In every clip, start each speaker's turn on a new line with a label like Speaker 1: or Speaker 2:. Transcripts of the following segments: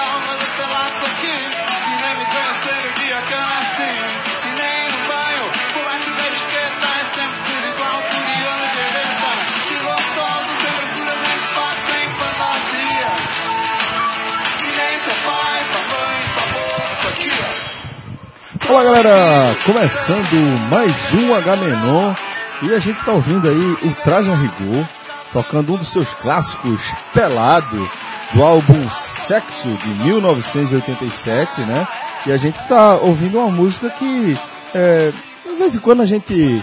Speaker 1: um tá, é é
Speaker 2: Olá galera, começando mais um H-Menon e a gente tá ouvindo aí o Traja Rigor tocando um dos seus clássicos, Pelado, do álbum Sexo de 1987, né? E a gente tá ouvindo uma música que é, de vez em quando a gente.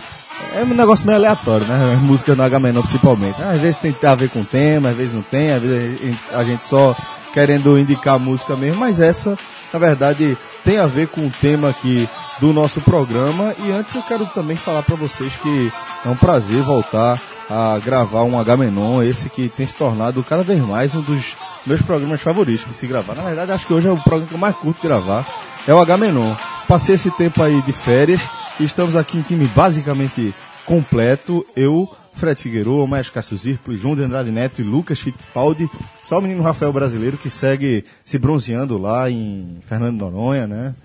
Speaker 2: É um negócio meio aleatório, né? Música no H-Menon principalmente. Às vezes tem a ver com o tema, às vezes não tem, às vezes a gente só querendo indicar a música mesmo, mas essa, na verdade, tem a ver com o tema aqui do nosso programa. E antes eu quero também falar para vocês que é um prazer voltar a gravar um H-Menon, esse que tem se tornado cada vez mais um dos meus programas favoritos de se gravar. Na verdade, acho que hoje é o programa que eu mais curto gravar, é o H-Menon. Passei esse tempo aí de férias e estamos aqui em time basicamente completo. Eu, Fred Figueiredo, Maestro Cássio Zirpoli, João de Andrade Neto e Lucas Fittipaldi. Só o menino Rafael Brasileiro que segue se bronzeando lá em Fernando de Noronha, né?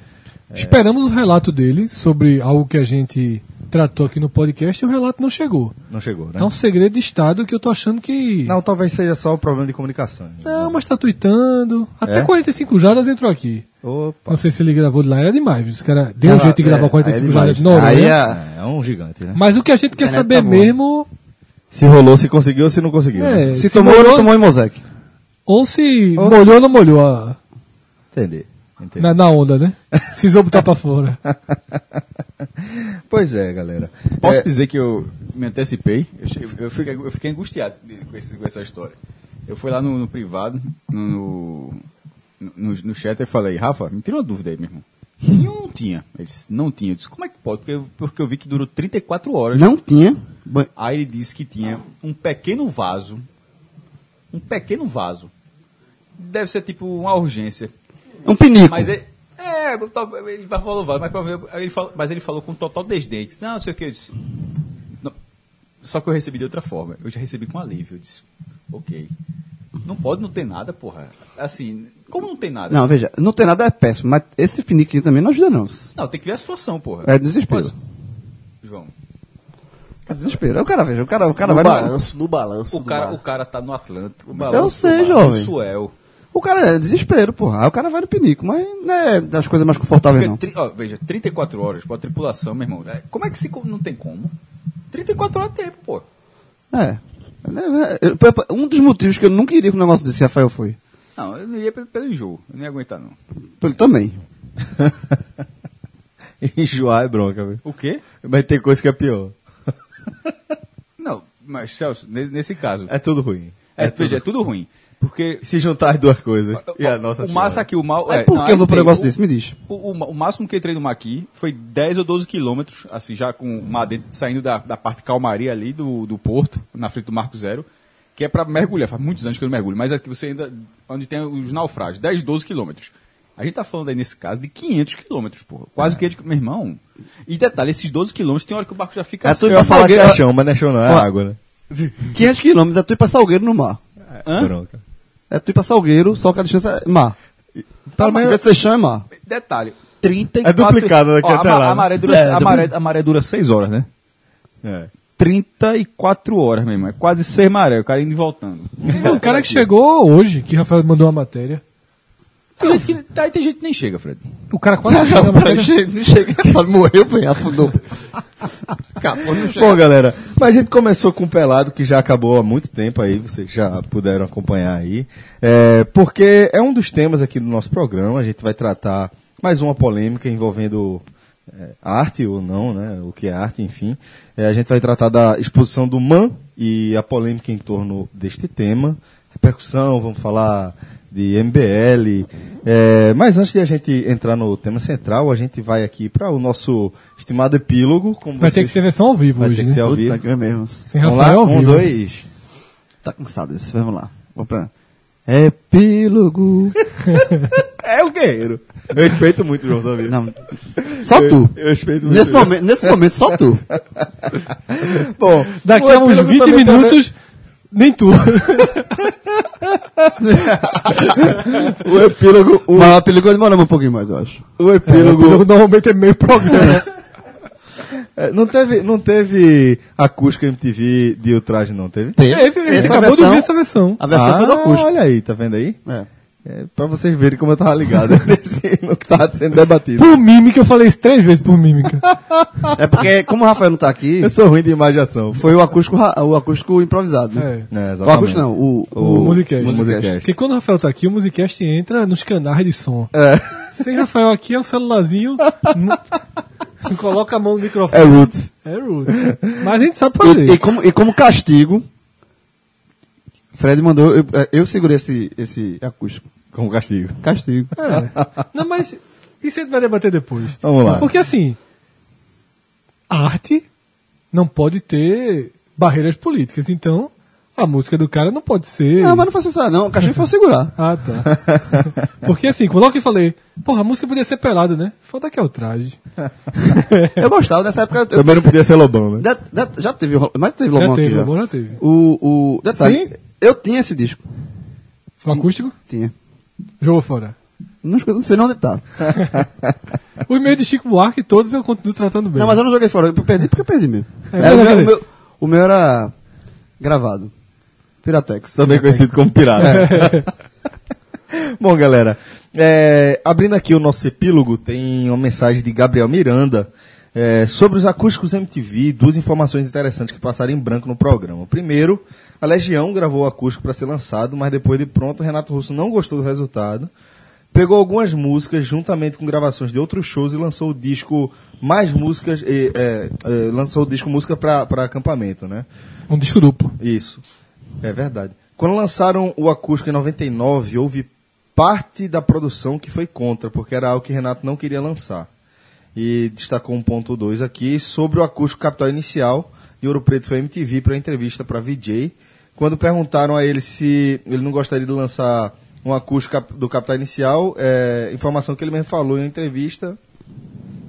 Speaker 3: É. Esperamos o relato dele sobre algo que a gente tratou aqui no podcast e o relato não chegou.
Speaker 2: Não chegou, né?
Speaker 3: É um segredo de Estado que eu tô achando que.
Speaker 2: Não, talvez seja só o problema de comunicação.
Speaker 3: Não, mas tá tweetando. Até
Speaker 2: É?
Speaker 3: 45 jardas entrou aqui.
Speaker 2: Opa.
Speaker 3: Não sei se ele gravou de lá, era demais. Os cara deu
Speaker 2: É,
Speaker 3: um jeito de gravar 45 jardas de
Speaker 2: Aí
Speaker 3: Noronha.
Speaker 2: é, é um gigante, né?
Speaker 3: Mas o que a gente quer
Speaker 4: Internet
Speaker 3: saber
Speaker 4: tá boa.
Speaker 3: mesmo,
Speaker 2: Se rolou, se conseguiu, se não conseguiu.
Speaker 3: É,
Speaker 2: né?
Speaker 3: se
Speaker 4: Se, tomou ou
Speaker 3: molhou-
Speaker 4: não tomou em Mosaic.
Speaker 3: ou se
Speaker 2: Ou se-
Speaker 3: molhou ou não molhou a-
Speaker 2: Entendi. Entendi.
Speaker 3: na, na onda, né? Precisou botar pra fora.
Speaker 2: Pois é, galera.
Speaker 5: Posso
Speaker 2: É,
Speaker 5: dizer que eu me antecipei? Eu, che- eu fiquei, eu fiquei angustiado de- com, esse- com essa história. Eu fui lá no, no privado, no, no, no, no chat, e falei, Rafa, me tira uma dúvida aí, meu irmão. Nenhum tinha. Ele disse, não tinha. Eu disse, como é que pode? Porque, eu- porque eu vi que durou 34 horas.
Speaker 4: Não tinha. Ba-
Speaker 5: Aí ele disse que tinha um pequeno vaso. Um pequeno vaso. Deve ser tipo uma urgência.
Speaker 4: Um pinico.
Speaker 5: Mas ele. É, tal- ele vai falar o vaso, mas, provavelmente- aí ele falou, mas ele falou com total desdém. Disse, não, não sei o que. Eu disse, "Não." Só que eu recebi de outra forma. Eu já recebi com alívio. Eu disse, ok. Não pode não ter nada, porra. Assim, como não tem nada?
Speaker 4: Não, veja, não tem nada é péssimo, mas esse piniquinho também não ajuda não.
Speaker 5: Não, tem que ver a situação, porra.
Speaker 4: É desespero.
Speaker 5: Mas, João,
Speaker 4: É desespero. O cara, veja, o cara, o cara
Speaker 6: no
Speaker 4: vai...
Speaker 6: balanço, no balanço.
Speaker 5: o
Speaker 6: do
Speaker 5: cara,
Speaker 6: mar.
Speaker 5: o cara tá no Atlântico.
Speaker 6: O
Speaker 5: meu
Speaker 4: Eu
Speaker 5: irmão,
Speaker 4: sei,
Speaker 5: no
Speaker 4: jovem.
Speaker 5: Suel.
Speaker 4: O cara é desespero, porra. Aí o cara vai no pinico, mas não é das coisas mais confortáveis
Speaker 5: Porque,
Speaker 4: não.
Speaker 5: tri- ó, veja, 34 horas pra tripulação, meu irmão. É, Como é que se. co- Não tem como? 34 horas é tempo, pô.
Speaker 4: É. É, é, é, Um dos motivos que eu nunca iria com um negócio desse, Rafael, foi.
Speaker 5: Não, eu não ia pe- pelo enjoo. Eu não ia aguentar, não.
Speaker 4: Ele também.
Speaker 2: Enjoar é bronca, velho.
Speaker 5: O quê?
Speaker 2: Mas tem coisa que é pior.
Speaker 5: Não, mas Celso, nesse, nesse caso, é,
Speaker 2: É tudo ruim.
Speaker 5: veja, é tudo ruim. Porque
Speaker 2: Se juntar as duas coisas. E a
Speaker 5: o-
Speaker 2: nossa
Speaker 5: o massa aqui, o mal. é,
Speaker 4: Mas por que eu vou pro
Speaker 5: tem
Speaker 4: negócio
Speaker 5: o-
Speaker 4: desse? Me diz.
Speaker 5: O, o ma- o máximo que eu entrei no Maqui foi 10 ou 12 quilômetros, assim, já com o mar dentro, saindo da, da parte calmaria ali do, do porto, na frente do Marco Zero, que é para mergulhar. Faz muitos anos que eu não mergulho, mas aqui você ainda. onde tem os naufrágios, 10, 12 quilômetros. A gente tá falando aí nesse caso de 500 quilômetros, porra.
Speaker 4: É.
Speaker 5: Quase 500 quilômetros. Meu irmão. E detalhe, esses 12 quilômetros, tem hora que o barco já fica
Speaker 4: É tudo
Speaker 5: assim, ó,
Speaker 4: pra falar
Speaker 2: que
Speaker 4: que
Speaker 2: é
Speaker 4: é
Speaker 2: chão, mas não é chão, não. É
Speaker 4: Ó,
Speaker 2: água, né?
Speaker 4: 500 quilômetros é tu ir pra Salgueiro no mar.
Speaker 5: hã?
Speaker 2: Bronca.
Speaker 4: É tu ir pra Salgueiro, só que a distância é mar.
Speaker 5: Tá,
Speaker 4: Pelo
Speaker 5: mas-
Speaker 4: menos de ser chão é mar.
Speaker 5: Detalhe, 34...
Speaker 2: É duplicado daqui
Speaker 5: Ó,
Speaker 2: até
Speaker 5: a, ma-
Speaker 2: lá,
Speaker 5: A
Speaker 2: né?
Speaker 5: maré, dura,
Speaker 2: É,
Speaker 5: a,
Speaker 2: dupli-
Speaker 5: maré, a maré dura 6 horas, né?
Speaker 2: É.
Speaker 5: 34 horas, meu irmão. É quase 6 maré, o cara indo e voltando.
Speaker 3: É um cara que chegou hoje, que Rafael mandou uma matéria.
Speaker 5: Tem gente que, tá, aí tem gente que nem chega, Fred.
Speaker 3: O cara quase não chegou na
Speaker 4: Não
Speaker 3: matéria.
Speaker 4: chega, não chega. Fala, Morreu, foi, afundou. Acabou, não chega.
Speaker 2: Bom, galera, mas a gente começou com o Pelado, que já acabou há muito tempo aí, vocês já puderam acompanhar aí, é, porque é um dos temas aqui do nosso programa, a gente vai tratar mais uma polêmica envolvendo é, arte ou não, né, o que é arte, enfim. É, a gente vai tratar da exposição do Man e a polêmica em torno deste tema, repercussão, vamos falar de MBL. É, mas antes de a gente entrar no tema central, a gente vai aqui para o nosso estimado epílogo. Como
Speaker 3: Vai ter que
Speaker 2: vocês-
Speaker 3: ser versão ao vivo
Speaker 2: Vai
Speaker 3: hoje,
Speaker 2: ter que
Speaker 3: né?
Speaker 2: ser ao
Speaker 4: Puta
Speaker 2: vivo.
Speaker 4: que é mesmo.
Speaker 3: Sem
Speaker 2: Vamos
Speaker 3: Rafael
Speaker 2: lá,
Speaker 3: ao
Speaker 2: um,
Speaker 3: vivo.
Speaker 2: dois.
Speaker 4: Tá cansado isso, vamos lá. Vamos pra... Epílogo.
Speaker 2: É o guerreiro. Eu respeito muito o João Salvino.
Speaker 4: Não. Só tu.
Speaker 2: Eu respeito muito.
Speaker 4: Nesse
Speaker 2: ele.
Speaker 4: momento, nesse momento, só tu.
Speaker 2: Bom,
Speaker 3: Daqui
Speaker 2: o
Speaker 3: a uns
Speaker 2: epílogo
Speaker 3: 20
Speaker 2: também tá
Speaker 3: minutos, nem tu.
Speaker 2: vendo- O epílogo, o,
Speaker 4: Mas o epílogo demora um pouquinho mais, eu acho.
Speaker 2: o epílogo.
Speaker 3: Normalmente é meio programa.
Speaker 2: É, não teve, não teve acústica MTV de ultraje, não teve?
Speaker 4: Teve.
Speaker 3: Acabou de ver essa versão.
Speaker 4: A versão foi do acústico.
Speaker 2: Olha aí, tá vendo aí?
Speaker 4: É.
Speaker 2: É, pra vocês verem como eu tava ligado nesse- no que tava sendo debatido.
Speaker 3: Por mímica, eu falei isso três vezes por mímica.
Speaker 4: É porque, como o Rafael não tá aqui,
Speaker 2: Eu sou ruim de imaginação.
Speaker 4: foi o acústico, ra- o acústico improvisado. né?
Speaker 3: É.
Speaker 2: É,
Speaker 4: O acústico não, o,
Speaker 3: O, Musicast.
Speaker 2: Musicast.
Speaker 3: Porque quando o Rafael tá aqui, o Musicast entra nos canais de som. Sem Rafael aqui, é um celularzinho. n- coloca a mão no
Speaker 2: É
Speaker 3: microfone.
Speaker 2: Roots.
Speaker 3: É rude. Mas a gente sabe
Speaker 4: E, e
Speaker 3: fazer.
Speaker 4: como, e como castigo, Fred mandou, eu, é, eu segurei esse, esse acústico.
Speaker 2: Como castigo.
Speaker 4: Castigo.
Speaker 3: É. Não, mas isso a gente vai debater depois.
Speaker 2: Vamos lá.
Speaker 3: Porque assim, arte não pode ter barreiras políticas. Então, a música do cara não pode ser.
Speaker 4: Não, mas não foi censurar, não. O castigo foi segurar.
Speaker 3: Ah, tá. Porque assim, quando eu falei, porra, a música podia ser pelada, né? Foda que é o traje.
Speaker 4: Eu gostava dessa época. Eu,
Speaker 2: Também não
Speaker 4: eu-
Speaker 2: podia ser Lobão, né?
Speaker 4: Da- da- já teve, ro- mas teve
Speaker 3: Já
Speaker 4: Lobão
Speaker 3: teve, né?
Speaker 4: aqui já.
Speaker 3: Lobão já teve.
Speaker 4: O, o, detalhe,
Speaker 2: Sim?
Speaker 4: eu tinha esse disco.
Speaker 3: O Um acústico
Speaker 4: Tinha.
Speaker 3: jogou fora.
Speaker 4: Não, escu- não sei nem onde tá.
Speaker 3: Os meios de Chico Buarque, todos eu continuo tratando bem.
Speaker 4: Não, mas eu não joguei fora. Eu perdi porque eu perdi mesmo.
Speaker 3: É, mas eu
Speaker 4: Era o, meu, o,
Speaker 3: perdi.
Speaker 4: meu, o meu era gravado. Piratex.
Speaker 2: Também conhecido como pirata. Bom, galera, é, abrindo aqui o nosso epílogo, tem uma mensagem de Gabriel Miranda é, sobre os acústicos MTV, duas informações interessantes que passaram em branco no programa. Primeiro, a Legião gravou o acústico para ser lançado, mas depois de pronto, Renato Russo não gostou do resultado. Pegou algumas músicas juntamente com gravações de outros shows e lançou o disco mais músicas, e, é, é, lançou o disco música para acampamento, né?
Speaker 3: Um disco duplo.
Speaker 2: Isso. É verdade. Quando lançaram o acústico em 99, houve parte da produção que foi contra, porque era algo que Renato não queria lançar. E destacou um ponto 2 aqui sobre o acústico Capital Inicial de Ouro Preto foi MTV para entrevista para VJ. Quando perguntaram a ele se ele não gostaria de lançar um acústico cap- do Capital Inicial, é, informação que ele mesmo falou em uma entrevista.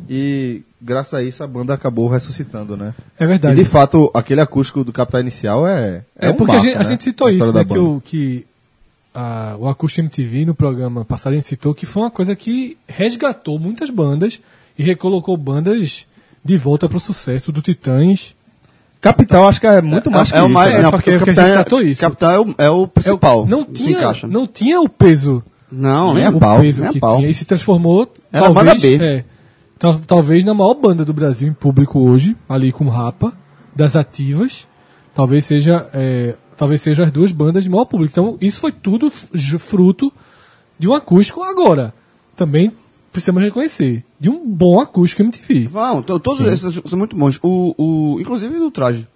Speaker 2: E graças a isso a banda acabou ressuscitando, né?
Speaker 3: É
Speaker 2: E
Speaker 3: verdade.
Speaker 2: de fato, aquele acústico do Capital Inicial é.
Speaker 3: É, porque a,
Speaker 2: marco,
Speaker 3: gente, a
Speaker 2: né?
Speaker 3: gente citou
Speaker 2: Na
Speaker 3: isso,
Speaker 2: história
Speaker 3: né?
Speaker 2: da
Speaker 3: Que
Speaker 2: banda.
Speaker 3: o, que, ah, o Acústico MTV no programa passado a gente citou que foi uma coisa que resgatou muitas bandas e recolocou bandas de volta pro sucesso do Titãs.
Speaker 2: Capital acho que é muito mais que
Speaker 4: é, é o
Speaker 2: isso,
Speaker 4: mais,
Speaker 2: né?
Speaker 3: É,
Speaker 4: não,
Speaker 3: só
Speaker 4: porque
Speaker 3: que
Speaker 4: o
Speaker 3: a gente
Speaker 4: Capitão é-
Speaker 3: tratou isso.
Speaker 4: Capitão é o, é o principal.
Speaker 3: É o- não,
Speaker 4: que
Speaker 3: tinha,
Speaker 4: Se
Speaker 2: né?
Speaker 4: encaixa.
Speaker 3: não tinha o peso
Speaker 4: Não,
Speaker 3: né,
Speaker 4: nem a
Speaker 3: o
Speaker 4: pau.
Speaker 3: peso
Speaker 4: Nem
Speaker 3: que
Speaker 4: a pau.
Speaker 3: tinha e se transformou
Speaker 4: Era
Speaker 3: talvez,
Speaker 4: banda B.
Speaker 3: é, tal- talvez na maior banda do Brasil em público hoje, ali com Rapa, das ativas, talvez seja é, talvez seja as duas bandas de maior público. Então, isso foi tudo f- ju- fruto de um acústico agora. Também precisamos reconhecer, de um bom acústico MTV.
Speaker 4: Vão, to- todos esses são muito bons. O, o, inclusive o traje.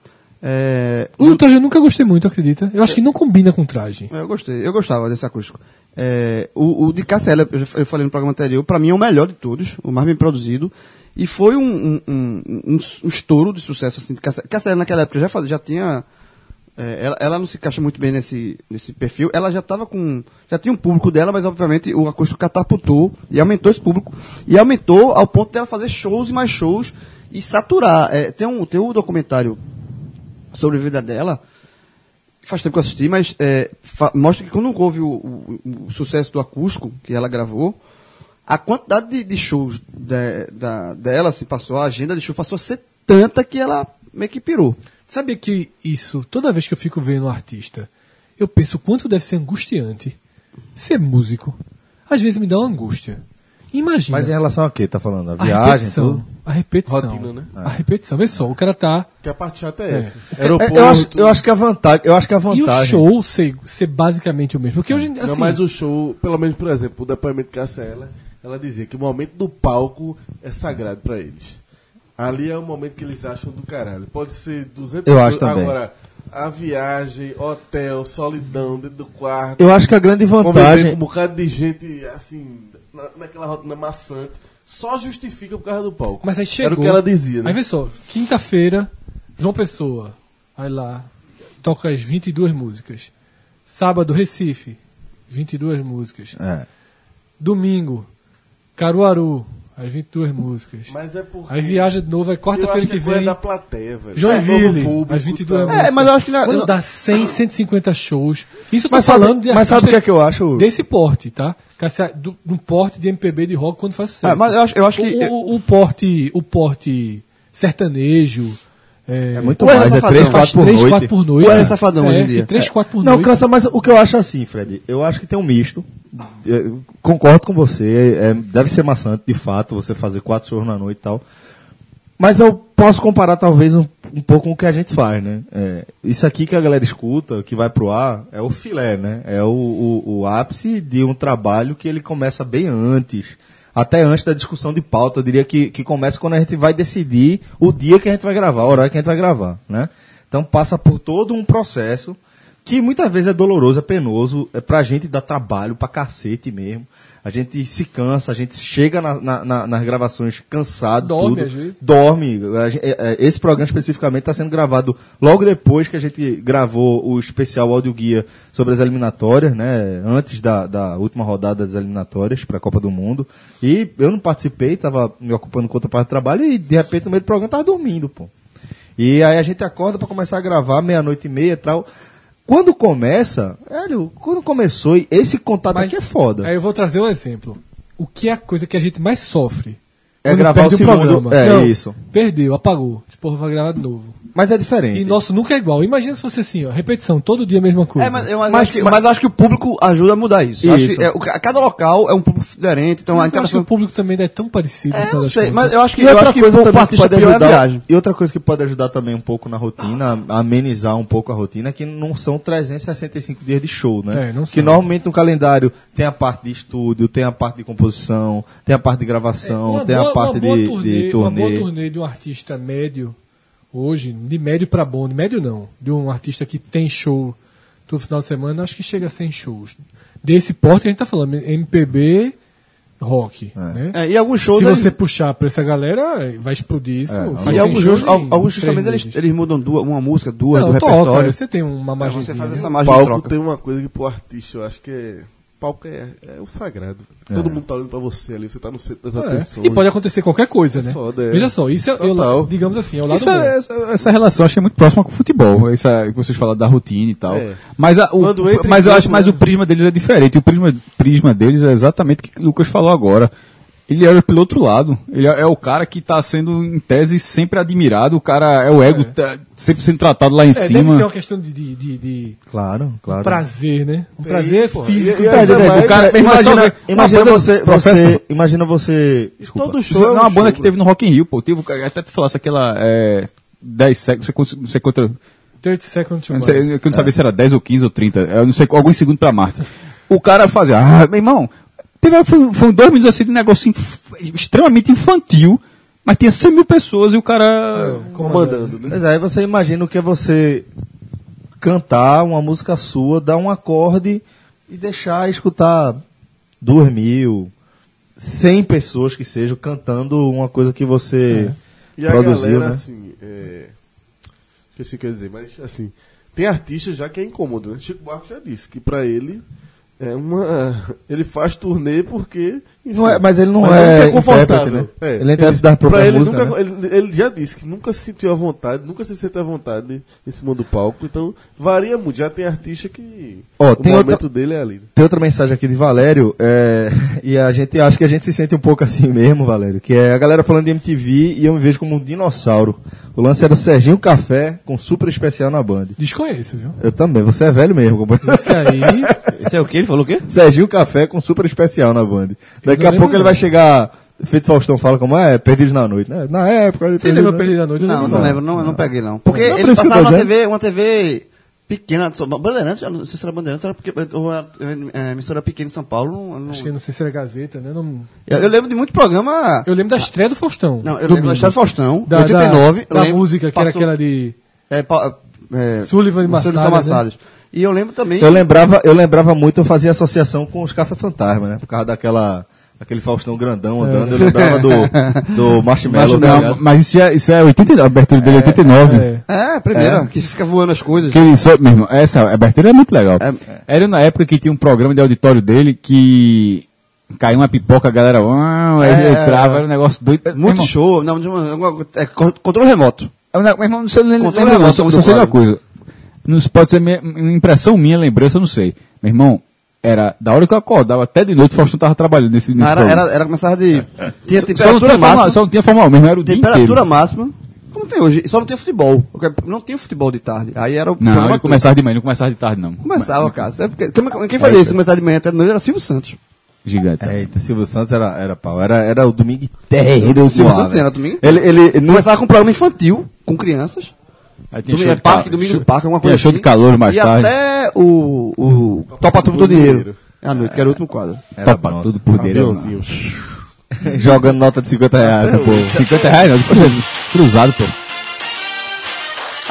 Speaker 4: É,
Speaker 3: O traje eu nunca gostei muito, acredita? Eu acho que não combina com traje.
Speaker 4: É, Eu gostei, eu gostava desse acústico. É, o, o de Cassiela, eu, já- eu falei no programa anterior, pra mim é o melhor de todos, o mais bem produzido. E foi um, um, um, um- um estouro de sucesso assim, de Cassiela. Cassiela naquela época já, fazia, já tinha. é, ela, ela não se encaixa muito bem nesse, nesse perfil. Ela já estava com. Já tinha um público dela, mas obviamente o acústico catapultou e aumentou esse público. E aumentou ao ponto dela fazer shows e mais shows e saturar. É, tem, um, tem um documentário sobre a vida dela faz tempo que eu assisti, mas é, fa- mostra que quando houve o, o- o sucesso do acústico que ela gravou, a quantidade de, de shows de- da- dela se passou, a agenda de shows passou a ser tanta que ela meio que pirou.
Speaker 3: Sabe que isso, toda vez que eu fico vendo um artista, eu penso o quanto deve ser angustiante ser músico. Às vezes me dá uma angústia. Imagina.
Speaker 2: Mas em relação a quê? Tá falando? A
Speaker 3: a
Speaker 2: viagem,
Speaker 3: repetição,
Speaker 2: tudo?
Speaker 3: A repetição.
Speaker 7: Rotina, né?
Speaker 3: A repetição. Vê só, o cara tá.
Speaker 7: Que a parte chata é, essa.
Speaker 2: É, eu, acho, eu acho que a vantagem. Eu acho que a
Speaker 3: é, E o
Speaker 2: vantagem.
Speaker 3: show ser, ser basicamente o mesmo. Porque hoje. Assim,
Speaker 7: Não, mas o show, pelo menos, por exemplo, o depoimento que essa ela, ela dizia que o momento do palco é sagrado pra eles. Ali é o momento que eles acham do caralho. Pode ser 200
Speaker 2: Eu acho também.
Speaker 7: Agora, a viagem, hotel, solidão dentro do quarto.
Speaker 2: Eu acho que a grande
Speaker 7: convivendo com um
Speaker 2: vantagem.
Speaker 7: bocado de gente, assim, na- naquela rotina maçante. Só justifica por causa do palco.
Speaker 3: Mas aí chegou.
Speaker 7: Era o que ela dizia, né?
Speaker 3: Aí vê só, quinta-feira, João Pessoa. Aí lá, toca as 22 músicas. Sábado, Recife, 22 músicas.
Speaker 2: É.
Speaker 3: Domingo, Caruaru, as 22 músicas.
Speaker 7: Mas é porque...
Speaker 3: Aí viaja de novo, aí quarta-feira que,
Speaker 7: Eu acho é
Speaker 3: vem.
Speaker 7: da plateia, velho.
Speaker 3: Joinville,
Speaker 7: É, novo público,
Speaker 3: às 22
Speaker 7: tal.
Speaker 3: músicas.
Speaker 4: É, mas eu acho que na-
Speaker 3: Quando
Speaker 4: eu-
Speaker 3: dá 100, 150 shows. Isso eu tô
Speaker 2: Mas sabe-
Speaker 3: falando de
Speaker 2: mas sabe o que é que eu acho?
Speaker 3: Desse porte, tá? Cassia- Do, do porte de MPB de rock
Speaker 2: É,
Speaker 3: quando faz sucesso.
Speaker 4: Ah, mas eu acho- eu acho que-
Speaker 3: O, o- o porte, o porte sertanejo, É,
Speaker 2: muito
Speaker 4: Ué,
Speaker 2: mais, é
Speaker 4: safadão.
Speaker 2: 3, 4 por
Speaker 3: três,
Speaker 2: noite.
Speaker 3: quatro por noite.
Speaker 4: Ou é safadão hoje em
Speaker 3: É,
Speaker 4: dia.
Speaker 3: 3, 4 por
Speaker 2: não,
Speaker 3: noite.
Speaker 2: cansa, mas o que eu acho assim, Fred, eu acho que tem um misto. Eh, Concordo com você, eh, deve ser maçante, de fato, você fazer quatro shows na noite e tal. Mas eu posso comparar, talvez, um, um pouco com o que a gente faz, né? Eh, isso aqui que a galera escuta, que vai pro ar, é o filé, né? É o, o- o ápice de um trabalho que ele começa bem antes. Até antes da discussão de pauta, eu diria que, que começa quando a gente vai decidir o dia que a gente vai gravar, a hora que a gente vai gravar, né? Então passa por todo um processo que muitas vezes é doloroso, é penoso, é pra gente dar trabalho pra cacete mesmo. A gente se cansa, a gente chega na- na- na- nas gravações cansado,
Speaker 3: Dorme,
Speaker 2: tudo.
Speaker 3: às vezes.
Speaker 2: Dorme. A gen- é, é, Esse programa especificamente está sendo gravado logo depois que a gente gravou o especial áudio guia sobre as eliminatórias, né? Antes da, da última rodada das eliminatórias para a Copa do Mundo. E eu não participei, estava me ocupando com outra parte do trabalho e de repente no meio do programa eu tava dormindo, pô. E aí a gente acorda para começar a gravar meia-noite e meia e tal. Quando começa, velho, quando começou, e esse contato
Speaker 3: Mas-
Speaker 2: aqui é foda.
Speaker 3: Aí eu vou trazer um exemplo. O que é a coisa que a gente mais sofre?
Speaker 2: É
Speaker 3: Quando
Speaker 2: gravar
Speaker 3: perde
Speaker 2: o segundo- é, isso.
Speaker 3: Perdeu, apagou. Esse porra vai gravar de novo.
Speaker 2: Mas é diferente.
Speaker 3: E nosso nunca é igual. Imagina se fosse assim, ó, repetição, todo dia a mesma coisa.
Speaker 4: É, mas, eu acho
Speaker 2: Mas-
Speaker 4: que, mas eu acho que o público ajuda a mudar isso. Eu acho
Speaker 2: Isso.
Speaker 4: que, é, o ca- cada local é um público diferente, então a
Speaker 3: eu acho que
Speaker 4: interação.
Speaker 3: o público também é tão parecido. no
Speaker 4: É, eu
Speaker 3: final
Speaker 4: não
Speaker 3: das
Speaker 4: sei,
Speaker 3: contas.
Speaker 4: mas eu acho que,
Speaker 2: E
Speaker 4: eu
Speaker 2: outra
Speaker 4: acho que
Speaker 2: coisa
Speaker 4: o
Speaker 2: também que
Speaker 4: artista
Speaker 2: pode
Speaker 4: pior é a
Speaker 2: ajudar.
Speaker 4: viagem.
Speaker 2: E outra coisa que pode ajudar também um pouco na rotina, a amenizar um pouco a rotina, que não são 365 dias de show, né?
Speaker 3: É, não
Speaker 2: que
Speaker 3: são.
Speaker 2: normalmente no calendário tem a parte de estúdio, tem a parte de composição, tem a parte de gravação,
Speaker 3: É, Uma
Speaker 2: tem
Speaker 3: boa-
Speaker 2: a parte
Speaker 3: uma boa
Speaker 2: de,
Speaker 3: turnê,
Speaker 2: de
Speaker 3: Uma
Speaker 2: turnê.
Speaker 3: boa turnê de um artista médio, hoje, de médio pra bom, de médio não, de um artista que tem show todo final de semana, acho que chega a 100 shows. Desse porte que a gente tá falando, MPB, rock, né?
Speaker 4: É, e alguns shows.
Speaker 3: Se
Speaker 4: eles-
Speaker 3: você puxar pra essa galera, vai explodir isso.
Speaker 2: É,
Speaker 3: faz 100
Speaker 4: e alguns shows,
Speaker 3: em
Speaker 4: al- alguns shows
Speaker 3: três
Speaker 4: também eles,
Speaker 3: meses.
Speaker 4: eles mudam duas, uma música, duas
Speaker 3: Não,
Speaker 4: do
Speaker 3: toca,
Speaker 4: repertório.
Speaker 3: você tem uma margem.
Speaker 4: você faz
Speaker 3: né?
Speaker 4: essa
Speaker 7: O
Speaker 4: margem de
Speaker 7: palco
Speaker 4: troca.
Speaker 7: tem uma coisa que pro artista eu acho que é. Palco é, é o sagrado. Todo mundo tá olhando pra você ali, você tá no centro das
Speaker 3: É.
Speaker 7: atenções.
Speaker 3: E pode acontecer qualquer coisa, né?
Speaker 7: Foda, é.
Speaker 3: Veja só, isso é, eu-
Speaker 7: Total.
Speaker 3: digamos assim, é o lado
Speaker 5: Isso
Speaker 3: bom.
Speaker 5: é- essa, essa relação acho que é muito próxima com o futebol, essa que vocês falaram da rotina e tal.
Speaker 7: É.
Speaker 5: Mas, a- o,
Speaker 7: Quando entra em
Speaker 5: mas eu
Speaker 7: campo,
Speaker 5: acho mas
Speaker 7: né?
Speaker 5: o prisma deles é diferente. O prisma, prisma deles é exatamente o que o Lucas falou agora. Ele olha pelo outro lado. Ele é, é o cara que está sendo, em tese, sempre admirado. O cara é o ego, tá sempre sendo tratado lá em
Speaker 3: É, deve
Speaker 5: cima.
Speaker 3: ter uma questão de- de- de- de
Speaker 2: Claro, claro.
Speaker 3: prazer, né? Um prazer
Speaker 7: porra.
Speaker 3: físico.
Speaker 5: É,
Speaker 7: E- e
Speaker 3: um prazer
Speaker 7: ainda
Speaker 3: da-
Speaker 7: mais-
Speaker 2: O cara,
Speaker 5: Mas é só
Speaker 2: imagina,
Speaker 5: ver-
Speaker 2: imagina
Speaker 5: Não, pra-
Speaker 2: você,
Speaker 5: professor.
Speaker 2: você, imagina você, desculpa.
Speaker 7: Todo
Speaker 5: Isso
Speaker 7: show
Speaker 5: é
Speaker 7: é um
Speaker 5: uma banda
Speaker 7: show,
Speaker 5: que teve no Rock in Rio, pô. Teve, até tu falasse aquela. É, 10 segundos, você, cons- você contra,
Speaker 3: 30 seconds to
Speaker 5: Eu é. não, sei,
Speaker 3: Mars.
Speaker 5: eu não sabia se era 10 ou 15 ou 30. Eu não sei, alguns segundos pra Marta. O cara fazia, ah, meu irmão, teve, foi, foi dois minutos assim de negócio inf- extremamente infantil, mas tinha 100 mil pessoas e o cara.
Speaker 2: comandando.
Speaker 7: né?
Speaker 2: Mas aí você imagina o que é você cantar uma música sua, dar um acorde e deixar escutar duas mil, cem pessoas que sejam cantando uma coisa que você
Speaker 7: É. E a
Speaker 2: produziu,
Speaker 7: galera,
Speaker 2: né?
Speaker 7: assim, é... Esqueci o que eu ia dizer, mas assim, tem artista já que é incômodo, né? Chico Buarque já disse que pra ele é uma... Ele faz turnê porque... enfim,
Speaker 2: Não é- mas ele não
Speaker 7: ele
Speaker 2: é
Speaker 7: que confortável.
Speaker 2: intérprete, né? Ele é intérprete da própria
Speaker 7: pra ele
Speaker 2: música, né?
Speaker 7: nunca- ele, ele já disse que nunca se sentiu à vontade, nunca se sente à vontade em cima do palco, então varia muito. Já tem artista que
Speaker 2: Ó,
Speaker 7: o
Speaker 2: tem
Speaker 7: momento
Speaker 2: outra-
Speaker 7: dele é ali.
Speaker 2: Tem outra mensagem aqui de Valério, é, e a gente acha que a gente se sente um pouco assim mesmo, Valério, que é a galera falando de MTV e eu me vejo como um dinossauro. O lance era Serginho Café com super especial na Band.
Speaker 3: Desconheço, viu?
Speaker 2: Eu também, você é velho mesmo, companheiro.
Speaker 3: Esse aí.
Speaker 8: Esse é o que? Ele falou o quê?
Speaker 2: Serginho Café com super especial na Band. Daqui a
Speaker 3: lembro
Speaker 2: pouco ele
Speaker 3: não.
Speaker 2: vai chegar. Feito Faustão fala como é, Perdidos na Noite, né? Na época.
Speaker 3: Você lembra Perdido da Noite? Eu
Speaker 4: Não, não
Speaker 3: lembro.
Speaker 4: lembro, não, não peguei não. Porque
Speaker 2: Não, por
Speaker 4: ele
Speaker 2: isso que eu
Speaker 4: passava
Speaker 2: tô
Speaker 4: uma
Speaker 2: dizendo.
Speaker 4: TV, uma TV pequena, só- Bandeirantes, eu não sei se era Bandeirantes, era porque ou era, é, emissora pequena em São Paulo. não- não-
Speaker 3: Acho que não sei se era Gazeta, né? Não-
Speaker 4: eu, eu lembro de muito programa.
Speaker 3: Eu lembro da estreia do Faustão.
Speaker 4: não, eu
Speaker 3: domingo.
Speaker 4: lembro da história do Faustão,
Speaker 3: Da-
Speaker 4: de 89.
Speaker 3: Da,
Speaker 4: eu
Speaker 3: da
Speaker 4: lembro,
Speaker 3: música, que
Speaker 4: passou-
Speaker 3: era aquela de.
Speaker 4: É, pa- é,
Speaker 3: Sullivan e Massadas, né?
Speaker 4: Massadas. E eu lembro também.
Speaker 2: Eu lembrava, eu lembrava muito, eu fazia associação com os Caça-Fantasma, né? Por causa daquela. Aquele Faustão grandão
Speaker 3: É.
Speaker 2: andando, eu lembrava do, do Marshmallow, tá
Speaker 5: Não,
Speaker 2: ligado?
Speaker 5: mas isso, já, isso é 89, a abertura dele é 89.
Speaker 3: É.
Speaker 4: É, a primeira, que fica voando as coisas.
Speaker 5: Que isso, meu irmão, essa abertura é muito legal.
Speaker 4: É.
Speaker 5: Era na época que tinha um programa de auditório dele que caiu uma pipoca, a galera uau, aí
Speaker 4: É.
Speaker 5: entrava, era um negócio doido. Meu
Speaker 4: Muito
Speaker 5: irmão,
Speaker 4: show. Não, de uma- alguma- é, con- controle remoto.
Speaker 5: É um neg- Meu irmão, não sei, não
Speaker 4: Controle
Speaker 5: lembro, não,
Speaker 4: remoto
Speaker 5: só,
Speaker 4: do
Speaker 5: só sei de uma
Speaker 4: quadro.
Speaker 5: coisa. Não se pode ser minha, minha impressão minha, lembrança, eu não sei. Meu irmão, era da hora que eu acordava até de noite, o Faustão tava trabalhando nesse, nesse
Speaker 4: Era,
Speaker 5: programa.
Speaker 4: era, era começava de. Tinha
Speaker 5: só, não
Speaker 4: temperatura
Speaker 5: tinha formal,
Speaker 4: máxima.
Speaker 5: só não tinha formal mesmo, era o dia
Speaker 4: Temperatura
Speaker 5: inteiro.
Speaker 4: máxima. Como tem hoje. Só não tem futebol. Não tinha futebol de tarde. Aí era o
Speaker 5: Não,
Speaker 4: programa
Speaker 5: ele começava de manhã, não começava de tarde, não.
Speaker 4: Começava, cara. Sabe porque- como- Quem fazia isso? Começava de manhã até de noite era Silvio Santos.
Speaker 5: Gigante.
Speaker 4: É.
Speaker 2: Eita, É, então Silvio Santos era, era pau. Era, era o domingo inteiro.
Speaker 4: O Silvio
Speaker 2: voava.
Speaker 4: Santos era domingo.
Speaker 2: Ele, ele não
Speaker 4: Começava com um programa infantil, com crianças.
Speaker 5: Aí tinha
Speaker 4: Domingo,
Speaker 5: show
Speaker 4: é
Speaker 5: de
Speaker 4: parque,
Speaker 5: calor.
Speaker 4: domingo
Speaker 5: Show-
Speaker 4: do parque, alguma
Speaker 5: tinha
Speaker 4: coisa assim.
Speaker 5: show de calor mais
Speaker 4: e
Speaker 5: tarde.
Speaker 4: até o, o Topa Tudo do Dinheiro. É a noite, que era o último quadro.
Speaker 2: era
Speaker 5: Topa
Speaker 2: pronto.
Speaker 5: tudo por dentro.
Speaker 7: Aviãozinho.
Speaker 2: jogando nota de 50 reais pro povo.
Speaker 5: 50 reais, não. Poxa, cruzado, pô.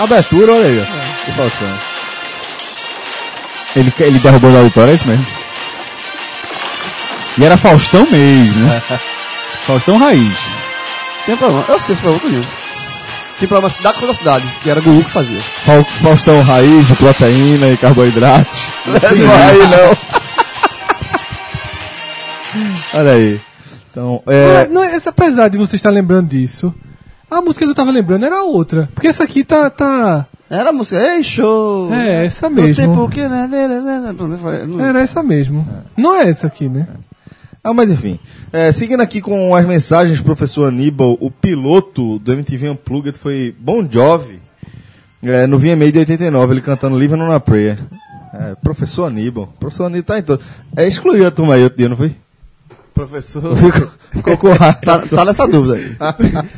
Speaker 2: Abertura, olha aí. ó. O Faustão. Ele, ele derrubou o auditório, é isso mesmo?
Speaker 5: E era Faustão mesmo, né? Faustão Raiz.
Speaker 4: Tem problema. Eu sei esse problema comigo. Tinha programa Cidade contra Cidade, que era Gugu que fazia.
Speaker 2: Fau- Faustão raiz de proteína e carboidratos. Não é só aí, não. Olha aí. Então,
Speaker 3: É,
Speaker 2: é.
Speaker 3: não, essa, apesar de você estar lembrando disso, a música que eu tava lembrando era outra. Porque essa aqui tá. tá
Speaker 4: Era a música, ei, show!
Speaker 3: é, essa
Speaker 4: Não tem
Speaker 3: mesmo.
Speaker 4: porquê, né? né, né, né, né. Não, não, não.
Speaker 3: Era essa mesmo. Não é essa aqui, né?
Speaker 2: Ah, mas enfim. É, seguindo aqui com as mensagens, professor Aníbal, o piloto do MTV Unplugged foi Bon Jovi. É, no VMA de 89, ele cantando Living on a Prayer. É, professor Aníbal. Professor Aníbal tá em todo. É, excluiu a turma aí outro dia, não foi?
Speaker 7: Professor,
Speaker 2: Ficou, ficou com raiva.
Speaker 4: Tá, tá nessa dúvida aí.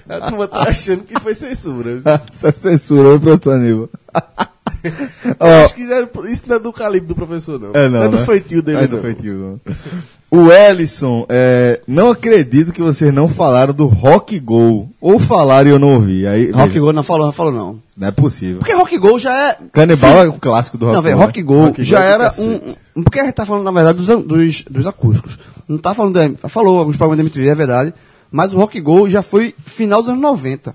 Speaker 7: a turma tá achando que foi
Speaker 2: Ah,
Speaker 7: censura.
Speaker 2: Essa censura, hein, professor Aníbal. Ó,
Speaker 7: Acho que não é- isso não é do calibre do professor, não.
Speaker 2: É, não,
Speaker 7: é do
Speaker 2: né?
Speaker 7: feitio dele,
Speaker 2: É do
Speaker 7: não.
Speaker 2: feitio, não. O Ellison, é, não acredito que vocês não falaram do Rock Go. Ou falaram e eu não ouvi. Aí,
Speaker 4: Rock
Speaker 2: veja,
Speaker 4: Go não falou, não falou não.
Speaker 2: Não é possível.
Speaker 4: Porque Rock Go já é.
Speaker 2: Canibal é o clássico do Rock né?
Speaker 4: Não, velho,
Speaker 2: Go.
Speaker 4: Rock Go
Speaker 7: Rock Go
Speaker 4: já
Speaker 7: é do
Speaker 4: era
Speaker 7: cacete.
Speaker 4: um, um. Porque a gente tá falando, na verdade, dos, an- dos, dos acústicos. Não tá falando da. Falou alguns programas da MTV, é verdade. Mas o Rock Go já foi final dos anos 90.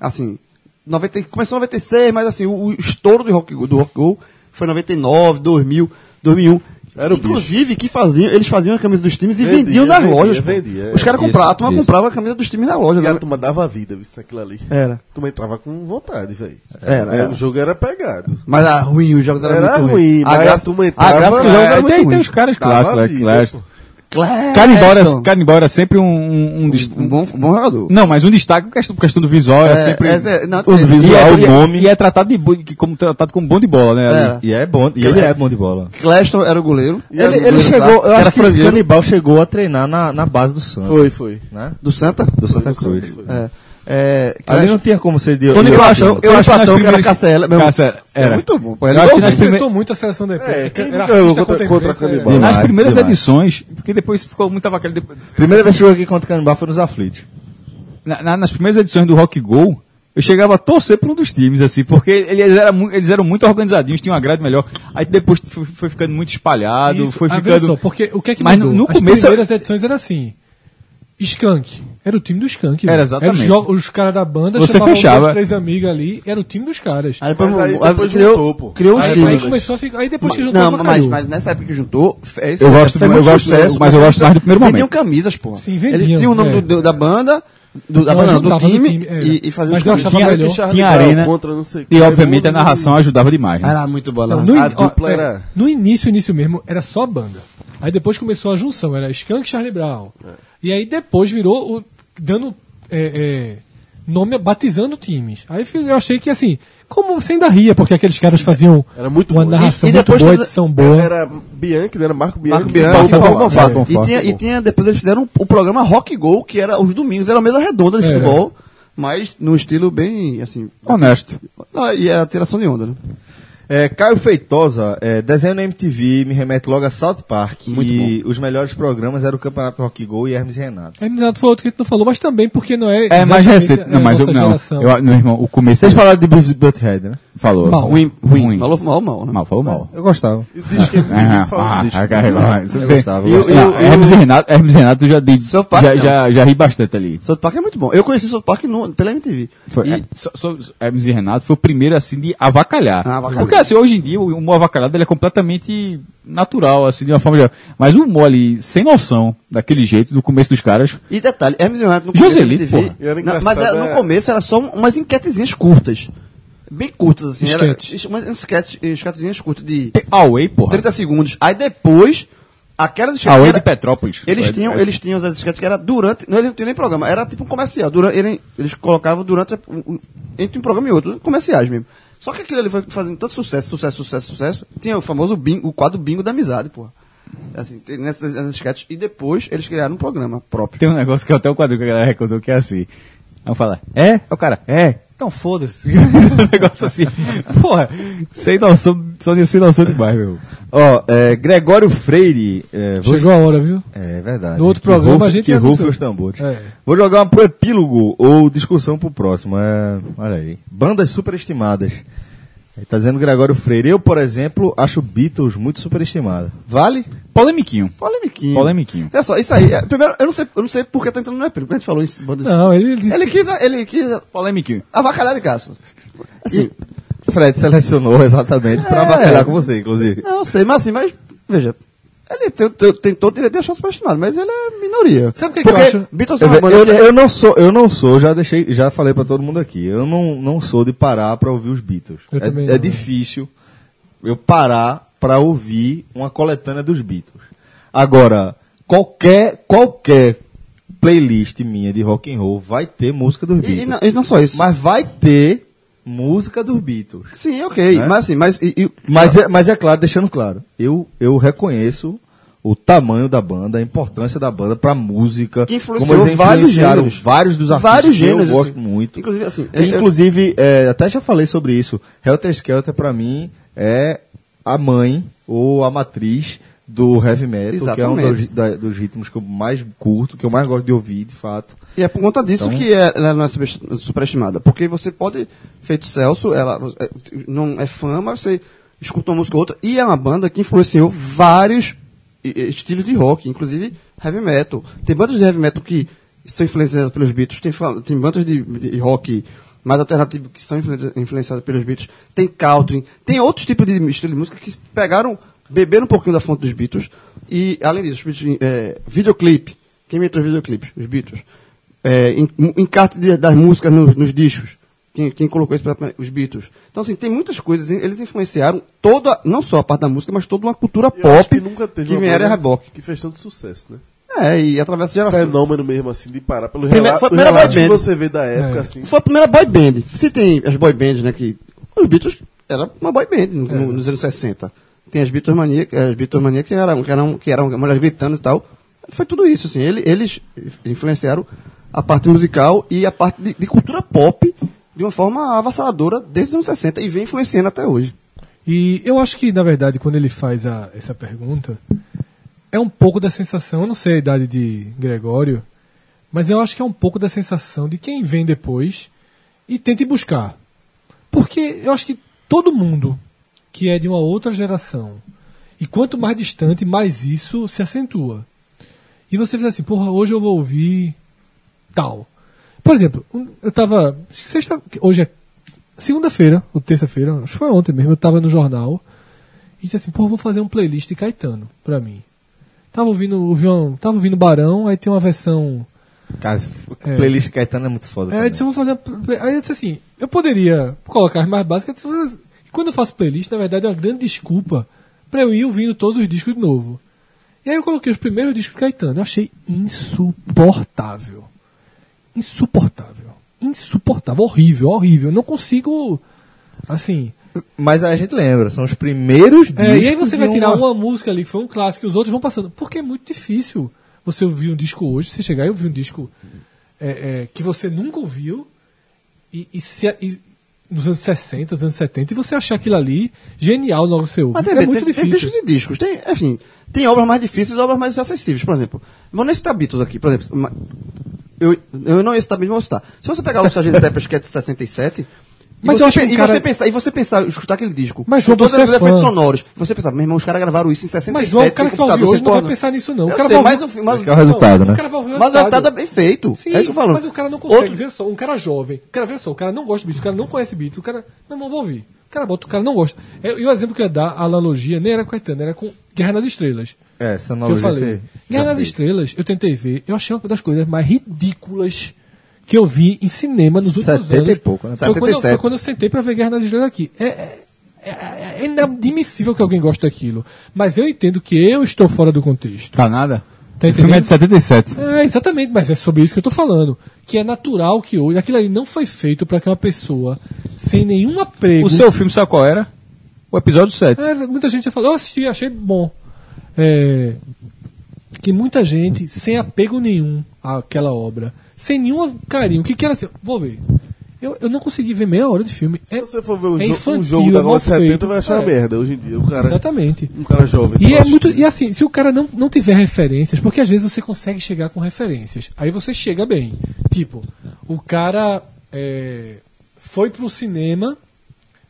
Speaker 4: Assim. 90, e- começou em 96, mas assim, o, o estouro do Rock Go, do Rock Go foi 99, 2000, 2001.
Speaker 7: Era o
Speaker 4: Inclusive, que faziam, eles faziam a camisa dos times e
Speaker 7: Vendia,
Speaker 4: vendiam nas
Speaker 7: vendia,
Speaker 4: lojas. pô.
Speaker 7: vendia,
Speaker 4: Os caras
Speaker 7: isso,
Speaker 4: compravam, a turma
Speaker 7: isso.
Speaker 4: comprava a camisa dos times na loja.
Speaker 7: E a
Speaker 4: né?
Speaker 7: turma dava vida, viu, aquilo ali.
Speaker 4: Era.
Speaker 7: A turma entrava com vontade, velho.
Speaker 4: Era,
Speaker 7: Aí
Speaker 4: era.
Speaker 7: O jogo era pegado.
Speaker 4: Mas era ruim, os jogos eram
Speaker 7: Era
Speaker 4: muito
Speaker 7: ruim,
Speaker 4: A
Speaker 7: mas
Speaker 4: graça,
Speaker 7: a turma
Speaker 4: a
Speaker 7: entrava-
Speaker 4: graça dos jogos era
Speaker 5: É,
Speaker 4: muito
Speaker 5: tem,
Speaker 4: ruim.
Speaker 5: tem os caras
Speaker 7: Dava
Speaker 5: clássicos, é,
Speaker 7: vida,
Speaker 5: clássico.
Speaker 4: Claro.
Speaker 5: Canibal era,
Speaker 4: Então,
Speaker 5: Canibal era sempre um, um, um dest-
Speaker 4: um bom, um bom jogador.
Speaker 5: Não, mas um destaque por questão, Assim, por questão do visual era sempre.
Speaker 4: essa é- não,
Speaker 2: O
Speaker 4: esse-
Speaker 2: visual,
Speaker 5: e
Speaker 2: o
Speaker 5: é,
Speaker 2: nome.
Speaker 5: E é tratado, de, bo- que- como, tratado como bom de bola, né? ali.
Speaker 4: Era.
Speaker 2: E é bom, e ele é bom de bola.
Speaker 4: Cleston era o goleiro. era
Speaker 2: Ele,
Speaker 4: o goleiro
Speaker 2: chegou,
Speaker 4: clássico,
Speaker 2: eu
Speaker 4: era
Speaker 2: acho que o
Speaker 4: frangueiro
Speaker 2: Canibal chegou a treinar na, base do Santos.
Speaker 7: Foi, foi.
Speaker 4: do Santa.
Speaker 2: Do Santa
Speaker 7: Foi,
Speaker 2: Cruz.
Speaker 7: foi.
Speaker 4: É. É,
Speaker 2: Ali
Speaker 4: Cleston-
Speaker 2: não tinha como ser de.
Speaker 4: Tony
Speaker 2: de-
Speaker 4: Platão,
Speaker 5: Eu
Speaker 4: Tony
Speaker 5: acho que nas
Speaker 4: Platão, que era
Speaker 5: primeiras-
Speaker 4: Cacela. meu-
Speaker 5: Cacela, era.
Speaker 4: Muito bom. pô,
Speaker 5: Eu acho que
Speaker 4: Ele igualzinho.
Speaker 5: nas primeiras-
Speaker 3: Enfrentou muito a seleção da
Speaker 4: É,
Speaker 3: defesa.
Speaker 7: quem
Speaker 3: Era
Speaker 7: nunca jogou
Speaker 3: artista
Speaker 7: contra- contra
Speaker 3: defesa,
Speaker 7: Canibal?
Speaker 3: era-
Speaker 5: Nas
Speaker 2: Demais,
Speaker 5: primeiras
Speaker 2: demais.
Speaker 5: edições, porque depois ficou muito avacalho. depois-
Speaker 2: Primeira vez que eu joguei contra o Canibal foi nos aflitos.
Speaker 5: na- na- nas primeiras edições do Rock Go, eu chegava a torcer por um dos times, assim, porque eles eram, mu- eles eram muito organizadinhos, tinham uma grade melhor. Aí depois foi, foi ficando muito espalhado,
Speaker 3: Isso,
Speaker 5: foi
Speaker 3: ah, veja
Speaker 5: ficando.
Speaker 3: só, porque o que é que
Speaker 5: Mas
Speaker 3: mudou?
Speaker 5: no, no
Speaker 3: As
Speaker 5: começo.
Speaker 3: primeiras edições era assim. Skunk. Era o time do Skunk.
Speaker 5: Era
Speaker 3: velho.
Speaker 5: exatamente.
Speaker 3: Era os, jo- os caras da banda,
Speaker 5: Você
Speaker 3: chamavam
Speaker 5: fechava.
Speaker 3: dois, três amigos ali, era o time dos caras.
Speaker 4: Aí depois,
Speaker 7: Mas aí
Speaker 4: aí
Speaker 7: depois
Speaker 4: criou,
Speaker 7: juntou, pô.
Speaker 4: criou os
Speaker 3: aí, aí
Speaker 4: times.
Speaker 3: começou a ficar. Aí depois que
Speaker 4: Mas-
Speaker 3: juntou
Speaker 4: não,
Speaker 3: pra
Speaker 4: mas,
Speaker 3: caralho.
Speaker 4: mas nessa época que juntou, é isso
Speaker 5: Eu
Speaker 4: aí,
Speaker 5: gosto
Speaker 4: foi
Speaker 5: do-
Speaker 4: muito
Speaker 5: eu gosto-
Speaker 4: sucesso,
Speaker 5: mas eu gosto mais do
Speaker 2: um
Speaker 5: primeiro
Speaker 4: Vendiam
Speaker 5: momento.
Speaker 4: camisas, pô.
Speaker 3: Sim, vendiam,
Speaker 4: Ele tinha o nome
Speaker 3: é.
Speaker 4: do- do- da banda, do, da
Speaker 3: Não,
Speaker 4: banda, não, do
Speaker 3: juntava no
Speaker 4: time,
Speaker 3: time, é.
Speaker 4: e, e fazia
Speaker 3: Mas
Speaker 4: os
Speaker 3: eu
Speaker 4: caras.
Speaker 3: achava-
Speaker 5: tinha,
Speaker 3: é melhor.
Speaker 5: tinha
Speaker 7: Charlie Brown
Speaker 5: arena.
Speaker 7: contra não sei
Speaker 5: e
Speaker 7: quem,
Speaker 5: obviamente a
Speaker 7: Raimundo
Speaker 5: narração ajudava demais. né?
Speaker 4: Era muito boa lá.
Speaker 3: Não, no, in-
Speaker 7: a
Speaker 3: ó,
Speaker 7: dupla
Speaker 3: é,
Speaker 7: era-
Speaker 3: no início, início mesmo, era só a banda. Aí depois começou a junção, era Skunk e Charlie Brown.
Speaker 7: É.
Speaker 3: E aí depois virou o- dando é, é, nome, batizando times. Aí fi- eu achei que assim, como você ainda ria, porque aqueles caras faziam
Speaker 7: Era muito
Speaker 3: uma
Speaker 7: bom.
Speaker 3: narração
Speaker 4: E- e
Speaker 3: muito
Speaker 4: depois
Speaker 3: boa,
Speaker 4: toda-
Speaker 3: edição
Speaker 7: Era,
Speaker 3: boa.
Speaker 7: era Bianchi, né? Era Marco
Speaker 5: Ah,
Speaker 7: Bianchi.
Speaker 4: Marco Bianchi,
Speaker 7: Paulo
Speaker 4: Paulo
Speaker 7: Paulo
Speaker 2: Paulo Fábio,
Speaker 7: Paulo.
Speaker 2: Paulo
Speaker 4: E tinha, e tinha, depois eles fizeram o programa Rock Go, que era os domingos, era a mesa redonda de
Speaker 3: Era.
Speaker 4: futebol, mas num estilo bem, assim,
Speaker 5: Honesto.
Speaker 4: ah, e era tiração de onda, né?
Speaker 2: É, Caio Feitosa, é, desenho na MTV me remete logo a South Park. e os melhores programas eram o Campeonato Rock Go e Hermes e Renato.
Speaker 3: Aí Minato foi outro que a gente não falou, mas também porque não é.
Speaker 5: É mais
Speaker 3: exatamente
Speaker 5: recente.
Speaker 3: a
Speaker 5: Não, mas eu,
Speaker 3: nossa
Speaker 5: não.
Speaker 3: geração.
Speaker 5: Eu, meu irmão, o começo. é
Speaker 2: Vocês falaram de Beavis Butthead, né?
Speaker 5: falou.
Speaker 3: Mal.
Speaker 5: Ruim, ruim.
Speaker 4: Falou mal, mal, né?
Speaker 5: Mal, falou mal.
Speaker 2: Eu gostava.
Speaker 7: E Diz que
Speaker 5: Ah,
Speaker 7: falou
Speaker 5: ah,
Speaker 7: disso.
Speaker 5: ah, carregou, vai. Isso
Speaker 2: Eu
Speaker 5: tem-
Speaker 2: gostava, eu
Speaker 5: Não,
Speaker 2: gostava.
Speaker 5: Hermes e Renato, Hermes e Renato já, dei-
Speaker 4: South Park,
Speaker 5: já,
Speaker 4: não.
Speaker 5: já, já ri bastante ali.
Speaker 4: South Park é muito bom. Eu conheci South Park no, pela MTV.
Speaker 5: Foi,
Speaker 4: E-
Speaker 5: é, só- só- Hermes e Renato foi o primeiro, assim, de avacalhar.
Speaker 4: Ah, avacalhar.
Speaker 5: Porque, assim, hoje em dia, o humor avacalhado ele é completamente natural, assim, de uma forma geral. Mas o humor ali, sem noção, daquele jeito, do começo dos caras,
Speaker 4: E detalhe, Hermes e Renato no
Speaker 5: Joseli,
Speaker 4: começo da MTV,
Speaker 5: porra.
Speaker 7: Era
Speaker 4: na-
Speaker 7: engraçado,
Speaker 4: mas era- no
Speaker 7: né?
Speaker 4: começo era só um- umas enquetezinhas curtas. Bem curtas, assim. Era,
Speaker 3: Esquete.
Speaker 4: es- umas esquete- esquetezinhas curtas de
Speaker 5: away, porra. Ah,
Speaker 4: 30 segundos. Aí depois Aquela de
Speaker 5: Aue
Speaker 4: era-
Speaker 5: de Petrópolis.
Speaker 4: Eles
Speaker 5: É-
Speaker 4: tinham,
Speaker 5: é-
Speaker 4: eles tinham as sketches que era durante. Não, eles não tinham nem programa, era tipo um comercial. Durante, ele- eles colocavam durante. um- um- Entre um programa e outro, comerciais mesmo. Só que aquilo ali foi fazendo tanto sucesso, sucesso, sucesso, sucesso. Tinha o famoso bingo, o quadro bingo da amizade, porra. Assim, tem nessas, nessas sketches. E depois eles criaram um programa próprio.
Speaker 5: Tem um negócio que é até o quadril que a galera recordou que é assim. Aí eu falo, é? Aí o cara, é. Então foda-se. um negócio assim. Porra, sem noção, só de sem noção demais, meu.
Speaker 2: Ó, é, Gregório Freire. É, vou-
Speaker 3: Chegou a hora, viu?
Speaker 2: É verdade.
Speaker 3: No outro
Speaker 2: Que
Speaker 3: programa
Speaker 2: rufa-
Speaker 3: a gente
Speaker 2: que
Speaker 3: já
Speaker 2: rufa
Speaker 3: anunciou.
Speaker 2: os tambores.
Speaker 3: É.
Speaker 2: Vou jogar uma pro epílogo ou discussão pro próximo. É, olha aí. Bandas superestimadas. Ele tá dizendo Gregório Freire. Eu, por exemplo, acho Beatles muito superestimada. Vale?
Speaker 5: Polemiquinho.
Speaker 4: Polemiquinho.
Speaker 5: Polemiquinho.
Speaker 4: Olha só, isso aí. é, primeiro, eu não sei, eu não sei porque tá entrando no EP, porque a gente falou em banda de-
Speaker 3: Não, ele disse.
Speaker 4: Ele quis, ele quis
Speaker 5: Polemiquinho.
Speaker 4: avacalhar de caça. Assim,
Speaker 2: Fred selecionou exatamente pra
Speaker 4: É.
Speaker 2: batalhar com você, inclusive.
Speaker 4: não, eu sei, mas assim, mas, veveja, ele tem, tem, tem todo direito de achar superestimado, mas ele é minoria.
Speaker 3: Sabe o que, que eu
Speaker 4: Porque
Speaker 3: acho?
Speaker 4: Beatles é
Speaker 2: Eu,
Speaker 4: uma banda
Speaker 2: eu-
Speaker 4: que-
Speaker 2: eu não sou, eu não sou, já deixei, já falei pra todo mundo aqui. Eu não, não sou de parar pra ouvir os Beatles.
Speaker 3: Eu
Speaker 2: é,
Speaker 3: também
Speaker 2: é
Speaker 3: não. né?
Speaker 2: difícil eu parar pra ouvir uma coletânea dos Beatles. Agora, qualquer qualquer playlist minha de rock and roll vai ter música dos Beatles.
Speaker 4: E, e não, e não só isso.
Speaker 2: Mas vai ter música dos Beatles.
Speaker 4: sim, ok.
Speaker 2: Né?
Speaker 4: Mas assim, mas. E, e-
Speaker 2: Mas é, mas é claro, deixando claro, eu, eu reconheço o tamanho da banda, a importância da banda pra música.
Speaker 4: Que influenciou
Speaker 2: eles
Speaker 4: vários
Speaker 2: influenciaram
Speaker 4: gêneros.
Speaker 2: vários dos artistas
Speaker 4: vários
Speaker 2: que
Speaker 4: gêneros.
Speaker 2: eu gosto
Speaker 4: assim.
Speaker 2: muito.
Speaker 4: Inclusive, assim.
Speaker 2: E,
Speaker 4: é- é-
Speaker 2: inclusive, é, até já falei sobre isso, Helter Skelter pra mim é a mãe ou a matriz do heavy metal, que é um dos,
Speaker 4: Exatamente.
Speaker 2: da- dos ritmos que eu mais curto, que eu mais gosto de ouvir, de fato.
Speaker 4: E é por conta disso
Speaker 2: Então-
Speaker 4: que é- ela não é subest- superestimada. Porque você pode, feito Celso, ela é, não é fama, você escuta uma música ou outra, e é uma banda que influenciou vários e- e estilos de rock, inclusive heavy metal. Tem bandas de heavy metal que são influenciadas pelos Beatles, tem, fa- tem bandas de, de rock mais alternativo que são influen- influenciadas pelos Beatles, tem country, tem outros tipos de estilo de música que pegaram, beberam um pouquinho da fonte dos Beatles, e além disso, os Beatles, é, videoclipe, quem inventou os videoclipes? Os Beatles é, en- mu- encarte de- das músicas nos, nos discos. Quem, quem colocou isso para os Beatles. Então, assim, tem muitas coisas. hein, Eles influenciaram toda, não só a parte da música, mas toda uma cultura
Speaker 7: Eu acho
Speaker 4: pop
Speaker 7: que nunca teve uma
Speaker 4: vieram a
Speaker 3: é
Speaker 7: banda
Speaker 4: reboque.
Speaker 7: Que fez tanto sucesso, né?
Speaker 4: É, e atravessa gerações.
Speaker 7: Fenômeno mesmo, assim, de parar. Pelo
Speaker 4: Primeiro-
Speaker 7: relato,
Speaker 4: foi a
Speaker 7: os
Speaker 4: primeira
Speaker 7: relatos
Speaker 4: boy
Speaker 7: que
Speaker 4: band.
Speaker 7: você vê da época,
Speaker 3: É.
Speaker 7: assim.
Speaker 4: Foi a primeira boy band. Você tem as boy bands, né? Que os Beatles era uma boy band no- no- nos anos 60. Tem as Beatles Mania, as Beatles Mania que eram, que eram, que eram mulheres gritando e tal. Foi tudo isso, assim. Ele- eles influenciaram a parte musical e a parte de, de cultura pop de uma forma avassaladora desde os anos 60 e vem influenciando até hoje.
Speaker 3: E eu acho que, na verdade, quando ele faz a- essa pergunta, é um pouco da sensação, eu não sei a idade de Gregório, mas eu acho que é um pouco da sensação de quem vem depois e tenta ir buscar. Porque eu acho que todo mundo que é de uma outra geração, e quanto mais distante, mais isso se acentua. E você diz assim, porra, hoje eu vou ouvir tal. Por exemplo, um- eu tava. Sexta, hoje é segunda-feira, ou terça-feira, acho que foi ontem mesmo, eu tava no jornal e disse assim, pô, vou fazer um playlist de Caetano pra mim. Tava ouvindo, ouvi um, tava ouvindo Barão, aí tem uma versão.
Speaker 2: Cara,
Speaker 3: É.
Speaker 2: playlist Caetano é muito foda.
Speaker 3: É, eu
Speaker 2: também.
Speaker 3: disse, eu vou fazer. uma play- Aí eu disse assim, eu poderia colocar as mais básicas. eu disse, mas Quando eu faço playlist, na verdade é uma grande desculpa pra eu ir ouvindo todos os discos de novo. E aí eu coloquei os primeiros discos de Caetano. Eu achei insuportável. Insuportável. Insuportável. Horrível, horrível. Eu não consigo. Assim.
Speaker 2: Mas a gente lembra, são os primeiros discos.
Speaker 3: É, e aí você
Speaker 2: de
Speaker 3: vai tirar uma... música ali que foi um clássico e os outros vão passando. Porque é muito difícil você ouvir um disco hoje, você chegar e ouvir um disco é, é, que você nunca ouviu e, e se- e- nos anos 60, nos anos 70, e você achar aquilo ali genial logo você ouve.
Speaker 4: Mas tem,
Speaker 3: é
Speaker 4: tem-
Speaker 3: muito
Speaker 4: tem
Speaker 3: difícil.
Speaker 4: discos e discos. Tem, enfim, tem obras mais difíceis e obras mais acessíveis. Por exemplo, vou nem citar Beatles aqui. Por exemplo, uma- eu, eu não ia citar Beatles, mas vou citar. Se você pegar o Sgt. Pepper's que é de 67...
Speaker 3: Mas
Speaker 4: e você,
Speaker 3: eu acho que o
Speaker 4: pe- e
Speaker 3: cara-
Speaker 4: você pensar, e você pensar, escutar aquele disco,
Speaker 3: Mas,
Speaker 4: com
Speaker 3: João,
Speaker 4: todos
Speaker 3: você é
Speaker 4: os efeitos
Speaker 3: fã.
Speaker 4: sonoros, e você pensar, meu irmão, os caras gravaram isso em 67,
Speaker 3: Mas João, o cara
Speaker 4: sem
Speaker 3: que vai ouvir
Speaker 4: computador,
Speaker 3: hoje
Speaker 4: sem
Speaker 3: não vai
Speaker 4: torna.
Speaker 3: pensar nisso, não. O
Speaker 4: Eu
Speaker 3: cara vai
Speaker 4: sei, mas,
Speaker 3: ouvir- um
Speaker 4: o- mas,
Speaker 2: É o resultado, né?
Speaker 3: O cara vai ouvir
Speaker 4: mas o resultado é bem feito.
Speaker 3: Sim,
Speaker 4: é isso que eu falo.
Speaker 3: mas o cara não consegue.
Speaker 4: Outro-
Speaker 3: Vê só, um cara jovem. O cara vê só, o cara não gosta de Beatles, o cara não conhece Beatles, o cara. Não, não vou ouvir. O cara bota, o cara não gosta. É, E o exemplo que eu ia dar, a analogia, nem era com Caetano, era com Guerra nas Estrelas.
Speaker 2: É, essa
Speaker 3: que eu
Speaker 2: analogia
Speaker 3: falei.
Speaker 2: você-
Speaker 3: Guerra nas Estrelas, eu tentei ver, eu achei uma das coisas mais ridículas que eu vi em cinema nos últimos
Speaker 2: 70 e
Speaker 3: anos.
Speaker 2: pouco, né?
Speaker 3: Foi quando, eu, foi
Speaker 4: 77.
Speaker 3: quando eu sentei pra ver Guerra nas Estrelas aqui. É, é, é, é inadmissível que alguém goste daquilo. Mas eu entendo que eu estou fora do contexto.
Speaker 1: Tá nada?
Speaker 3: Tá
Speaker 1: o filme é
Speaker 3: entendendo?
Speaker 1: de 77.
Speaker 3: É, exatamente, mas é sobre isso que eu tô falando. Que é natural que hoje. Aquilo ali não foi feito para que uma pessoa sem nenhum apego.
Speaker 1: O seu filme, sabe qual era? O episódio 7.
Speaker 3: É, muita gente já falou, eu assisti, achei bom. É, que muita gente, sem apego nenhum àquela obra, sem nenhum carinho, o que que era assim? Vou ver. Eu, eu não consegui ver meia hora de filme. É,
Speaker 7: Se você for ver um,
Speaker 3: é
Speaker 7: jo-
Speaker 3: infantil,
Speaker 7: um jogo da
Speaker 3: é
Speaker 7: década
Speaker 3: mal
Speaker 7: de 70,
Speaker 3: feito.
Speaker 7: vai achar
Speaker 3: É.
Speaker 7: merda hoje em dia. O cara,
Speaker 3: Exatamente.
Speaker 7: um cara jovem.
Speaker 3: E é
Speaker 7: fala,
Speaker 3: muito. E assim, se o cara não, não tiver referências, porque às vezes você consegue chegar com referências. Aí você chega bem. Tipo, o cara é, foi pro cinema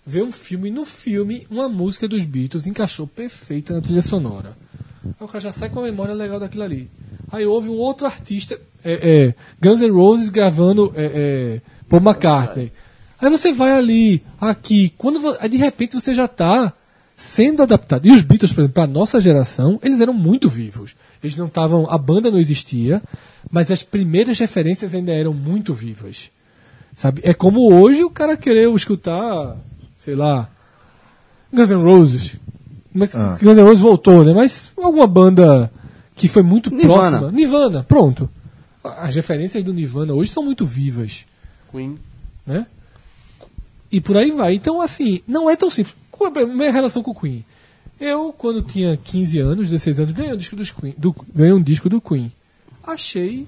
Speaker 3: ver um filme. No filme, uma música dos Beatles encaixou perfeita na trilha sonora. Aí o cara já sai com a memória legal daquilo ali. Aí houve um outro artista, é, é, Guns N' Roses, gravando é, é, Paul McCartney. Aí você vai ali, aqui, quando vo- aí de repente você já está sendo adaptado. E os Beatles, por exemplo, para a nossa geração, eles eram muito vivos. Eles não estavam, a banda não existia, mas as primeiras referências ainda eram muito vivas. Sabe? É como hoje o cara querer escutar, sei lá, Guns N' Roses. Mas Guns N' Roses voltou, né? Mas alguma banda que foi muito
Speaker 4: Nirvana.
Speaker 3: próxima. Nirvana, pronto. As referências do Nirvana hoje são muito vivas
Speaker 7: Queen.
Speaker 3: né? E por aí vai. Então, assim, não é tão simples. Qual é a minha relação com o Queen? Eu, quando tinha 15 anos, 16 anos, ganhei um disco, dos Queen, do, ganhei um disco do Queen. Achei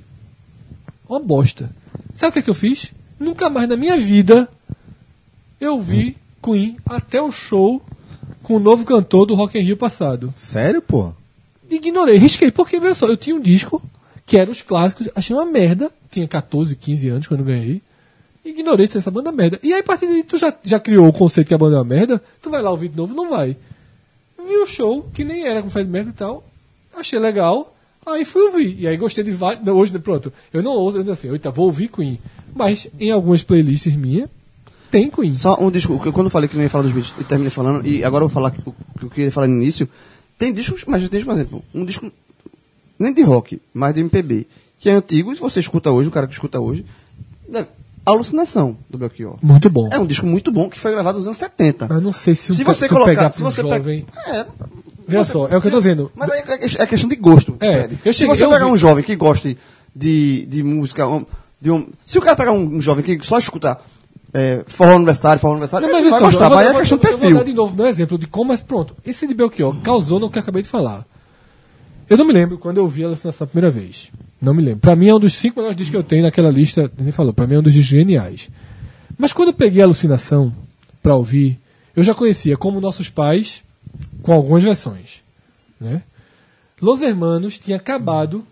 Speaker 3: uma bosta. Sabe o que, é que eu fiz? Nunca mais na minha vida eu vi Queen até o show com o novo cantor do Rock in Rio passado.
Speaker 2: Sério, pô?
Speaker 3: Ignorei, risquei, porque, veja só, eu tinha um disco que era os clássicos, achei uma merda, tinha 14, 15 anos quando eu ganhei. Ignorei disse, essa banda é merda. E aí, a partir daí, tu já, já criou o conceito que a banda é uma merda, tu vai lá ouvir de novo, não vai. Vi o show, que nem era com Fred Mercury e tal, achei legal, aí fui ouvir. E aí gostei de vários. não, Hoje, pronto, eu não ouço, eu digo assim, eita, vou ouvir Queen. Mas em algumas playlists minhas, tem Queen.
Speaker 4: Só um disco, que eu- quando eu falei que não ia falar dos Beatles e terminei falando, e agora eu vou falar o que eu queria falar no início, tem discos, mas tem, por exemplo, um disco, nem de rock, mas de MPB, que é antigo, e se você escuta hoje, o cara que escuta hoje, né, Alucinação, do Belchior.
Speaker 3: Muito bom.
Speaker 4: É um disco muito bom, que foi gravado nos anos 70.
Speaker 3: Mas não sei se,
Speaker 4: se
Speaker 3: um-
Speaker 4: você
Speaker 3: eu
Speaker 4: colocar,
Speaker 3: pegar
Speaker 4: se
Speaker 3: pro
Speaker 4: você
Speaker 3: jovem...
Speaker 4: pega, é,
Speaker 3: Veja
Speaker 4: você-
Speaker 3: só, é o que eu tô dizendo.
Speaker 4: Mas aí é, é questão de gosto,
Speaker 3: É,
Speaker 4: Fred.
Speaker 3: eu
Speaker 4: se
Speaker 3: cheguei-
Speaker 4: você
Speaker 3: eu
Speaker 4: pegar
Speaker 3: vi-
Speaker 4: um jovem que goste de, de música, um- de um, se o cara pegar um, um jovem que só escuta é, forró universitário, forró universitário, ele vai,
Speaker 3: veja
Speaker 4: vai
Speaker 3: só,
Speaker 4: gostar,
Speaker 3: eu vou-
Speaker 4: vai
Speaker 3: eu
Speaker 4: é
Speaker 3: vou-
Speaker 4: questão de
Speaker 3: eu vou
Speaker 4: perfil.
Speaker 3: dar de novo meu exemplo de como. é- Pronto, esse de Belchior causou no que eu acabei de falar. Eu não me lembro quando eu vi a alucinação a primeira vez. Não me lembro. Pra mim é um dos cinco melhores discos que eu tenho naquela lista. Ele falou, pra mim é um dos discos geniais. Mas quando eu peguei a alucinação pra ouvir, eu já conhecia como nossos pais, com algumas versões. Né? Los Hermanos tinha acabado.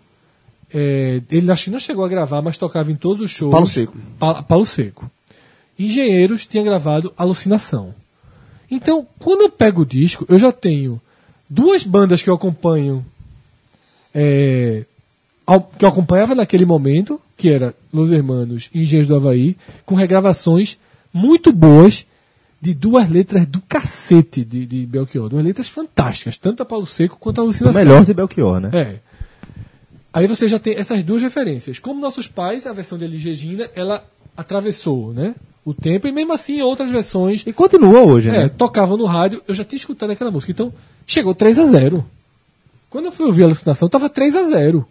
Speaker 3: é, ele acho que não chegou a gravar, mas tocava em todos os shows.
Speaker 4: Paulo Seco.
Speaker 3: Pa- Paulo Seco. Engenheiros tinha gravado Alucinação. Então, quando eu pego o disco, eu já tenho duas bandas que eu acompanho, é, ao- que eu acompanhava naquele momento, que era Los Hermanos e Engenheiros do Havaí, com regravações muito boas de duas letras do cacete de, de Belchior. Duas letras fantásticas, tanto a Paulo Seco quanto a
Speaker 2: O
Speaker 3: Alucinação.
Speaker 2: melhor de Belchior, né?
Speaker 3: É. Aí você já tem essas duas referências. Como Nossos Pais, a versão de Elis Regina, ela atravessou né, o tempo, e mesmo assim outras versões
Speaker 2: E continua hoje,
Speaker 3: é,
Speaker 2: né?
Speaker 3: tocavam no rádio, eu já tinha escutado aquela música. Então, chegou 3 a 0 Quando eu fui ouvir a alucinação, tava 3 a 0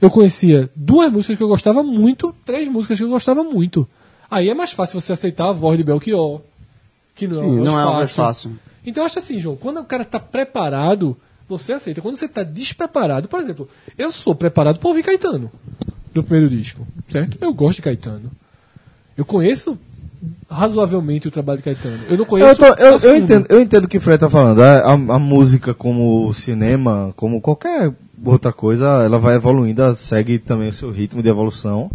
Speaker 3: Eu conhecia duas músicas que eu gostava muito, três músicas que eu gostava muito. Aí é mais fácil você aceitar a voz de Belchior, que não é uma
Speaker 4: Sim,
Speaker 3: voz
Speaker 4: não é uma
Speaker 3: fácil.
Speaker 4: voz fácil.
Speaker 3: Então, eu acho assim, João, quando o cara tá preparado, você aceita. Quando você tá despreparado, por exemplo, eu sou preparado pra ouvir Caetano, do primeiro disco, certo? Eu gosto de Caetano. Eu conheço razoavelmente o trabalho de Caetano. Eu não
Speaker 2: Eu,
Speaker 3: conheço.
Speaker 2: tô- eu-
Speaker 3: a
Speaker 2: eu
Speaker 3: fundo.
Speaker 2: entendo, eu entendo o que o Fred tá falando. A, a- a música, como o cinema, como qualquer outra coisa, ela vai evoluindo, ela segue também o seu ritmo de evolução.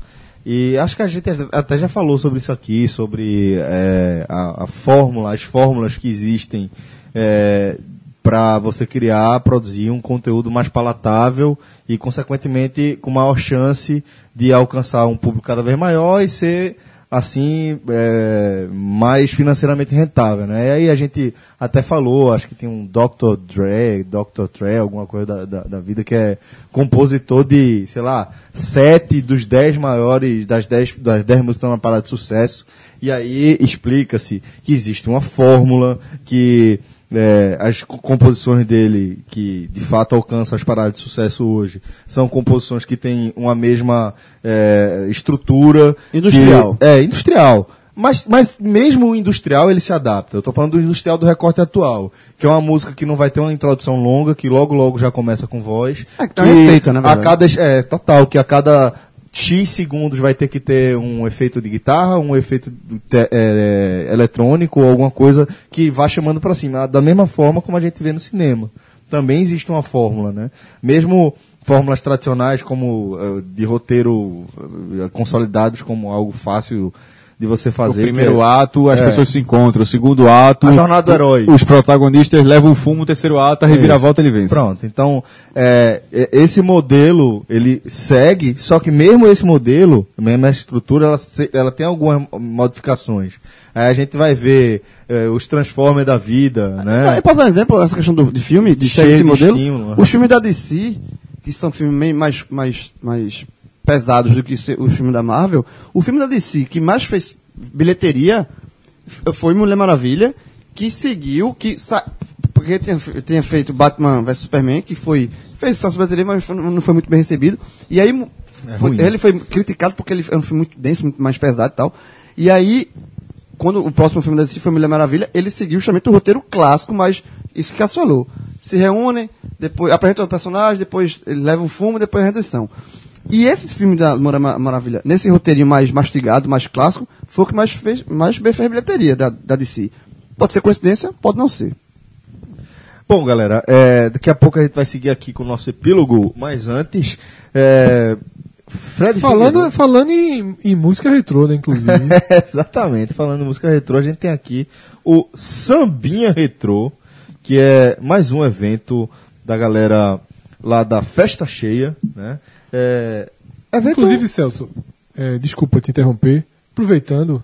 Speaker 2: E acho que a gente até já falou sobre isso aqui, sobre é, a, a fórmula, as fórmulas que existem é, para você criar, produzir um conteúdo mais palatável e, consequentemente, com maior chance de alcançar um público cada vez maior e ser assim é, mais financeiramente rentável, né? E aí a gente até falou, acho que tem um Dr. Dre, Dr. Dre, alguma coisa da, da, da vida que é compositor de, sei lá, sete dos dez maiores, das dez, das dez músicas que estão na parada de sucesso. E aí explica-se que existe uma fórmula que é, as co- composições dele, que de fato alcançam as paradas de sucesso hoje, são composições que têm uma mesma é, estrutura.
Speaker 4: Industrial.
Speaker 2: que- é, industrial. Mas, mas mesmo o industrial ele se adapta. Eu tô falando do industrial do recorte atual, que é uma música que não vai ter uma introdução longa, que logo logo já começa com voz.
Speaker 4: É, que tem uma receita, né,
Speaker 2: a
Speaker 4: verdade?
Speaker 2: cada cada- é, total, que a cada X segundos vai ter que ter um efeito de guitarra, um efeito do te- é, é, eletrônico, ou alguma coisa que vá chamando pra cima, da mesma forma como a gente vê no cinema. Também existe uma fórmula, né? Mesmo fórmulas tradicionais como eh, de roteiro eh, consolidados como algo fácil de você fazer.
Speaker 5: o
Speaker 2: que
Speaker 5: primeiro
Speaker 2: é-
Speaker 5: ato, as
Speaker 2: é.
Speaker 5: pessoas se encontram. O segundo ato,
Speaker 2: A jornada do herói.
Speaker 5: os protagonistas levam o fumo. O terceiro ato, a reviravolta, ele vence.
Speaker 2: Pronto, então é, e- esse modelo ele segue, só que mesmo esse modelo, mesmo a estrutura, ela, se- ela tem algumas modificações. Aí a gente vai ver é, os Transformers da vida,
Speaker 4: Não,
Speaker 2: né?
Speaker 4: Eu posso dar um exemplo, essa questão do, de filme, de cheio
Speaker 2: Cheio
Speaker 4: esse
Speaker 2: de
Speaker 4: modelo?
Speaker 2: estímulo. né?
Speaker 4: Os filmes da DC, que são filmes meio mais, mais, mais pesados do que se- os filmes da Marvel, o filme da DC que mais fez bilheteria f- foi Mulher Maravilha, que seguiu, que sa- porque tinha, fe- tinha feito Batman vs Superman, que foi fez sucesso de bilheteria, mas foi- não foi muito bem recebido. E aí mu-
Speaker 2: É
Speaker 4: foi-
Speaker 2: né?
Speaker 4: ele foi criticado porque ele é um filme muito denso, muito mais pesado e tal. E aí quando o próximo filme da DC foi Mulher Maravilha, ele seguiu justamente o roteiro clássico, mas isso que Cássio falou. Se reúnem, depois apresentam o personagem, depois ele leva o fumo, depois a redenção. E esse filme da Mulher Ma- Maravilha, nesse roteirinho mais mastigado, mais clássico, foi o que mais, fez, mais bem fez a bilheteria da, da DC. Pode ser coincidência, pode não ser.
Speaker 2: Bom, galera, é, daqui a pouco a gente vai seguir aqui com o nosso epílogo, mas antes, é, Fred
Speaker 3: Falando,
Speaker 2: Figueiredo-
Speaker 3: falando em, em música retrô, né, inclusive.
Speaker 2: Exatamente, falando em música retrô, a gente tem aqui o Sambinha Retrô, que é mais um evento da galera lá da Festa Cheia, né? É, evento-
Speaker 3: Inclusive, Celso, é, desculpa te interromper, aproveitando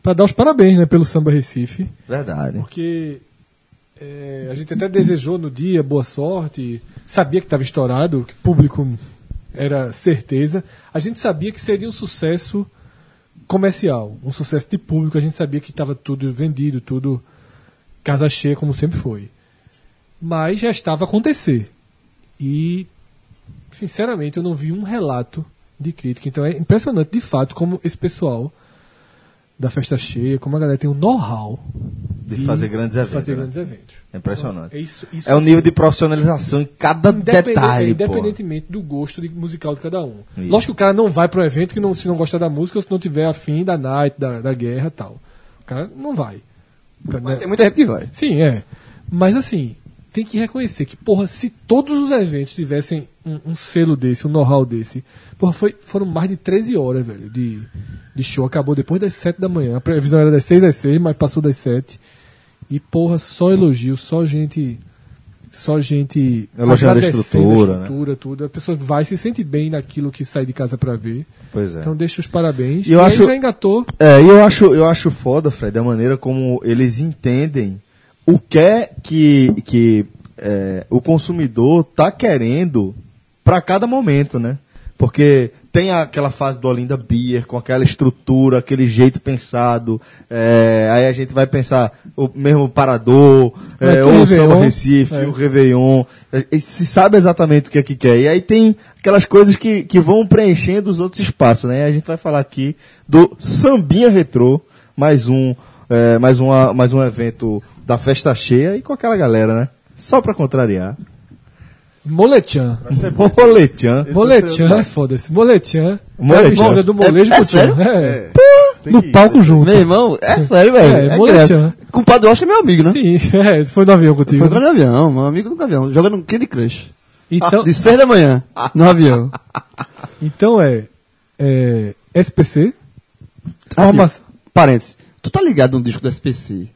Speaker 3: para dar os parabéns né, pelo Samba Recife,
Speaker 2: Verdade.
Speaker 3: porque é, a gente até desejou no dia boa sorte, sabia que estava estourado, que o público era certeza. A gente sabia que seria um sucesso comercial, um sucesso de público, a gente sabia que estava tudo vendido, tudo casa cheia, como sempre foi. Mas já estava a acontecer. E sinceramente, eu não vi um relato de crítica. Então é impressionante, de fato, como esse pessoal da festa cheia, como a galera tem um know-how
Speaker 2: De fazer grandes eventos.
Speaker 3: fazer
Speaker 2: né?
Speaker 3: grandes eventos.
Speaker 2: É impressionante.
Speaker 3: É isso, isso
Speaker 2: É um
Speaker 3: assim,
Speaker 2: nível de profissionalização em cada
Speaker 3: independe- é,
Speaker 2: detalhe. pô.
Speaker 3: independentemente do gosto de- musical de cada um.
Speaker 2: Isso.
Speaker 3: Lógico que o cara não vai para um evento que não, se não gostar da música ou se não tiver afim da night, da, da guerra e tal. O cara não vai. O cara, né?
Speaker 4: Tem muita gente que vai.
Speaker 3: Sim, é. Mas assim, tem que reconhecer que, porra, se todos os eventos tivessem um, um selo desse, um know-how desse, porra, foi, foram mais de 13 horas, velho, de, de show. Acabou depois das 7 da manhã. A previsão era das 6 às 6, mas passou das 7. E, porra, só elogio, só gente. Só gente.
Speaker 2: Elogiando a
Speaker 3: agradecendo
Speaker 2: estrutura, né?
Speaker 3: estrutura, tudo. A pessoa vai, se sente bem naquilo que sai de casa pra ver.
Speaker 2: Pois é.
Speaker 3: Então, deixa os parabéns.
Speaker 2: E eu
Speaker 3: aí
Speaker 2: acho-
Speaker 3: já engatou.
Speaker 2: É, e eu acho, eu acho foda, Fred, a maneira como eles entendem o que é que, que é, o consumidor tá querendo para cada momento, né? Porque tem aquela fase do Olinda Beer, com aquela estrutura, aquele jeito pensado. é, aí a gente vai pensar o mesmo Parador,
Speaker 3: Mas
Speaker 2: é,
Speaker 3: o
Speaker 2: ou o Samba
Speaker 3: um Réveillon,
Speaker 2: Recife,
Speaker 3: é.
Speaker 2: o Réveillon. é, e Se sabe exatamente o que é que quer. E aí tem aquelas coisas que, que vão preenchendo os outros espaços, né? E a gente vai falar aqui do Sambinha Retrô, mais um, é, mais uma, mais um evento da festa cheia e com aquela galera, né? Só pra contrariar.
Speaker 3: Molechan.
Speaker 2: Roletchan.
Speaker 3: Molechan é foda-se. Molechan.
Speaker 2: Moletchan.
Speaker 3: É a mistura do molejo
Speaker 4: É- é
Speaker 3: com o
Speaker 4: sério?
Speaker 3: tchan. É.
Speaker 7: que
Speaker 3: No
Speaker 7: ir,
Speaker 3: palco junto.
Speaker 4: Meu irmão, é sério, velho.
Speaker 3: É,
Speaker 4: É,
Speaker 3: moleque,
Speaker 4: grande.
Speaker 3: né?
Speaker 4: Com o Padre Oscar é meu amigo, né?
Speaker 3: Sim, é, foi no avião contigo.
Speaker 4: Foi com o avião, meu amigo do avião. Jogando um Candy Crush.
Speaker 3: Então,
Speaker 4: De seis da manhã, no avião.
Speaker 3: então é, é SPC.
Speaker 4: Ah,
Speaker 3: Forma-
Speaker 4: Diego, Parênteses. Tu tá ligado num disco do SPC?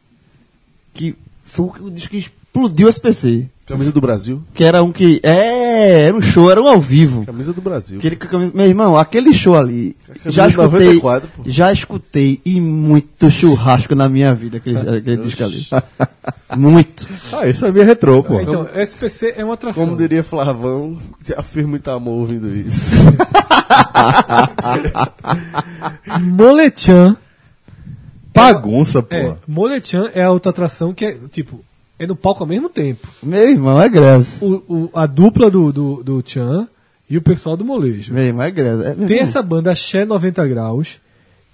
Speaker 4: Que foi o o disco que explodiu o SPC.
Speaker 7: Camisa do Brasil.
Speaker 4: Que era um que. É, era um show, era um ao vivo.
Speaker 7: Camisa do Brasil.
Speaker 4: Aquele, que- meu irmão, aquele show ali.
Speaker 7: Camisa
Speaker 4: Já
Speaker 7: de
Speaker 4: escutei,
Speaker 7: 94, pô.
Speaker 4: já escutei e muito churrasco na minha vida, aquele, aquele disco ali. Muito.
Speaker 2: Ah, isso é meio retrô, pô.
Speaker 3: Então, SPC é uma atração.
Speaker 7: Como diria Flavão, já fiz muito amor ouvindo isso.
Speaker 3: Ah, Molechan.
Speaker 2: Bagunça, pô.
Speaker 3: É, Molechan é a outra atração que é, tipo, é no palco ao mesmo tempo.
Speaker 4: Meu irmão, é graça.
Speaker 3: O, o- a dupla do, do, do Chan e o pessoal do molejo.
Speaker 4: Meu irmão, é graça. É, meu
Speaker 3: Tem
Speaker 4: irmão.
Speaker 3: essa banda Xé 90 Graus,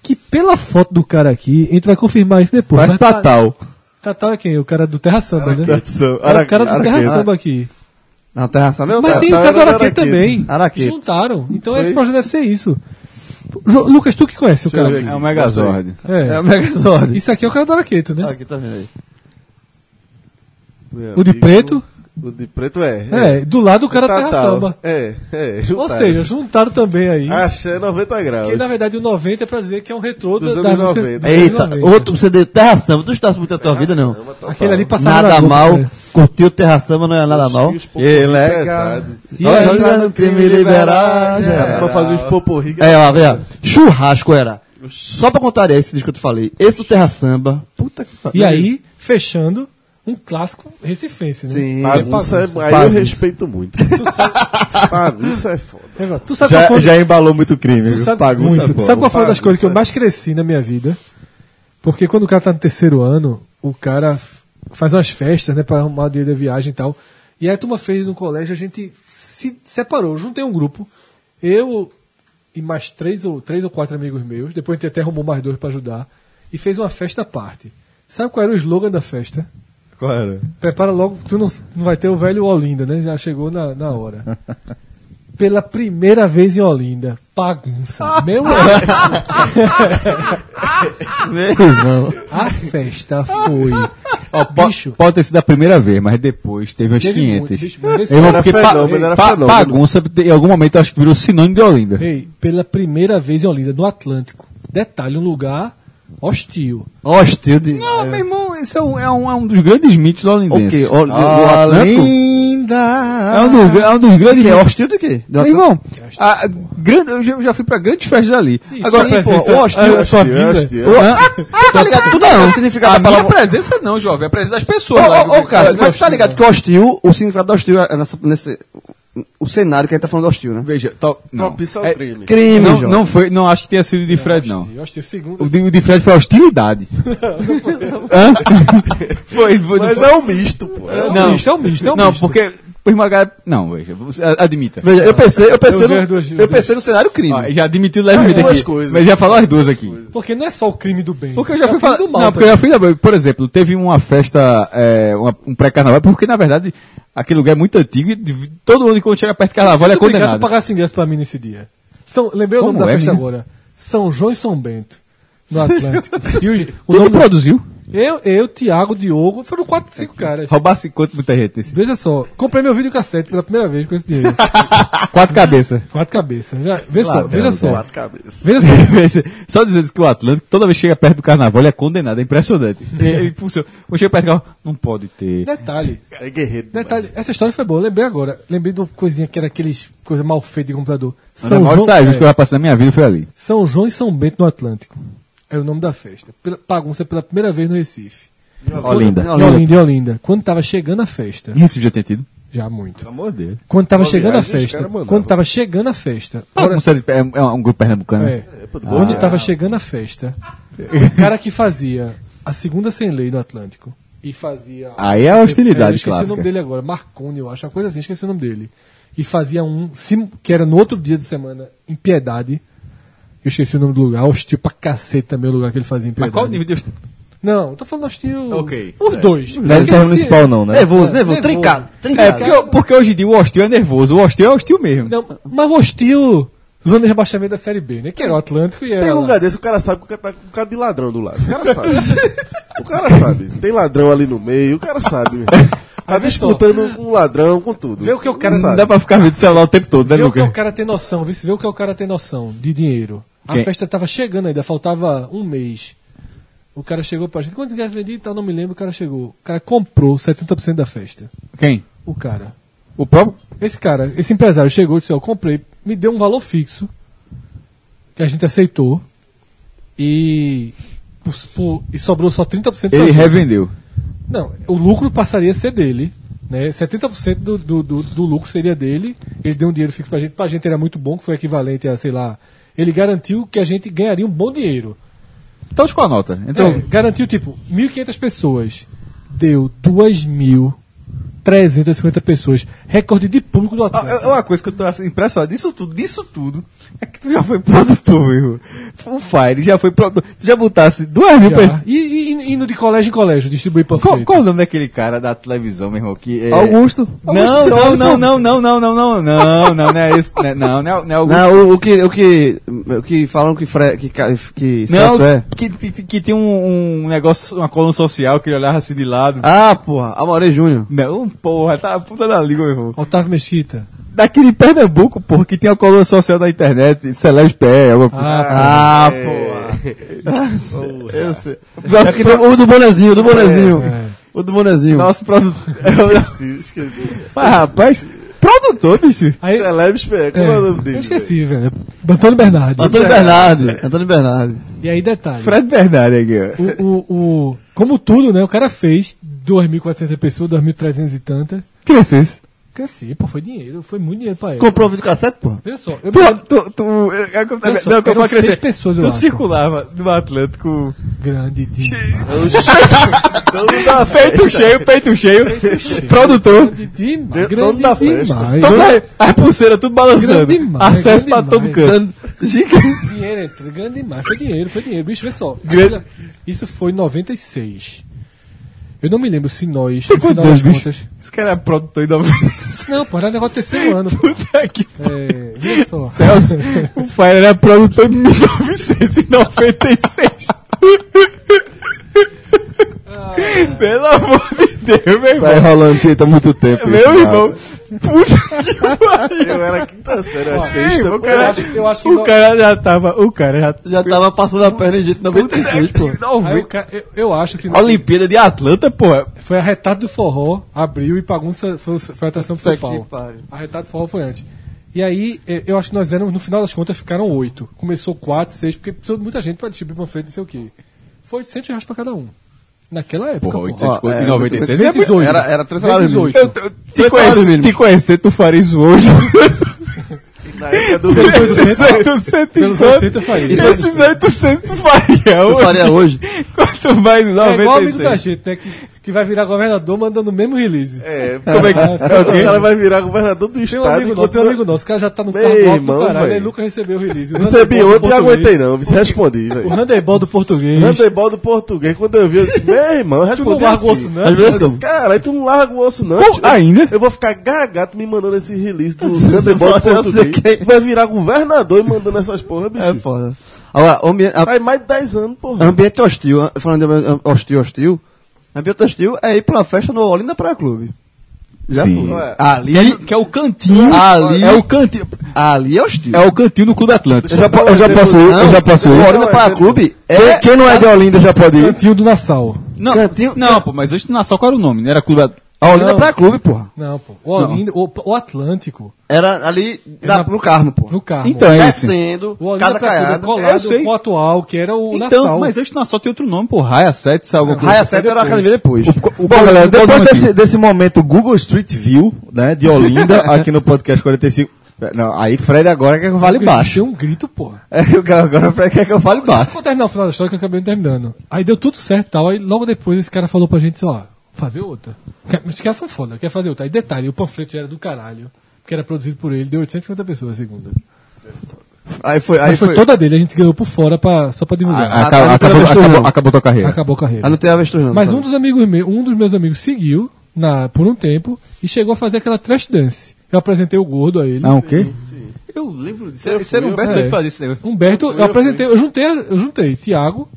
Speaker 3: que pela foto do cara aqui, a gente vai confirmar isso depois.
Speaker 2: Parece
Speaker 3: mas tá-
Speaker 2: Tatal.
Speaker 3: Tatal é quem? O cara do Terra Samba, né?
Speaker 2: Araqueto.
Speaker 3: É o cara do
Speaker 2: Araqueto.
Speaker 3: Terra Samba aqui.
Speaker 4: Não, tem razão. Meu,
Speaker 3: Mas
Speaker 4: tá-
Speaker 2: é
Speaker 3: tem o
Speaker 4: tá-
Speaker 3: cara do Araqueto
Speaker 7: Araqueto.
Speaker 3: também.
Speaker 4: Araqueto.
Speaker 3: Juntaram. Então esse projeto deve ser isso. Jo- Lucas, tu que conhece o cara aqui.
Speaker 9: É o Megazord.
Speaker 4: É
Speaker 3: É.
Speaker 4: o Megazord.
Speaker 3: Isso aqui é o cara do Araqueto, né?
Speaker 4: Aqui tá vendo aí.
Speaker 7: Meu
Speaker 3: O de
Speaker 7: amigo,
Speaker 3: preto?
Speaker 7: O de preto é.
Speaker 3: É, do lado o cara do Terra
Speaker 7: Tatal.
Speaker 3: Samba.
Speaker 7: É, é.
Speaker 3: Ou
Speaker 7: juntaram. Ah,
Speaker 3: seja, juntaram também aí.
Speaker 7: Axé 90 graus.
Speaker 3: Que na verdade o 90 é pra dizer que é um retrô
Speaker 7: Dos
Speaker 3: da-
Speaker 7: anos
Speaker 3: da música
Speaker 7: 90.
Speaker 3: dos anos
Speaker 4: Eita,
Speaker 3: 90.
Speaker 4: outro CD Terra Samba. Tu estás muito a tua vida, não?
Speaker 7: Samba, tá total.
Speaker 3: Aquele ali passava na
Speaker 4: Nada
Speaker 3: Globo,
Speaker 4: mal.
Speaker 3: né?
Speaker 4: Curtiu Terra Samba, não é nada mal.
Speaker 7: Os
Speaker 2: Ele é
Speaker 7: poporri
Speaker 2: cara.
Speaker 7: pesado.
Speaker 3: E aí,
Speaker 4: entrar no crime
Speaker 3: Tá
Speaker 4: liberar,
Speaker 7: É, pra fazer os poporri.
Speaker 4: É, ó, vê, ó. Churrasco era. Só pra contar esse disco que eu te falei. Esse do Terra Samba. Puta que pariu.
Speaker 3: E aí, fechando, um clássico recifense, né?
Speaker 4: Sim.
Speaker 7: Bagunça, é- aí eu
Speaker 4: Bagunça.
Speaker 7: respeito muito. Bagunça é foda.
Speaker 3: Agora, Tu sabe qual
Speaker 2: Já,
Speaker 3: foi,
Speaker 2: já embalou muito crime.
Speaker 3: tu
Speaker 2: viu?
Speaker 3: sabe,
Speaker 2: Bagunça,
Speaker 3: muito.
Speaker 2: pô.
Speaker 3: sabe qual foi uma das
Speaker 7: Bagunça.
Speaker 3: coisas que eu mais cresci na minha vida? Porque quando o cara tá no terceiro ano, o cara f- faz umas festas, né, pra arrumar dinheiro da viagem e tal. E aí a turma fez no colégio, a gente se separou, juntei um grupo. Eu e mais três ou, três ou quatro amigos meus, depois a gente até arrumou mais dois pra ajudar, e fez uma festa à parte. Sabe qual era o slogan da festa?
Speaker 2: Qual era?
Speaker 3: Prepara logo, tu não, não vai ter o velho Olinda, né? Já chegou na, na hora. Pela primeira vez em Olinda, bagunça. Meu irmão,
Speaker 4: Meu irmão.
Speaker 3: a festa foi.
Speaker 5: Po-
Speaker 3: bicho,
Speaker 5: Pode ter sido a primeira vez, mas depois teve as
Speaker 3: teve muito,
Speaker 5: 500.
Speaker 3: bicho, mas esse-
Speaker 5: Eu,
Speaker 7: Era
Speaker 5: porque pa-
Speaker 7: fenômeno, era
Speaker 5: pa-
Speaker 7: fenômeno.
Speaker 5: bagunça, em algum momento, eu acho que virou sinônimo de Olinda.
Speaker 3: Ei, pela primeira vez em Olinda, no Atlântico. Detalhe, um lugar hostil.
Speaker 4: Hostil de.
Speaker 5: Não, meu irmão, isso é um, é um, é um dos grandes mitos
Speaker 4: O
Speaker 5: londinenses.
Speaker 4: quê? O, o, o Atlântico?
Speaker 2: Linda.
Speaker 5: É um, dos, é um dos
Speaker 4: O
Speaker 5: grandes
Speaker 4: quê?
Speaker 5: mitos.
Speaker 4: Hostil de quê?
Speaker 5: Meu
Speaker 4: Do Atlântico?
Speaker 5: irmão, a- a grande- eu já- eu já fui pra grandes festas ali. Agora,
Speaker 4: tá Sim, pô,
Speaker 5: presença-
Speaker 4: hostil.
Speaker 5: a sua vida-
Speaker 7: hostil.
Speaker 4: Tu é. tá ligado? Tu não. O significado
Speaker 5: A
Speaker 4: da
Speaker 5: minha
Speaker 4: palavra.
Speaker 5: presença não, jovem, é a presença das
Speaker 4: Ô,
Speaker 5: pessoas. lá,
Speaker 4: ô,
Speaker 5: viu?
Speaker 4: ô, cara, mas tu tá
Speaker 5: Hostil.
Speaker 4: ligado que hostil, o significado da hostil é nessa, nesse. O cenário que a gente tá falando do hostil, né?
Speaker 5: Veja, to- não.
Speaker 7: Top, isso é um
Speaker 5: É-
Speaker 7: crime.
Speaker 4: Crime,
Speaker 5: não,
Speaker 4: João.
Speaker 5: não foi, não acho que tenha sido de Fred, não.
Speaker 3: Hostil, hostil, segundo.
Speaker 5: O de, o de Fred foi hostilidade. Hã? foi, foi, não
Speaker 7: Mas
Speaker 5: foi.
Speaker 7: é um misto, pô. É um
Speaker 5: não.
Speaker 3: misto, é um misto, é um
Speaker 5: Não,
Speaker 3: misto.
Speaker 5: porque. Pois Magari. Não, veja, você a- admita.
Speaker 4: Veja, eu pensei, eu pensei,
Speaker 3: Eu vi
Speaker 4: no,
Speaker 3: as duas-
Speaker 4: eu pensei no cenário crime.
Speaker 5: Ó, já admitiu levemente
Speaker 7: duas
Speaker 5: aqui.
Speaker 7: coisas.
Speaker 5: Mas já falou as duas aqui.
Speaker 3: Porque não é só o crime do bem.
Speaker 5: Porque eu já
Speaker 3: é o
Speaker 5: fui
Speaker 3: crime
Speaker 5: falar.
Speaker 3: do mal.
Speaker 5: Não, porque eu
Speaker 3: também.
Speaker 5: já fui. na- Por exemplo, teve uma festa, é, uma- um pré-carnaval, porque na verdade aquele lugar é muito antigo e de- todo mundo quando chega perto de carnaval é
Speaker 3: Sinto obrigado a
Speaker 5: condenado.
Speaker 3: pagar esse ingresso pra mim nesse dia. São, lembrei o
Speaker 5: Como
Speaker 3: nome da
Speaker 5: é,
Speaker 3: festa
Speaker 5: menino?
Speaker 3: agora. São João e São Bento. No Atlântico. e os- o
Speaker 5: Todo
Speaker 3: nome do-
Speaker 5: produziu.
Speaker 3: Eu, eu, Thiago, Diogo, foram quatro, cinco caras.
Speaker 5: Roubasse quanto muita gente nesse.
Speaker 3: Veja só, comprei meu videocassete pela primeira vez com esse dinheiro. Ah.
Speaker 5: Quatro cabeças.
Speaker 3: Quatro cabeças. Já, veja
Speaker 4: Ah,
Speaker 3: só, então, veja só.
Speaker 7: Quatro cabeças.
Speaker 3: Veja só.
Speaker 5: Esse- Só dizendo que o Atlântico, toda vez que chega perto do carnaval, ele é condenado, é impressionante. Ele funciona. Quando chega perto do carnaval, não pode ter.
Speaker 3: Detalhe,
Speaker 7: É guerreiro.
Speaker 3: detalhe. Essa história foi boa, eu lembrei agora. Lembrei de uma coisinha que era aqueles coisa mal feita de computador.
Speaker 5: São
Speaker 3: São
Speaker 5: João,
Speaker 3: João,
Speaker 5: sabe, que eu
Speaker 3: é,
Speaker 5: já passei na minha vida foi ali.
Speaker 3: São João e São Bento no Atlântico. Era o nome da festa. Pela, bagunça pela primeira vez no Recife.
Speaker 5: Olinda.
Speaker 3: Em Olinda, em Olinda. Quando tava chegando a festa,
Speaker 5: Em Recife já tem tido.
Speaker 3: já muito.
Speaker 2: Amor Deus.
Speaker 3: Quando tava
Speaker 7: Uma
Speaker 3: chegando a
Speaker 7: viagem, os
Speaker 3: festa,
Speaker 7: caras mandavam.
Speaker 3: quando tava chegando a festa,
Speaker 5: Ah, como se ele- é, é um grupo pernambucano.
Speaker 3: É.
Speaker 5: né?
Speaker 3: Quando tava chegando a festa, o cara que fazia a segunda sem lei no Atlântico e fazia.
Speaker 5: Aí é a hostilidade
Speaker 3: eu esqueci o
Speaker 5: clássica.
Speaker 3: nome dele agora, Marconi, eu acho, uma coisa assim, esqueci o nome dele. E fazia um, sim- que era no outro dia de semana, em Piedade. Eu esqueci o nome do lugar, hostil pra cacete também o lugar que ele fazia em
Speaker 5: Mas
Speaker 3: Piedade.
Speaker 5: qual o nível de hostil?
Speaker 3: Não, tô falando hostil.
Speaker 5: Ok, tá
Speaker 3: Os dois.
Speaker 2: Não é do
Speaker 3: Porque se-
Speaker 2: municipal, não, né?
Speaker 4: Nervoso, nervoso,
Speaker 3: nervoso.
Speaker 4: trincado,
Speaker 5: É,
Speaker 4: trincado.
Speaker 5: porque, eu- porque hoje em dia o hostil é nervoso. O hostil é hostil mesmo.
Speaker 3: Não, mas hostil, zona de rebaixamento da Série B, né? Que era o Atlântico e era.
Speaker 7: Tem
Speaker 3: lá.
Speaker 7: lugar desse, o cara sabe que o cara tá com cara de ladrão do lado. O cara sabe. o cara sabe. Tem ladrão ali no meio, o cara sabe. meu. Tá disputando com o ladrão, com tudo.
Speaker 3: Vê o que o cara
Speaker 5: Não dá pra ficar vendo o celular o tempo todo, né,
Speaker 3: Vê o que
Speaker 5: Lucas?
Speaker 3: o cara tem noção, vê se vê o que o cara tem noção de dinheiro. A
Speaker 5: Quem?
Speaker 3: festa tava chegando ainda, faltava um mês. O Então, cara chegou pra gente, quantos ingressos vendidos? e tal, não me lembro, o cara chegou. O cara comprou 70% da festa.
Speaker 5: Quem?
Speaker 3: o cara.
Speaker 5: O próprio.
Speaker 3: Esse cara, esse empresário chegou e disse: Ó, comprei, me deu um valor fixo, que a gente aceitou, e, por- por- e sobrou só 30% da
Speaker 5: Ele
Speaker 3: ajuda.
Speaker 5: revendeu.
Speaker 3: Não, o lucro passaria a ser dele. Né? 70% do, do, do, do lucro seria dele. Ele deu um dinheiro fixo pra gente. Pra gente era muito bom, que foi equivalente a, sei lá. Ele garantiu que a gente ganharia um bom dinheiro.
Speaker 5: Então, qual a nota? Então,
Speaker 3: É, garantiu, tipo, 1.500 pessoas. Deu 2.350 pessoas. Recorde de público do WhatsApp.
Speaker 5: Ah, é Uma coisa que eu tô assim, impressionado disso tudo, disso tudo, é que tu já foi produtor, meu. irmão. O Fire já foi produtor. Tu já botasse duas mil
Speaker 3: Já.
Speaker 5: pessoas.
Speaker 3: E, e- e indo de colégio em colégio, distribuir
Speaker 5: Qual,
Speaker 3: panfleto.
Speaker 5: qual o nome daquele cara da televisão, meu irmão? Que é...
Speaker 4: Augusto.
Speaker 5: Não, não, não, não, não, não, não, não, não, não, não é esse. Não, é- não, não é, não é Augusto.
Speaker 2: Não, o, o que, o, que, o que falam que, Fre, que, Ca- que Celso é.
Speaker 5: que, que, que tinha um, um negócio, uma coluna social que ele olhava assim de lado.
Speaker 2: Ah, porra, Amoré Júnior.
Speaker 5: Não, porra, tá a puta da língua, meu irmão.
Speaker 3: Otávio Mesquita.
Speaker 5: Daquele Pernambuco, porra, que tinha uma coluna social na internet, Celeste Pé, alguma coisa.
Speaker 3: Ah,
Speaker 5: Eu sei.
Speaker 2: Acho que deu- o do bonezinho, o do bonezinho.
Speaker 3: É,
Speaker 2: O do bonezinho.
Speaker 5: Nosso produtor. Esqueci, esqueci. Mas, rapaz, produtor, bicho.
Speaker 3: Aí,
Speaker 7: Celebs PE, como é, o nome dele?
Speaker 3: eu esqueci, velho. Antônio Bernardo.
Speaker 2: Antônio Bernardo. Antônio Bernardo.
Speaker 3: E aí, detalhe.
Speaker 5: Fred Bernardo aqui, ó.
Speaker 3: o, o, o- como tudo, né? O cara fez 2.400 pessoas, 2.300 e tantas.
Speaker 5: Crescesse.
Speaker 3: Cresci, pô, foi dinheiro, foi muito dinheiro pra ele.
Speaker 2: Comprou o videocassete, porra?
Speaker 3: Olha só, eu me
Speaker 5: Tu,
Speaker 3: lembro-
Speaker 5: tu, tu, é, é, como-
Speaker 3: Olha só,
Speaker 5: não, como
Speaker 3: eram
Speaker 5: eu crescer.
Speaker 3: seis pessoas, eu
Speaker 5: tu
Speaker 3: acho.
Speaker 5: circulava no Atlântico.
Speaker 3: grande demais. É.
Speaker 5: Peito cheio, peito cheio. Produtor.
Speaker 3: Grande demais,
Speaker 7: Dono
Speaker 3: grande
Speaker 7: da
Speaker 3: demais.
Speaker 7: festa.
Speaker 5: Todas as, as pulseiras tudo balançando.
Speaker 3: Grande demais,
Speaker 5: Acesso pra
Speaker 3: grande
Speaker 5: todo
Speaker 3: demais.
Speaker 5: canto.
Speaker 3: Grande dinheiro, entra- grande demais, foi dinheiro, foi dinheiro. Bicho, vê só.
Speaker 5: Grande-
Speaker 3: Isso foi em 96. Eu não me lembro se nós,
Speaker 5: Tem
Speaker 3: no
Speaker 5: quantos
Speaker 3: final
Speaker 5: anos,
Speaker 3: das
Speaker 5: bicho?
Speaker 3: contas.
Speaker 5: Esse cara é produtor e noventa.
Speaker 3: Não, pô, já é negócio do terceiro ano. pô.
Speaker 5: Puta que
Speaker 3: É, vê só.
Speaker 5: Celso, o Fire era produtor de 1996. Pelo amor de Deus, meu irmão.
Speaker 4: Tá enrolando gente há muito tempo.
Speaker 5: É Meu
Speaker 4: isso, cara.
Speaker 5: irmão. Puta que pariu.
Speaker 7: Eu era quinta série, era
Speaker 5: Meu irmão,
Speaker 7: sexta.
Speaker 5: o cara,
Speaker 3: eu acho que
Speaker 5: o
Speaker 3: no-
Speaker 5: cara é já tava. O cara já.
Speaker 2: Já tava passando a perna em gente 96, pô.
Speaker 3: Aí o ca- eu, eu acho que.
Speaker 5: A Olimpíada de Atlanta, porra.
Speaker 3: Foi a Retada do Forró, abriu e pagou um, sa- foi, o- foi a atração pro São Paulo. A Retada do Forró foi antes. E aí, eh, eu acho que nós éramos, no final das contas, ficaram oito. Começou quatro, seis, porque precisou de muita gente pra distribuir panfleto, não sei o quê. Foi 800 reais pra cada um. Naquela época.
Speaker 5: Porra,
Speaker 3: pô.
Speaker 5: 800
Speaker 2: Ó,
Speaker 5: conto em
Speaker 2: é,
Speaker 5: 96 é
Speaker 3: Vezes oito.
Speaker 2: Era, era três salários
Speaker 3: Vezes
Speaker 2: mínimos.
Speaker 3: oito.
Speaker 5: Te conhecer, te conhecer, tu faria isso hoje.
Speaker 7: Na época do
Speaker 5: Esses 800
Speaker 3: Pelos 800 eu faria.
Speaker 5: e Esses 800 tu faria
Speaker 2: Eu
Speaker 5: hoje.
Speaker 2: faria hoje.
Speaker 5: Quanto mais
Speaker 3: É igual amigo da
Speaker 5: 96.
Speaker 3: gente, né? Que, que vai virar governador mandando o mesmo release.
Speaker 7: É,
Speaker 5: Como é que. é o
Speaker 7: o
Speaker 5: quê?
Speaker 7: cara vai virar governador do
Speaker 3: Tem um
Speaker 7: estado.
Speaker 3: amigo nosso, tem um amigo nosso, o cara já tá no
Speaker 7: Meu
Speaker 3: carro alto do
Speaker 7: irmão,
Speaker 3: caralho,
Speaker 7: velho.
Speaker 3: aí Lucas recebeu o release. O
Speaker 7: Recebi
Speaker 3: handebol do
Speaker 7: ontem e
Speaker 3: português,
Speaker 7: aguentei é não, vice- respondi,
Speaker 3: O
Speaker 7: velho.
Speaker 3: handebol do português.
Speaker 7: Handeball do português, quando eu vi, eu disse, meu irmão, eu
Speaker 3: Tu não
Speaker 7: respondi
Speaker 3: larga o
Speaker 7: assim.
Speaker 3: osso, não?
Speaker 2: Às vezes
Speaker 7: Mas,
Speaker 4: Então.
Speaker 2: não.
Speaker 7: Cara, tu não larga o osso, não.
Speaker 5: Pô,
Speaker 7: Eu-
Speaker 5: ainda?
Speaker 7: Eu vou ficar gagato me mandando esse release do handebol do
Speaker 2: Você vai
Speaker 7: português.
Speaker 2: ser quem?
Speaker 7: Tu vai virar governador e mandando essas porra, bicho.
Speaker 2: É foda. Agora, ambi a-
Speaker 7: Aí mais de 10 anos, porra.
Speaker 2: ambiente hostil, ah, falando de ambi- hostil, hostil, ambiente hostil é ir pra uma festa no Olinda Praia Clube. Já
Speaker 5: Sim.
Speaker 2: fui.
Speaker 7: Ué.
Speaker 2: Ali,
Speaker 5: Que é o cantinho.
Speaker 2: Ali-
Speaker 5: É o cantinho.
Speaker 2: ali é hostil.
Speaker 5: É o cantinho do Clube Atlântico.
Speaker 4: Eu já, po- eu já posso ir, eu já posso
Speaker 2: O
Speaker 4: ir.
Speaker 2: Olinda Praia Clube
Speaker 4: Quem,
Speaker 2: é...
Speaker 4: quem não é de Olinda já pode ir.
Speaker 3: Cantinho do Nassau.
Speaker 5: Não,
Speaker 2: Cantinho-
Speaker 5: não, pô, mas antes do Nassau qual era o nome? Não era Clube Atlântico.
Speaker 2: A Olinda
Speaker 3: Não.
Speaker 2: Praia Clube, porra.
Speaker 3: Não, pô. O, Olinda, o, o Atlântico,
Speaker 2: Era ali da,
Speaker 3: na-
Speaker 2: no Carmo, porra.
Speaker 3: no carro.
Speaker 5: Então é isso.
Speaker 2: Descendo,
Speaker 3: o Olinda é
Speaker 2: cada
Speaker 3: pra tudo,
Speaker 2: caiada.
Speaker 3: colado
Speaker 5: eu sei.
Speaker 3: com o atual, que era o
Speaker 5: Então,
Speaker 3: Nassau.
Speaker 5: mas antes do Nassau tem outro nome, pô. Raia 7, sabe alguma coisa?
Speaker 2: Raia 7 era a academia depois.
Speaker 4: Bom, galera,
Speaker 5: qual o
Speaker 4: depois
Speaker 5: nome
Speaker 4: desse, desse momento Google Street View, né, de Olinda, aqui no Podcast 45. Não, aí Fred agora quer que eu fale
Speaker 3: Tem
Speaker 4: baixo.
Speaker 3: um grito, porra.
Speaker 4: É, o cara agora Fred quer que eu fale baixo.
Speaker 3: Vou terminar o final da história que eu acabei não terminando. Aí deu tudo certo e tal. Aí logo depois esse cara falou pra gente, ó, fazer outra. Quer- Mas que essa foda, quer fazer outra. Aí detalhe, o panfleto já era do caralho. Porque era produzido por ele, deu 850 pessoas a segunda.
Speaker 2: Aí foi, aí
Speaker 3: Mas foi,
Speaker 2: foi.
Speaker 3: toda dele, a gente ganhou por fora pra, só pra divulgar.
Speaker 5: Ah, acabou,
Speaker 2: Ah, não tem
Speaker 5: acabou,
Speaker 2: mais tudo,
Speaker 5: acabou,
Speaker 2: não.
Speaker 5: acabou tua carreira.
Speaker 3: Acabou a carreira.
Speaker 2: Aí não tem avestruz não.
Speaker 3: Mas
Speaker 2: sabe?
Speaker 3: um dos amigos meus, um dos meus amigos seguiu na, por um tempo e chegou a fazer aquela trash dance. Eu apresentei o gordo a ele.
Speaker 5: Ah, o quê?
Speaker 10: Eu lembro disso.
Speaker 7: Eu
Speaker 10: Você era
Speaker 7: fui,
Speaker 10: Humberto
Speaker 3: eu
Speaker 10: sempre
Speaker 3: fui.
Speaker 10: fazia esse negócio.
Speaker 3: É. Humberto, eu, apresentei, eu juntei, eu juntei Thiago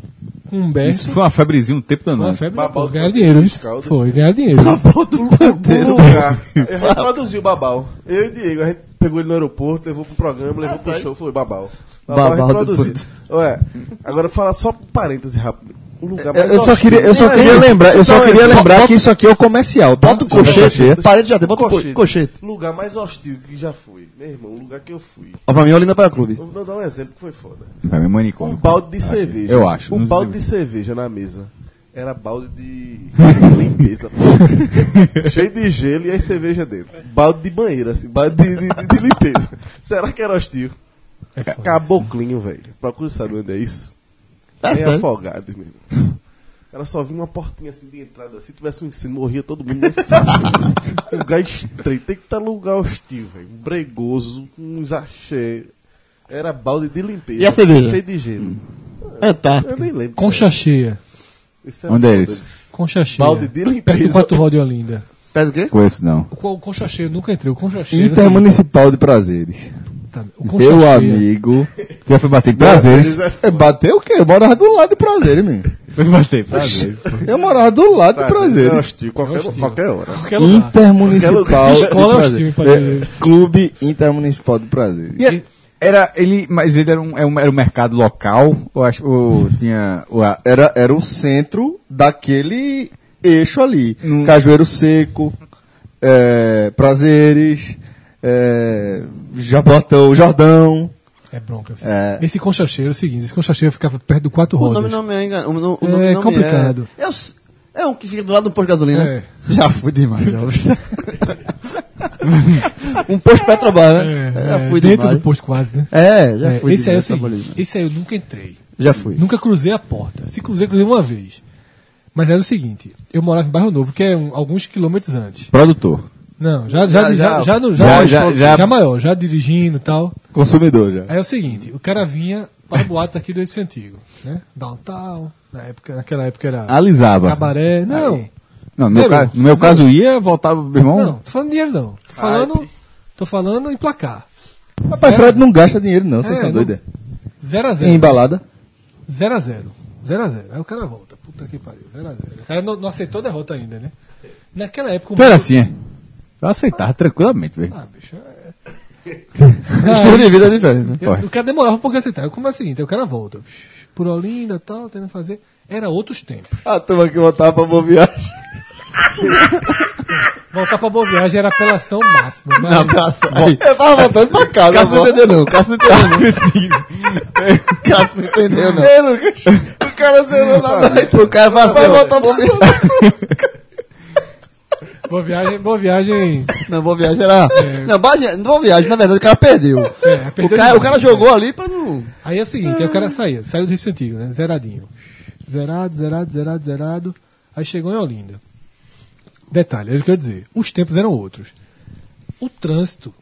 Speaker 3: com Humberto.
Speaker 5: Isso foi uma febrezinha um tempo
Speaker 3: foi uma
Speaker 5: danado.
Speaker 3: febre,
Speaker 7: Babau
Speaker 3: pô,
Speaker 7: do
Speaker 3: ganhar
Speaker 7: Bandeira
Speaker 3: dinheiro.
Speaker 7: de
Speaker 3: Isso
Speaker 7: Caldas.
Speaker 3: foi, ganhar dinheiro.
Speaker 7: No lugar. Eu reproduzi o Babal. Eu e o Diego, a gente pegou ele no aeroporto, levou pro programa, levou pro show, foi Babal. Babal,
Speaker 2: Babal do
Speaker 7: reproduzido. Ué, agora fala só um parêntese rápido. o lugar
Speaker 2: Eu,
Speaker 7: mais
Speaker 2: eu só
Speaker 7: hostil.
Speaker 2: queria, eu só queria lembrar, então, eu só queria lembrar que isso aqui é o comercial. tá?
Speaker 4: Bota o cochete.
Speaker 2: Cochete.
Speaker 4: Parede de jardim, bota o co-
Speaker 7: Cochete.
Speaker 4: cochete.
Speaker 7: Lugar mais hostil que já fui. Meu irmão, o lugar que eu fui.
Speaker 4: Ó, pra mim, Olinda para Clube.
Speaker 7: Eu vou dar um exemplo que foi foda.
Speaker 1: Pra
Speaker 5: é
Speaker 1: mim,
Speaker 7: Um
Speaker 1: manicômio.
Speaker 7: balde de cerveja.
Speaker 1: eu acho,
Speaker 7: Um
Speaker 1: não
Speaker 7: balde
Speaker 1: sei.
Speaker 7: de cerveja na mesa. Era balde de limpeza. Cheio de gelo e as cerveja dentro. Balde de banheiro, assim. Balde de, de- de- de limpeza. Será que era hostil? Caboclinho, velho. Procura saber onde é isso.
Speaker 1: Tá
Speaker 7: É
Speaker 4: sério?
Speaker 7: afogado, meu irmão. O cara só vinha uma portinha assim de entrada. Se tivesse um incêndio, morria todo mundo. Não é fácil. lugar estreito. Tem que estar lugar hostil, velho. Um Bregoso, com uns axé. Era balde de limpeza.
Speaker 4: E a cerveja?
Speaker 7: Cheio de gelo.
Speaker 4: É, tá.
Speaker 7: Eu nem lembro.
Speaker 3: Concha cheia.
Speaker 7: Isso
Speaker 1: Onde é
Speaker 7: foda.
Speaker 1: isso?
Speaker 3: Concha cheia.
Speaker 7: Balde de
Speaker 3: Perto do
Speaker 7: limpeza.
Speaker 3: Quatro Rodas de Olinda.
Speaker 4: Pede o quê?
Speaker 1: Conheço não.
Speaker 3: O co- o Concha cheia, eu nunca entrei. O Concha cheia.
Speaker 2: Intermunicipal de Prazeres.
Speaker 3: Tá, o Concha
Speaker 2: Meu
Speaker 3: cheia.
Speaker 2: amigo.
Speaker 1: Tu já foi bater em prazeres?
Speaker 2: É, Bateu o quê? Eu morava do lado de Prazeres, menino.
Speaker 1: Foi bater prazeres.
Speaker 2: Eu morava do lado de
Speaker 7: É
Speaker 2: Prazeres.
Speaker 7: hostil, qualquer,
Speaker 3: É hostil.
Speaker 7: qualquer hora.
Speaker 3: Qualquer lugar.
Speaker 2: Intermunicipal de
Speaker 3: Escola é hostil,
Speaker 2: Prazeres.
Speaker 3: pode dizer.
Speaker 2: É, Clube Intermunicipal de Prazeres.
Speaker 1: E é- Era ele, mas ele era um, era um- era um mercado local, ou, acho, ou tinha. Ou a-
Speaker 2: Era, era um centro daquele eixo ali.
Speaker 1: Hum.
Speaker 2: Cajueiro Seco, é, Prazeres, é, Jabotão, Jordão.
Speaker 3: É bronca. assim.
Speaker 2: É.
Speaker 3: Esse Concha cheia era o seguinte: esse Concha cheia ficava perto do Quatro
Speaker 4: O
Speaker 3: Rodas.
Speaker 4: nome não me engana. O no- o
Speaker 3: É
Speaker 4: nome não me
Speaker 3: complicado.
Speaker 4: É, é, o s- é um que fica do lado do posto de gasolina. né?
Speaker 3: É.
Speaker 1: Já fui demais.
Speaker 4: Um posto Petrobras, né?
Speaker 3: É,
Speaker 4: já
Speaker 3: é,
Speaker 4: fui
Speaker 3: dentro
Speaker 4: demais.
Speaker 3: do posto quase, né?
Speaker 4: É, já
Speaker 3: É,
Speaker 4: fui
Speaker 3: esse aí é o
Speaker 4: demais,
Speaker 3: seguinte,
Speaker 4: trabalhismo.
Speaker 3: esse aí eu nunca entrei.
Speaker 2: É.
Speaker 4: Já fui.
Speaker 3: Nunca cruzei a porta. Se cruzei, cruzei uma vez. Mas era o seguinte, eu morava em Bairro Novo, que é um- alguns quilômetros antes.
Speaker 1: Produtor.
Speaker 3: Não, já já já já
Speaker 4: Já, já.
Speaker 3: já, no- já,
Speaker 1: Já, já, já-
Speaker 3: já maior, já dirigindo e tal.
Speaker 2: Consumidor já.
Speaker 3: Aí é o seguinte, o cara vinha para boates aqui do esse antigo, né? Downtown, na época, naquela época era
Speaker 1: Alisava.
Speaker 3: cabaré, não.
Speaker 1: Não, no meu,
Speaker 3: Zero.
Speaker 1: ca- no meu caso ia, voltava, meu irmão.
Speaker 3: Não, tô falando dinheiro não.
Speaker 4: Ah,
Speaker 3: Tô falando, tô falando em placar.
Speaker 2: Rapaz, Fred não gasta dinheiro, não,
Speaker 3: É,
Speaker 2: vocês são
Speaker 3: não-
Speaker 2: doidos.
Speaker 3: Zero a
Speaker 2: Em
Speaker 3: zero.
Speaker 2: embalada.
Speaker 3: 0 a 0 0 a 0 Aí o cara volta. Puta que pariu. 0 a 0 O cara não, não aceitou derrota ainda, né? Naquela época... o
Speaker 1: Então era
Speaker 3: mundo-
Speaker 1: assim, é. Eu aceitava tranquilamente, velho.
Speaker 3: Ah, bicho... é-
Speaker 4: O estilo de vida é diferente, né?
Speaker 3: Eu, o cara demorava um pouco a aceitar. Como é o seguinte, aí o cara volta. Por Olinda e tal, tentando fazer... Era outros tempos.
Speaker 2: A turma que voltava pra boa viagem.
Speaker 3: Voltar pra Boa Viagem era apelação máxima. Mas...
Speaker 4: Na praça. Eu tava voltando pra casa. Cássio não entendeu, não. Cássio não entendeu, não. Cássio não entendeu, não.
Speaker 2: É, Lucas. O cara zerou na noite.
Speaker 4: O cara fala assim,
Speaker 2: Vai
Speaker 4: ó,
Speaker 2: voltar pra
Speaker 3: Boa Viagem... Boa Viagem...
Speaker 4: Não, boa viagem era. Não, boa viagem, boa viagem, na verdade, o cara perdeu.
Speaker 3: É, perdeu
Speaker 4: o, cara,
Speaker 3: demais.
Speaker 4: o cara jogou ali pra não.
Speaker 3: Aí é o seguinte, aí o cara saía, saiu do Recife Antigo, né? Zeradinho. Zerado, zerado, zerado, zerado. Aí chegou em Olinda. Detalhe, é isso que eu ia dizer. Os tempos eram outros. O trânsito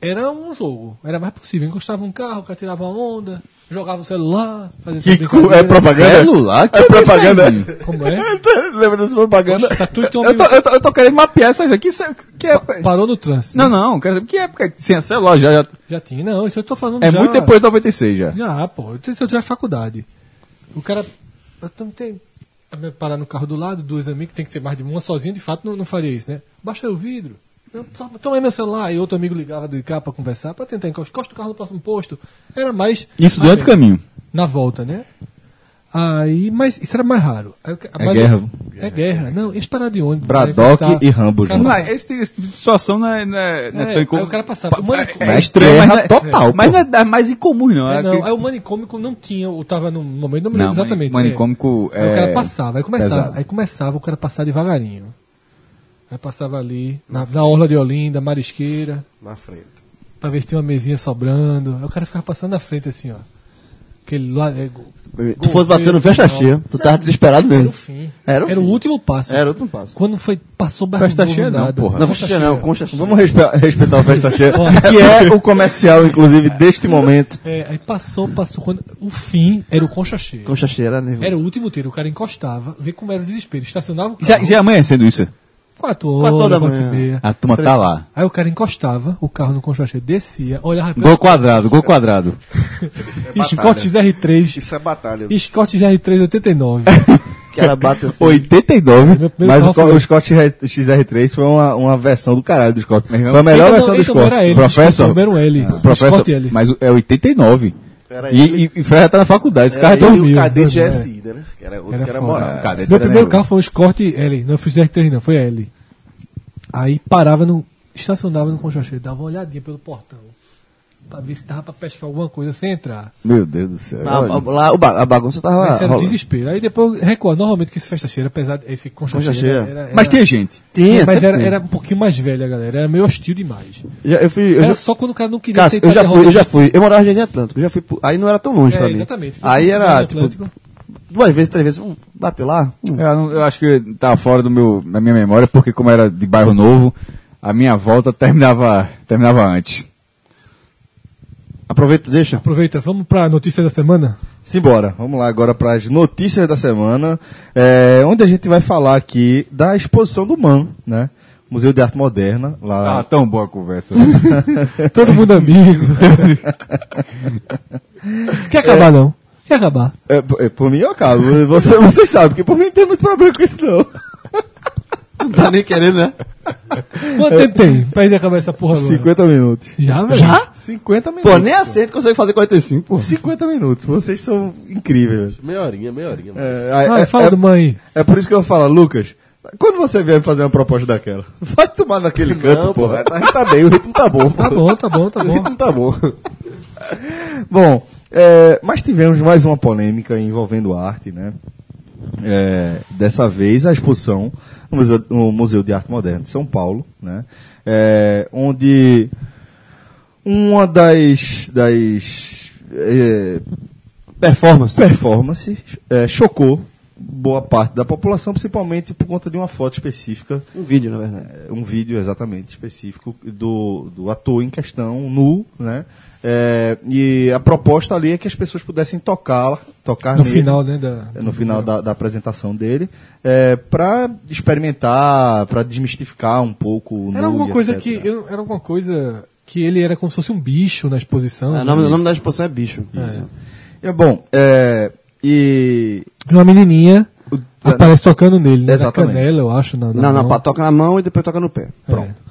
Speaker 3: era um jogo. Era mais possível. Encostava um carro, o cara tirava uma onda, jogava o celular, fazia essa
Speaker 2: Que cu- é
Speaker 3: brincadeira.
Speaker 2: propaganda?
Speaker 1: Celular? Que
Speaker 2: É propaganda.
Speaker 3: Como é?
Speaker 2: Lembra dessa propaganda?
Speaker 3: Tá tudo tem uma
Speaker 1: Eu tô, eu, tô, eu tô querendo mapear essa já. Que, ce- que época.
Speaker 3: Parou no trânsito.
Speaker 1: Não, não, quero saber. Que época que é tinha celular já? já
Speaker 3: Já tinha. Não, isso eu tô falando
Speaker 1: é
Speaker 3: já-
Speaker 1: muito depois de 96 já.
Speaker 3: Já, pô. Isso eu já é faculdade. O cara. Eu tam- tem. eu Parar no carro do lado, dois amigos, tem que ser mais de uma sozinho, de fato não, não faria isso, né? Baixa aí o vidro. Não, toma- Toma aí meu celular. E outro amigo ligava do cá pra conversar, pra tentar encostar. Encosta o carro no próximo posto. Era mais.
Speaker 1: Isso durante o
Speaker 3: mais-
Speaker 1: caminho.
Speaker 3: Na volta, né? Aí, mas isso era mais raro. Aí o ca-
Speaker 2: É
Speaker 3: mas-
Speaker 2: guerra.
Speaker 3: É guerra. Não, eles pararam de ônibus.
Speaker 2: Braddock
Speaker 3: né, encostar.
Speaker 2: e Rambo
Speaker 3: Cara,
Speaker 2: junto.
Speaker 1: Mas esse, esse tipo de situação não é, não é, não é tão
Speaker 3: É, aí
Speaker 1: incomum.
Speaker 3: o cara passava. Mano,
Speaker 2: É estranho,
Speaker 1: mas
Speaker 2: mas
Speaker 1: não é-
Speaker 2: total.
Speaker 1: Mas
Speaker 2: pô.
Speaker 1: não é das mais incomum, não.
Speaker 3: É,
Speaker 1: É
Speaker 3: não,
Speaker 1: aquele-
Speaker 3: aí o manicômico não tinha, ou tava num momento, não me lembro
Speaker 1: Não,
Speaker 3: exatamente.
Speaker 1: mani- manicômico,
Speaker 3: É. Aí o
Speaker 1: é,
Speaker 3: cara passava, aí começava,
Speaker 1: pesado.
Speaker 3: aí começava o cara passar devagarinho. Aí passava ali, na, na orla de Olinda, marisqueira,
Speaker 7: Na frente.
Speaker 3: pra ver se tinha uma mesinha sobrando. Aí o cara ficava passando na frente assim, ó. Aquele lá. É, go-
Speaker 4: Tu fosse bater no festa cheia. Tu tava desesperado
Speaker 3: era o
Speaker 4: mesmo.
Speaker 3: fim.
Speaker 4: Era o fim.
Speaker 3: último passo.
Speaker 4: Era outro passo.
Speaker 3: Quando foi, passou barra
Speaker 1: Festa cheia não, porra.
Speaker 4: Não, festa cheia não, concha cheia.
Speaker 2: Vamos respe- respeitar o Festa Cheia, que é o comercial, inclusive, deste momento.
Speaker 3: É, aí passou, passou. Quando, o fim era o concha cheia.
Speaker 4: Concha cheia era nervoso.
Speaker 3: Era o último tiro, o cara encostava, vê como era o desespero, estacionava o carro.
Speaker 1: Já, já é amanhecendo isso.
Speaker 3: Quatro
Speaker 4: Quatro
Speaker 3: horas,
Speaker 4: horas da
Speaker 3: quatro e
Speaker 4: manhã.
Speaker 3: meia.
Speaker 1: A turma tá lá.
Speaker 3: Aí o cara encostava, o carro no concha cheia, descia, olhava pra
Speaker 1: Gol quadrado, gol quadrado.
Speaker 3: Escortes R3,
Speaker 7: Isso é batalha.
Speaker 3: Escortes R3 89.
Speaker 1: É,
Speaker 4: Que era bate assim.
Speaker 2: 89,
Speaker 3: Meu primeiro
Speaker 2: mas o,
Speaker 3: carro
Speaker 2: co-
Speaker 3: foi-
Speaker 2: o Scott XR3 foi uma, uma versão do caralho do Scott. Foi
Speaker 1: irmão,
Speaker 2: a melhor
Speaker 3: Então,
Speaker 2: versão do
Speaker 3: então era
Speaker 2: Scott.
Speaker 3: ele,
Speaker 1: é. Professor?
Speaker 3: desculpa, Era um L.
Speaker 1: Professor,
Speaker 3: Scott L.
Speaker 1: mas o- é 89.
Speaker 7: Era
Speaker 1: E, e, e Fred já tá na faculdade, esse cara
Speaker 7: era ele É, e
Speaker 3: dormiu,
Speaker 7: o cadete
Speaker 3: dormiu,
Speaker 1: É.
Speaker 7: GSI, né? Que era outro
Speaker 3: Era
Speaker 7: que era
Speaker 3: foda.
Speaker 7: moral.
Speaker 1: Cadete
Speaker 3: Meu primeiro carro foi um Escort L, não fiz DR3 não, foi L. Aí parava no. estacionava no Conchachê, dava uma olhadinha pelo portão. Pra ver se dava pra pescar alguma coisa sem entrar.
Speaker 1: Meu Deus do céu.
Speaker 7: Tá,
Speaker 4: Ah, ah, lá o ba- a bagunça
Speaker 2: Ah,
Speaker 4: tava.
Speaker 3: Mas era um
Speaker 4: rolando.
Speaker 3: desespero. Aí depois recua. Normalmente que esse festa cheira, apesar desse concha
Speaker 4: Concha
Speaker 3: cheira.
Speaker 4: cheia.
Speaker 3: era-
Speaker 7: é.
Speaker 3: era-
Speaker 1: Mas tinha gente.
Speaker 3: mas
Speaker 4: Tinha, é sempre
Speaker 3: era,
Speaker 4: tinha.
Speaker 3: era um pouquinho mais velha, galera. Era meio hostil demais.
Speaker 4: Já- eu fui. Eu
Speaker 3: Era
Speaker 4: já,
Speaker 3: só quando o cara não queria
Speaker 4: Cássio,
Speaker 3: aceitar
Speaker 4: eu já
Speaker 3: derrota.
Speaker 4: fui, eu já fui. Eu morava em Jardim Atlântico, eu já fui. pro- Aí não era tão longe
Speaker 3: É,
Speaker 4: pra mim.
Speaker 3: exatamente.
Speaker 4: Aí era,
Speaker 3: Jardim
Speaker 4: tipo,
Speaker 3: Atlântico.
Speaker 4: duas vezes, três vezes, um, bateu lá.
Speaker 3: Hum.
Speaker 4: um.
Speaker 1: Eu, não- eu acho que tá fora do meu, da minha memória, porque como era de bairro novo, a minha volta terminava, terminava antes.
Speaker 4: Aproveita, deixa.
Speaker 3: Aproveita, vamos pra notícia da semana?
Speaker 2: Simbora, vamos lá agora para as notícias da semana, é, onde a gente vai falar aqui da exposição do MAN, né? Museu de Arte Moderna, lá.
Speaker 3: Ah.
Speaker 1: Tava Tá tão boa a conversa.
Speaker 3: Todo mundo amigo.
Speaker 4: É.
Speaker 3: Quer acabar, não? Quer acabar?
Speaker 2: É, por- é, por mim eu acabo, você, vocês sabem, porque por mim não tem muito problema com isso não.
Speaker 4: Não tá nem querendo, né? É.
Speaker 3: Quanto tempo tem pra gente acabar essa porra agora?
Speaker 2: 50 minutos.
Speaker 3: Já, velho? Já?
Speaker 2: 50 minutos.
Speaker 4: Pô, nem aceito consegue fazer 45, pô.
Speaker 2: 50 minutos, vocês são incríveis.
Speaker 7: Meia horinha, meia horinha. mano.
Speaker 2: É,
Speaker 3: Ah,
Speaker 2: é-
Speaker 3: fala
Speaker 2: é-
Speaker 3: do mãe.
Speaker 2: é por isso que eu falo, Lucas, quando você vier fazer uma proposta daquela, vai tomar naquele canto,
Speaker 7: Não, pô,
Speaker 2: porra.
Speaker 7: a gente tá bem, o ritmo tá bom.
Speaker 3: Tá bom, tá bom, tá
Speaker 7: O
Speaker 3: bom.
Speaker 7: ritmo tá bom.
Speaker 2: Bom, é, mas tivemos mais uma polêmica envolvendo arte, né? É, dessa vez a exposição no Museu, no Museu de Arte Moderna de São Paulo, né? É, onde uma das, das é,
Speaker 4: Performance.
Speaker 2: performances é, chocou boa parte da população, principalmente por conta de uma foto específica
Speaker 4: Um vídeo, na verdade.
Speaker 2: é, um vídeo exatamente específico do, do ator em questão, nu, né? É, e a proposta ali é que as pessoas pudessem tocá-la, tocar
Speaker 3: No
Speaker 2: nele,
Speaker 3: final, né? Da...
Speaker 2: é, no final da, da apresentação dele, é, para experimentar, para desmistificar um pouco o
Speaker 3: Era
Speaker 2: nu
Speaker 3: alguma
Speaker 2: e
Speaker 3: coisa
Speaker 2: etc.
Speaker 3: que. eu- Era alguma coisa que ele era como se fosse um bicho na exposição.
Speaker 4: Ah, o, nome, o nome da exposição é bicho.
Speaker 2: É bom, é, e
Speaker 3: E Uma menininha aparece tocando nele, né? Na
Speaker 2: Exatamente.
Speaker 3: canela, eu acho. Na, na
Speaker 4: Não, não,
Speaker 3: mão.
Speaker 4: pá, toca na mão e depois toca no pé.
Speaker 3: É.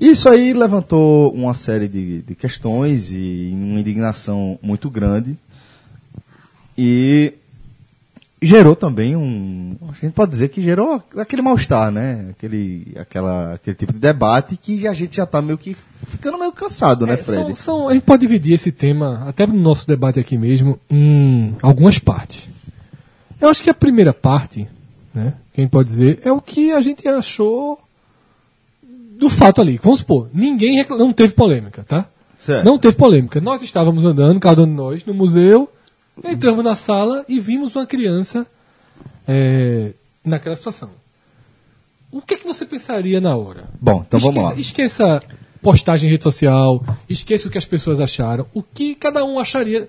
Speaker 2: Isso aí levantou uma série de, de questões e uma indignação muito grande. E gerou também um. A gente pode dizer que gerou aquele mal-estar, né? Aquele, aquela, aquele tipo de debate que a gente já está meio que ficando meio cansado, né,
Speaker 3: É,
Speaker 2: Fred?
Speaker 3: são, são, a gente pode dividir esse tema, até no nosso debate aqui mesmo, em algumas partes. Eu acho que a primeira parte, né, que a gente pode dizer, é o que a gente achou do fato ali. Vamos supor, ninguém recla- não teve polêmica, tá?
Speaker 2: Certo.
Speaker 3: Não teve polêmica. Nós estávamos andando, cada um de nós, no museu, entramos na sala e vimos uma criança é, naquela situação. O que, é que você pensaria na hora?
Speaker 2: Bom, então vamos
Speaker 3: esqueça,
Speaker 2: lá.
Speaker 3: Esqueça postagem em rede social, esqueça o que as pessoas acharam, o que cada um acharia,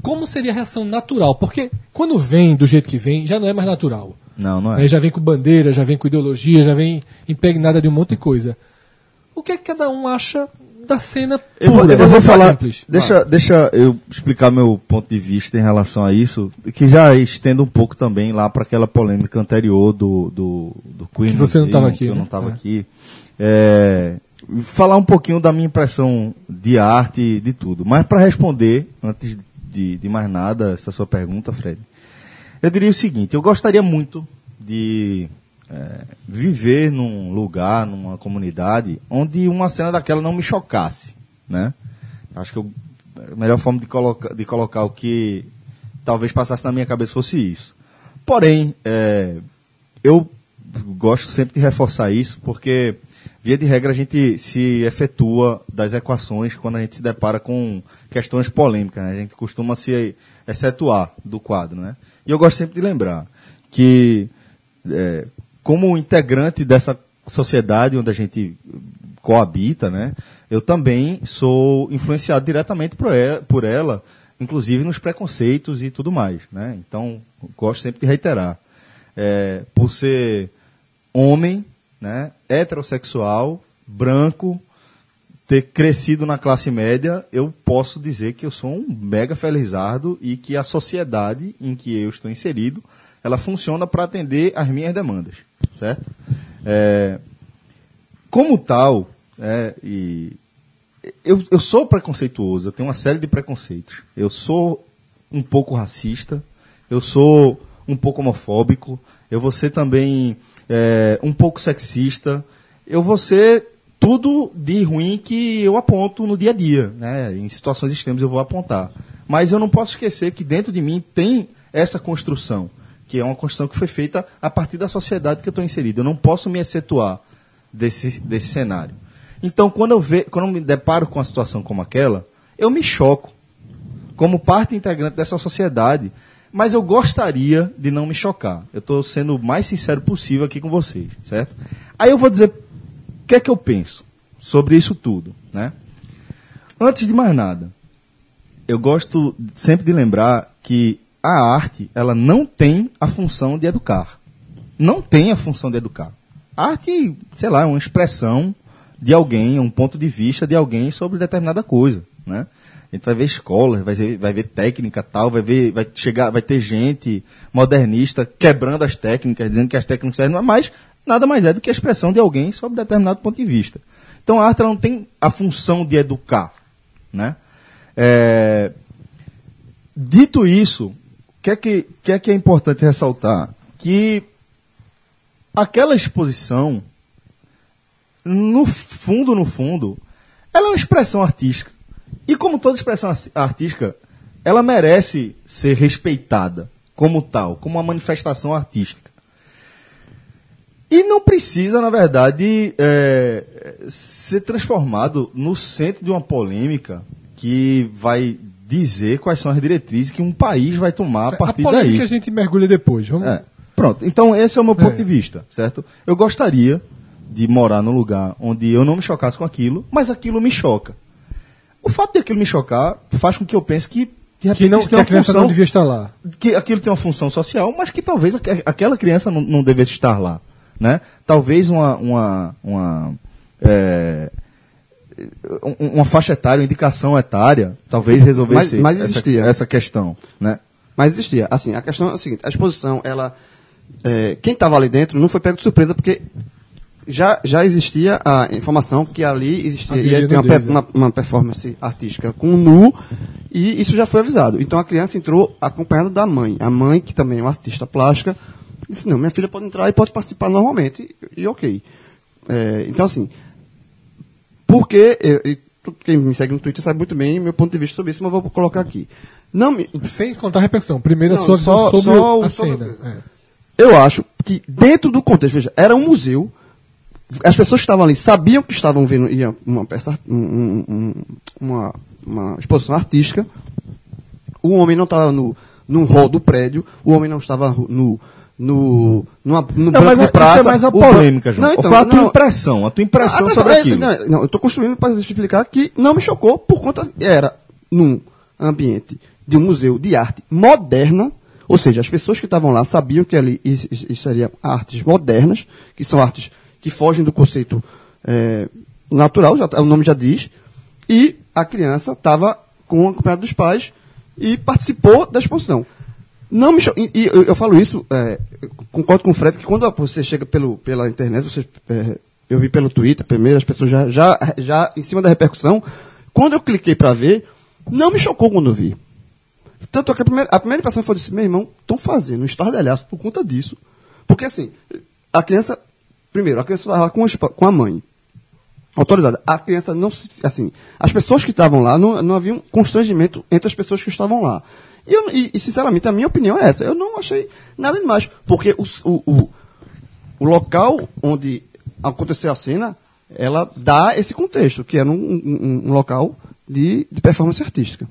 Speaker 3: como seria a reação natural, porque quando vem do jeito que vem, já não é mais natural.
Speaker 2: Não, não é.
Speaker 3: Aí já vem com bandeira, já vem com ideologia, já vem impregnada de um monte de coisa. O que é que cada um acha da cena pura?
Speaker 2: Eu vou, eu vou
Speaker 3: da cena
Speaker 2: falar.
Speaker 3: simples?
Speaker 2: Deixa, deixa eu explicar meu ponto de vista em relação a isso, que já estendo um pouco também lá para aquela polêmica anterior do, do, do Queen.
Speaker 3: Que você não
Speaker 2: Museum,
Speaker 3: tava aqui,
Speaker 2: que eu
Speaker 3: né?
Speaker 2: não estava
Speaker 3: É.
Speaker 2: aqui. É, falar um pouquinho da minha impressão de arte e de tudo. Mas para responder, antes de, de mais nada, essa sua pergunta, Fred, eu diria o seguinte: eu gostaria muito de é, viver num lugar, numa comunidade, onde uma cena daquela não me chocasse. Né? Acho que eu- a melhor forma de, coloca, de colocar o que talvez passasse na minha cabeça fosse isso. Porém, é, eu gosto sempre de reforçar isso, porque, via de regra, a gente se efetua das equações quando a gente se depara com questões polêmicas. né? A gente costuma se excetuar do quadro. Né? E eu gosto sempre de lembrar que, é, como integrante dessa sociedade onde a gente coabita, né? eu também sou influenciado diretamente por e- por ela, inclusive nos preconceitos e tudo mais. Né? Então, gosto sempre de reiterar é, por ser homem, né, heterossexual, branco, ter crescido na classe média, eu posso dizer que eu sou um mega felizardo e que a sociedade em que eu estou inserido, ela funciona para atender às minhas demandas, certo? É, como tal, é, né, e eu, eu sou preconceituoso, eu tenho uma série de preconceitos. Eu sou um pouco racista, eu sou um pouco homofóbico, eu vou ser também é, um pouco sexista, eu vou ser tudo de ruim que eu aponto no dia a dia. Né? Em situações extremas eu vou apontar. Mas eu não posso esquecer que dentro de mim tem essa construção, que é uma construção que foi feita a partir da sociedade que eu estou inserido. Eu não posso me excetuar desse, desse cenário. Então, quando eu, ve, quando eu me deparo com uma situação como aquela, eu me choco como parte integrante dessa sociedade. Mas eu gostaria de não me chocar. Eu estou sendo o mais sincero possível aqui com vocês, certo? Aí eu vou dizer o que é que eu penso sobre isso tudo, né? Antes de mais nada, eu gosto sempre de lembrar que a arte, ela não tem a função de educar. Não tem a função de educar. A arte, sei lá, é uma expressão de alguém, é um ponto de vista de alguém sobre determinada coisa, né? A gente vai ver escolas, vai ver, vai ver técnica tal, vai ver, vai chegar, vai ter gente modernista quebrando as técnicas, dizendo que as técnicas servem, mas nada mais é do que a expressão de alguém sob determinado ponto de vista. Então a arte ela não tem a função de educar, né? É, Dito isso, o que é que, que é que é importante ressaltar? Que aquela exposição, no fundo, no fundo, ela é uma expressão artística. E como toda expressão arti- artística, ela merece ser respeitada como tal, como uma manifestação artística. E não precisa, na verdade, é, ser transformado no centro de uma polêmica que vai dizer quais são as diretrizes que um país vai tomar a partir
Speaker 3: polêmica
Speaker 2: daí.
Speaker 3: a gente mergulha depois. Vamos...
Speaker 2: É. Pronto. Então, esse é o meu ponto
Speaker 3: É.
Speaker 2: de vista, certo? Eu gostaria de morar num lugar onde eu não me chocasse com aquilo, mas aquilo me choca. O fato de aquilo me chocar faz com que eu pense que, de repente,
Speaker 3: Que, não,
Speaker 2: isso
Speaker 3: que
Speaker 2: tem
Speaker 3: a
Speaker 2: uma
Speaker 3: criança
Speaker 2: função
Speaker 3: não devia estar lá.
Speaker 2: que aquilo tem uma função social, mas que talvez aque- aquela criança não, não devesse estar lá, né? Talvez uma uma uma, é, um- uma faixa etária, uma indicação etária, talvez
Speaker 4: Mas-
Speaker 2: resolvesse
Speaker 4: mas
Speaker 2: essa,
Speaker 4: existia.
Speaker 2: essa questão, né?
Speaker 4: Mas existia. Assim, a questão é a seguinte: a exposição, ela. é, quem estava ali dentro não foi pego de surpresa, porque já, já existia a informação que ali existia,
Speaker 3: Aquele
Speaker 4: ia
Speaker 3: dia
Speaker 4: ter uma,
Speaker 3: do dia,
Speaker 4: pe-
Speaker 3: né?
Speaker 4: uma, uma performance artística com nu, e isso já foi avisado. Então a criança entrou acompanhada da mãe. A mãe, que também é uma artista plástica, disse: não, minha filha pode entrar e pode participar normalmente, e, e ok. É, então, assim, porque, eu- e tu- quem me segue no Twitter sabe muito bem meu ponto de vista sobre isso, mas eu vou colocar aqui. Não me,
Speaker 3: Sem contar a repercussão. Primeiro a
Speaker 4: Não,
Speaker 3: sua
Speaker 4: só-
Speaker 3: visão sobre
Speaker 4: só o-
Speaker 3: a
Speaker 4: sobre a
Speaker 3: cena.
Speaker 4: coisa.
Speaker 3: É.
Speaker 4: eu acho que dentro do contexto, veja, era um museu, as pessoas que estavam ali sabiam que estavam vendo ia uma peça, ar- um- um- um- uma, uma exposição artística, o homem não estava no, num hall do prédio, o homem não estava no, no, numa, no banco
Speaker 2: mas
Speaker 4: de
Speaker 2: isso
Speaker 4: praça.
Speaker 2: é mais a
Speaker 4: o ban-
Speaker 2: polêmica, João.
Speaker 4: Não, então,
Speaker 2: Qual a tua
Speaker 4: não,
Speaker 2: impressão, a tua
Speaker 4: Ah,
Speaker 2: impressão
Speaker 4: mas
Speaker 2: sobre
Speaker 4: é,
Speaker 2: aquilo?
Speaker 4: Não, não, eu estou construindo para explicar que não me chocou por conta era num ambiente de um museu de arte moderna, ou seja, as pessoas que estavam lá sabiam que ali is- is- estariam artes modernas, que são artes que fogem do conceito eh, natural, já, tá- o nome já diz, e a criança estava com o acompanhado dos pais e participou da exposição. Não me cho- e, e eu, eu falo isso, é, eu concordo com o Fred, que quando você chega pelo, pela internet, você, é, eu vi pelo Twitter primeiro, as pessoas já, já, já em cima da repercussão, quando eu cliquei para ver, não me chocou quando eu vi. Tanto é que a primeira, a primeira impressão foi disse, meu irmão, estão fazendo um estardalhaço por conta disso. Porque assim, a criança, primeiro, a criança estava lá com, os pa- com a mãe, autorizada. A criança não se. Assim, as pessoas que estavam lá, não, não havia um constrangimento entre as pessoas que estavam lá. E, eu- e- e, sinceramente, a minha opinião é essa. Eu não achei nada demais. Porque o, s- o, o, o local onde aconteceu a cena, ela dá esse contexto, que era um, um- um local de, de performance artística.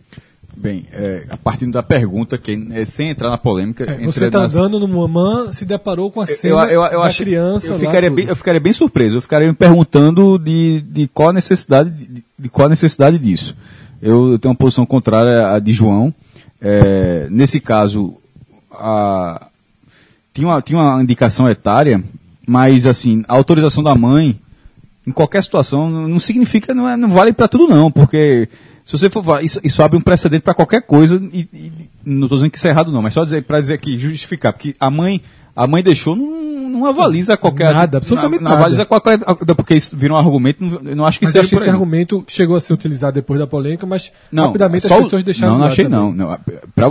Speaker 5: Bem, é, a partir da pergunta, que, é, sem entrar na polêmica,
Speaker 3: É,
Speaker 5: entra
Speaker 3: você está
Speaker 5: nas-
Speaker 3: andando no Muamã, se deparou com a
Speaker 5: Eu-
Speaker 3: cena
Speaker 5: eu, eu, eu
Speaker 3: da
Speaker 5: acho-
Speaker 3: criança
Speaker 5: eu
Speaker 3: lá,
Speaker 5: ficaria,
Speaker 3: tudo.
Speaker 5: bem, eu ficaria bem surpreso. Eu ficaria me perguntando de, de qual a necessidade de, de qual a necessidade disso. Eu, eu tenho uma posição contrária à de João. É, nesse caso, a- tinha, uma, tinha uma indicação etária, mas assim a autorização da mãe em qualquer situação não não significa não, é- não vale para tudo não, porque se você for va- isso, isso abre um precedente para qualquer coisa e, e- não estou dizendo que isso é errado não, mas só dizer para dizer que justificar, porque a mãe A mãe deixou, não, não avaliza qualquer.
Speaker 3: Nada, absolutamente
Speaker 5: não,
Speaker 3: nada.
Speaker 5: Não avaliza qualquer. Porque isso virou um argumento, não, eu não acho que
Speaker 3: Mas
Speaker 5: isso
Speaker 3: eu acho que esse argumento chegou a ser utilizado depois da polêmica, mas
Speaker 5: não,
Speaker 3: rapidamente
Speaker 5: só
Speaker 3: as
Speaker 5: o-
Speaker 3: pessoas deixaram
Speaker 5: Não,
Speaker 3: de
Speaker 5: não
Speaker 3: lado
Speaker 5: achei
Speaker 3: também.
Speaker 5: não. não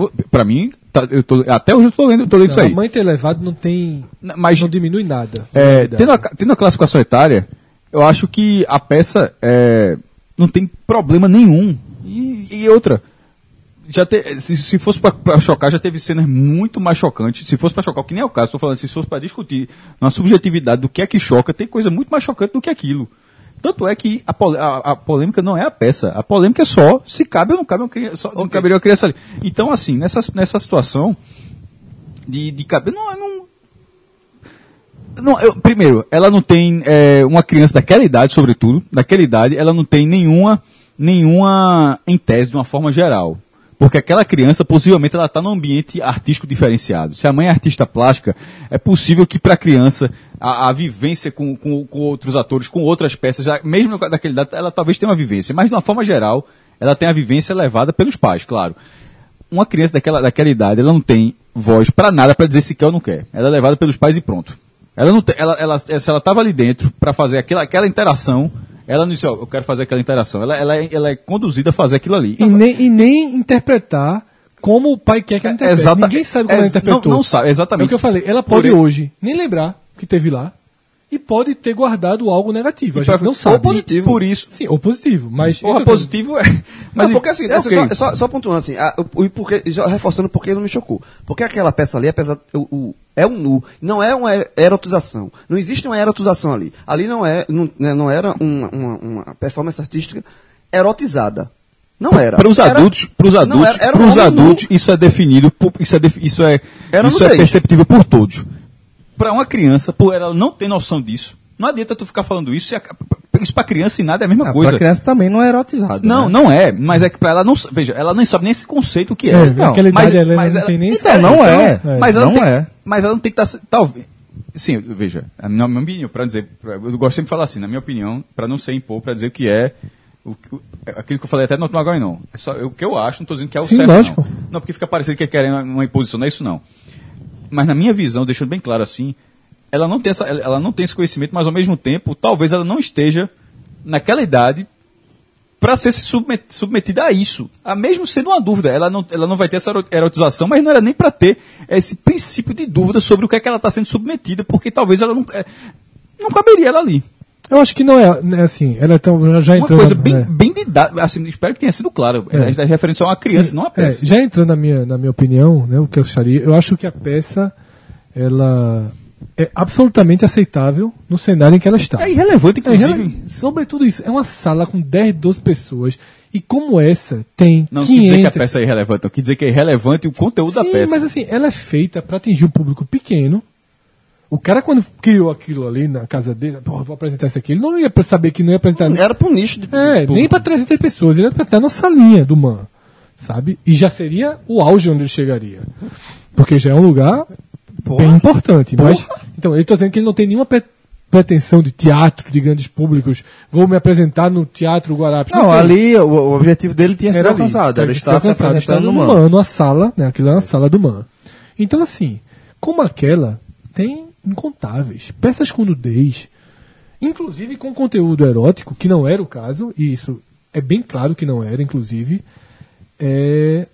Speaker 5: pra, pra mim, tá- eu tô- até hoje eu tô lendo, tô lendo isso
Speaker 3: Não,
Speaker 5: aí.
Speaker 3: A mãe ter levado não tem.
Speaker 5: Não, mas-
Speaker 3: não diminui nada. na
Speaker 5: É,
Speaker 3: realidade.
Speaker 5: tendo, a, tendo a classificação etária, eu acho que a peça é, não tem problema nenhum. E, e outra, já te- se, se fosse pra- pra chocar, já teve cenas muito mais chocantes. Se fosse pra chocar, o que nem é o caso, estou falando, se fosse pra discutir na subjetividade do que é que choca, tem coisa muito mais chocante do que aquilo. Tanto é que a, pol- a- a polêmica não é a peça. A polêmica é só se cabe ou não cabe uma criança, só- não caberia uma criança ali. Então, assim, nessa, nessa situação de, de cabe- não- não, não, eu- primeiro, ela não tem é, uma criança daquela idade, sobretudo, daquela idade, ela não tem nenhuma, nenhuma em tese de uma forma geral. Porque aquela criança, possivelmente, ela está num ambiente artístico diferenciado. Se a mãe é artista plástica, é possível que para a criança a, a vivência com, com, com outros atores, com outras peças, já- mesmo no caso daquela idade, ela talvez tenha uma vivência. Mas, de uma forma geral, ela tem a vivência levada pelos pais, claro uma criança daquela, daquela idade, ela não tem voz pra nada pra dizer se quer ou não quer. Ela é levada pelos pais e pronto. Ela não tem, ela, ela, se ela estava ali dentro pra fazer aquela, aquela interação, ela não disse, ó, eu quero fazer aquela interação. Ela, ela, é- ela é conduzida a fazer aquilo ali.
Speaker 3: E nem, e nem interpretar como o pai quer que ela interprete.
Speaker 5: É, Exata-
Speaker 3: Ninguém sabe como ela
Speaker 5: ex-
Speaker 3: interpretou.
Speaker 5: não- não sabe, exatamente.
Speaker 3: É o que eu falei. Ela pode
Speaker 5: Porém-
Speaker 3: hoje nem lembrar que teve lá e pode ter guardado algo negativo. A
Speaker 5: E pra-
Speaker 3: gente não
Speaker 5: ou
Speaker 3: sabe.
Speaker 1: positivo.
Speaker 3: Por isso. Sim, ou positivo. Mas
Speaker 5: Porra,
Speaker 3: eu tô-
Speaker 5: positivo é.
Speaker 1: Mas
Speaker 5: Mas
Speaker 1: porque assim,
Speaker 5: é
Speaker 1: assim,
Speaker 5: ok.
Speaker 1: só, só, só pontuando assim, a, o, o porquê- já reforçando porque não me chocou. Porque aquela peça ali, apesar o, o- é um nu, não é uma er- erotização. Não existe uma erotização ali. Ali não é, não, né, não era uma, uma- uma performance artística erotizada. Não era.
Speaker 5: Para os
Speaker 1: Era-
Speaker 5: adultos, para os
Speaker 1: Não,
Speaker 5: adultos,
Speaker 1: era- era um
Speaker 5: para os
Speaker 1: homem nu.
Speaker 5: adultos, isso é definido, por- isso é, defi- isso é,
Speaker 1: Era um
Speaker 5: isso é
Speaker 1: nudez.
Speaker 5: perceptível por todos. Para uma criança, por ela não ter noção disso, não adianta tu ficar falando isso. e a- Isso para criança e nada é a mesma coisa.
Speaker 2: Ah, Pra criança também não é erotizado.
Speaker 5: Não,
Speaker 2: né?
Speaker 5: não é, mas é que pra ela não. sa- Veja, ela nem sabe nem esse conceito que é.
Speaker 3: É,
Speaker 5: Então,
Speaker 3: naquela idade ela não tem nem
Speaker 5: então,
Speaker 3: esse
Speaker 5: não
Speaker 2: conceito.
Speaker 5: é.
Speaker 2: É,
Speaker 5: Mas ela não,
Speaker 2: não
Speaker 5: tem,
Speaker 2: é.
Speaker 5: Mas ela não tem que estar. Talvez. Sim, veja, a minha, minha opinião, pra dizer. pra- eu gosto sempre de falar assim, na minha opinião, pra não ser impor, pra dizer o que é. O, que- o- é aquilo que eu falei até no outro Magal, não. É só eu- o que eu acho, não tô dizendo que é o
Speaker 3: Sim,
Speaker 5: certo.
Speaker 3: lógico.
Speaker 5: Não. não, porque fica parecendo que querem uma, uma imposição, não é isso não. Mas na minha visão, deixando bem claro assim, ela não tem, essa, ela ela não tem esse conhecimento, mas ao mesmo tempo, talvez ela não esteja naquela idade para ser se submet- submetida a isso. A mesmo sendo uma dúvida, ela não, ela não vai ter essa ero- erotização, mas não era nem para ter esse princípio de dúvida sobre o que é que ela está sendo submetida, porque talvez ela não, é, não caberia ela ali.
Speaker 3: Eu acho que não é, né, assim. Ela tão, já
Speaker 5: Uma
Speaker 3: entrou.
Speaker 5: coisa
Speaker 3: na-
Speaker 5: bem,
Speaker 3: né.
Speaker 5: bem didá- assim, espero que tenha sido claro.
Speaker 3: É.
Speaker 5: A gente está referente só a uma criança,
Speaker 3: Sim,
Speaker 5: assim, não a
Speaker 3: é,
Speaker 5: peça.
Speaker 3: já entrando na minha, na minha opinião, né, o que eu acharia, eu acho que a peça ela é absolutamente aceitável no cenário em que ela está.
Speaker 5: É irrelevante,
Speaker 3: É,
Speaker 5: inclusive.
Speaker 3: rele- sobretudo isso, é uma sala com 10, 12 pessoas e como essa tem
Speaker 5: Não quis
Speaker 3: 500...
Speaker 5: dizer que a peça é irrelevante, não. Quis dizer que é irrelevante o conteúdo da
Speaker 3: Sim,
Speaker 5: peça.
Speaker 3: mas assim, ela é feita para atingir um público pequeno. O cara quando criou aquilo ali na casa dele, pô, vou apresentar isso aqui, ele não ia pra- saber que não ia apresentar
Speaker 1: Era para um nicho de,
Speaker 3: é,
Speaker 1: de
Speaker 3: nem pra 300 pessoas. Ele ia apresentar na salinha do Man, sabe? E já seria o auge onde ele chegaria. Porque já é um lugar bem importante. Mas, então, eu tô dizendo que ele não tem nenhuma pre- pretensão de teatro, de grandes públicos. Vou me apresentar no Teatro Guarapes.
Speaker 2: Não,
Speaker 3: tem.
Speaker 2: ali o, o objetivo dele tinha sido
Speaker 3: Era ali. tá,
Speaker 2: alcançado. Era
Speaker 3: Tinha
Speaker 2: estar
Speaker 3: sido
Speaker 2: se
Speaker 3: alcançado, então
Speaker 2: apresentando
Speaker 3: estando
Speaker 2: no
Speaker 3: no
Speaker 2: mano.
Speaker 3: Man, numa sala, né? Aquilo era na sala do Man. Então, assim, como aquela, tem incontáveis. Peças com nudez, inclusive com conteúdo erótico, que não era o caso, e isso é bem claro que não era, inclusive, é,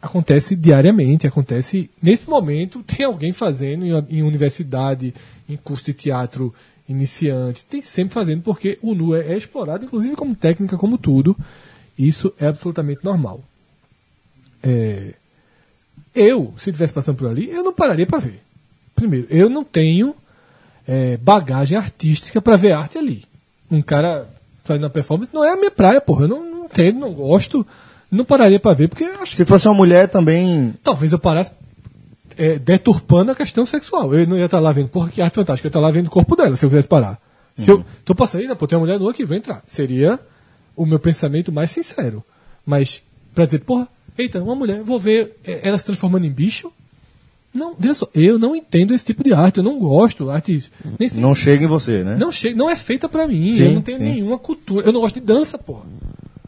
Speaker 3: acontece diariamente, acontece nesse momento, tem alguém fazendo em, em universidade, em curso de teatro iniciante, tem sempre fazendo, porque o nu é, é explorado, inclusive como técnica, como tudo, isso é absolutamente normal. É, eu, se estivesse passando por ali, eu não pararia para ver. Primeiro, eu não tenho é, bagagem artística para ver arte ali. Um cara fazendo uma performance não é a minha praia, porra. Eu não, não entendo, não gosto. Não pararia para ver, porque acho
Speaker 2: Se fosse uma mulher também.
Speaker 3: talvez eu parasse é, deturpando a questão sexual. Eu não ia estar lá vendo, porra, que arte fantástica. Eu ia estar lá vendo o corpo dela, se eu quisesse parar. Se eu tô passando, ainda, pô, tem uma mulher nua que vai entrar. Seria o meu pensamento mais sincero. Mas, pra dizer, porra, eita, uma mulher, vou ver é, ela se transformando em bicho? Não, veja só, eu não entendo esse tipo de arte, eu não gosto. Arte, nem sei
Speaker 2: Não chega em você, né?
Speaker 3: não, chega, não é feita pra mim.
Speaker 2: Sim,
Speaker 3: eu não tenho
Speaker 2: sim.
Speaker 3: nenhuma cultura. Eu não gosto de dança, porra.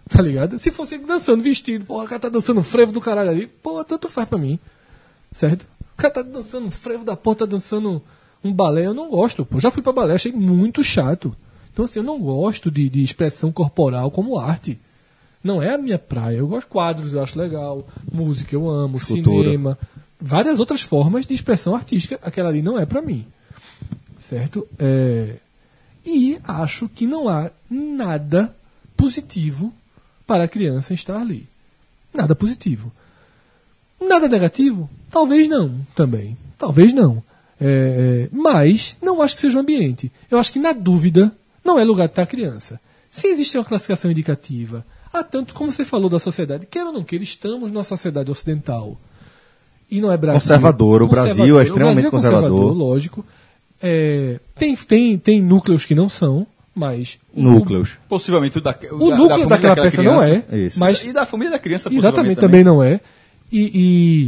Speaker 3: Tá ligado? Se fosse dançando vestido, porra, o cara tá dançando um frevo do caralho ali, porra, tanto faz pra mim. Certo? cara tá dançando um frevo da porra, tá dançando um balé. Eu não gosto, pô. Já fui pra balé, achei muito chato. Então, assim, eu não gosto de, de expressão corporal como arte. Não é a minha praia. Eu gosto de quadros, eu acho legal. Música, eu amo. Cinema. Várias outras formas de expressão artística. Aquela ali não é pra mim. Certo? É, E acho que não há nada positivo para a criança estar ali. Nada positivo. Nada negativo? Talvez não, também. Talvez não. É, mas não acho que seja o ambiente. Eu acho que, na dúvida, não é lugar de estar a criança. Se existe uma classificação indicativa, há tanto como você falou da sociedade, queira ou não queira, estamos numa sociedade ocidental. E não é Brasil.
Speaker 2: Conservador, o Brasil
Speaker 3: Conservador.
Speaker 2: é extremamente
Speaker 3: O Brasil é
Speaker 2: conservador.
Speaker 3: Lógico. É, tem, tem, tem núcleos que não são, mas. o-
Speaker 2: Núcleos.
Speaker 5: Possivelmente o, da, o
Speaker 3: O,
Speaker 5: da- da
Speaker 3: núcleo
Speaker 5: família
Speaker 3: daquela peça não é.
Speaker 2: Isso.
Speaker 3: Mas
Speaker 5: E da família da criança,
Speaker 3: Exatamente,
Speaker 5: possivelmente,
Speaker 3: também não é. E,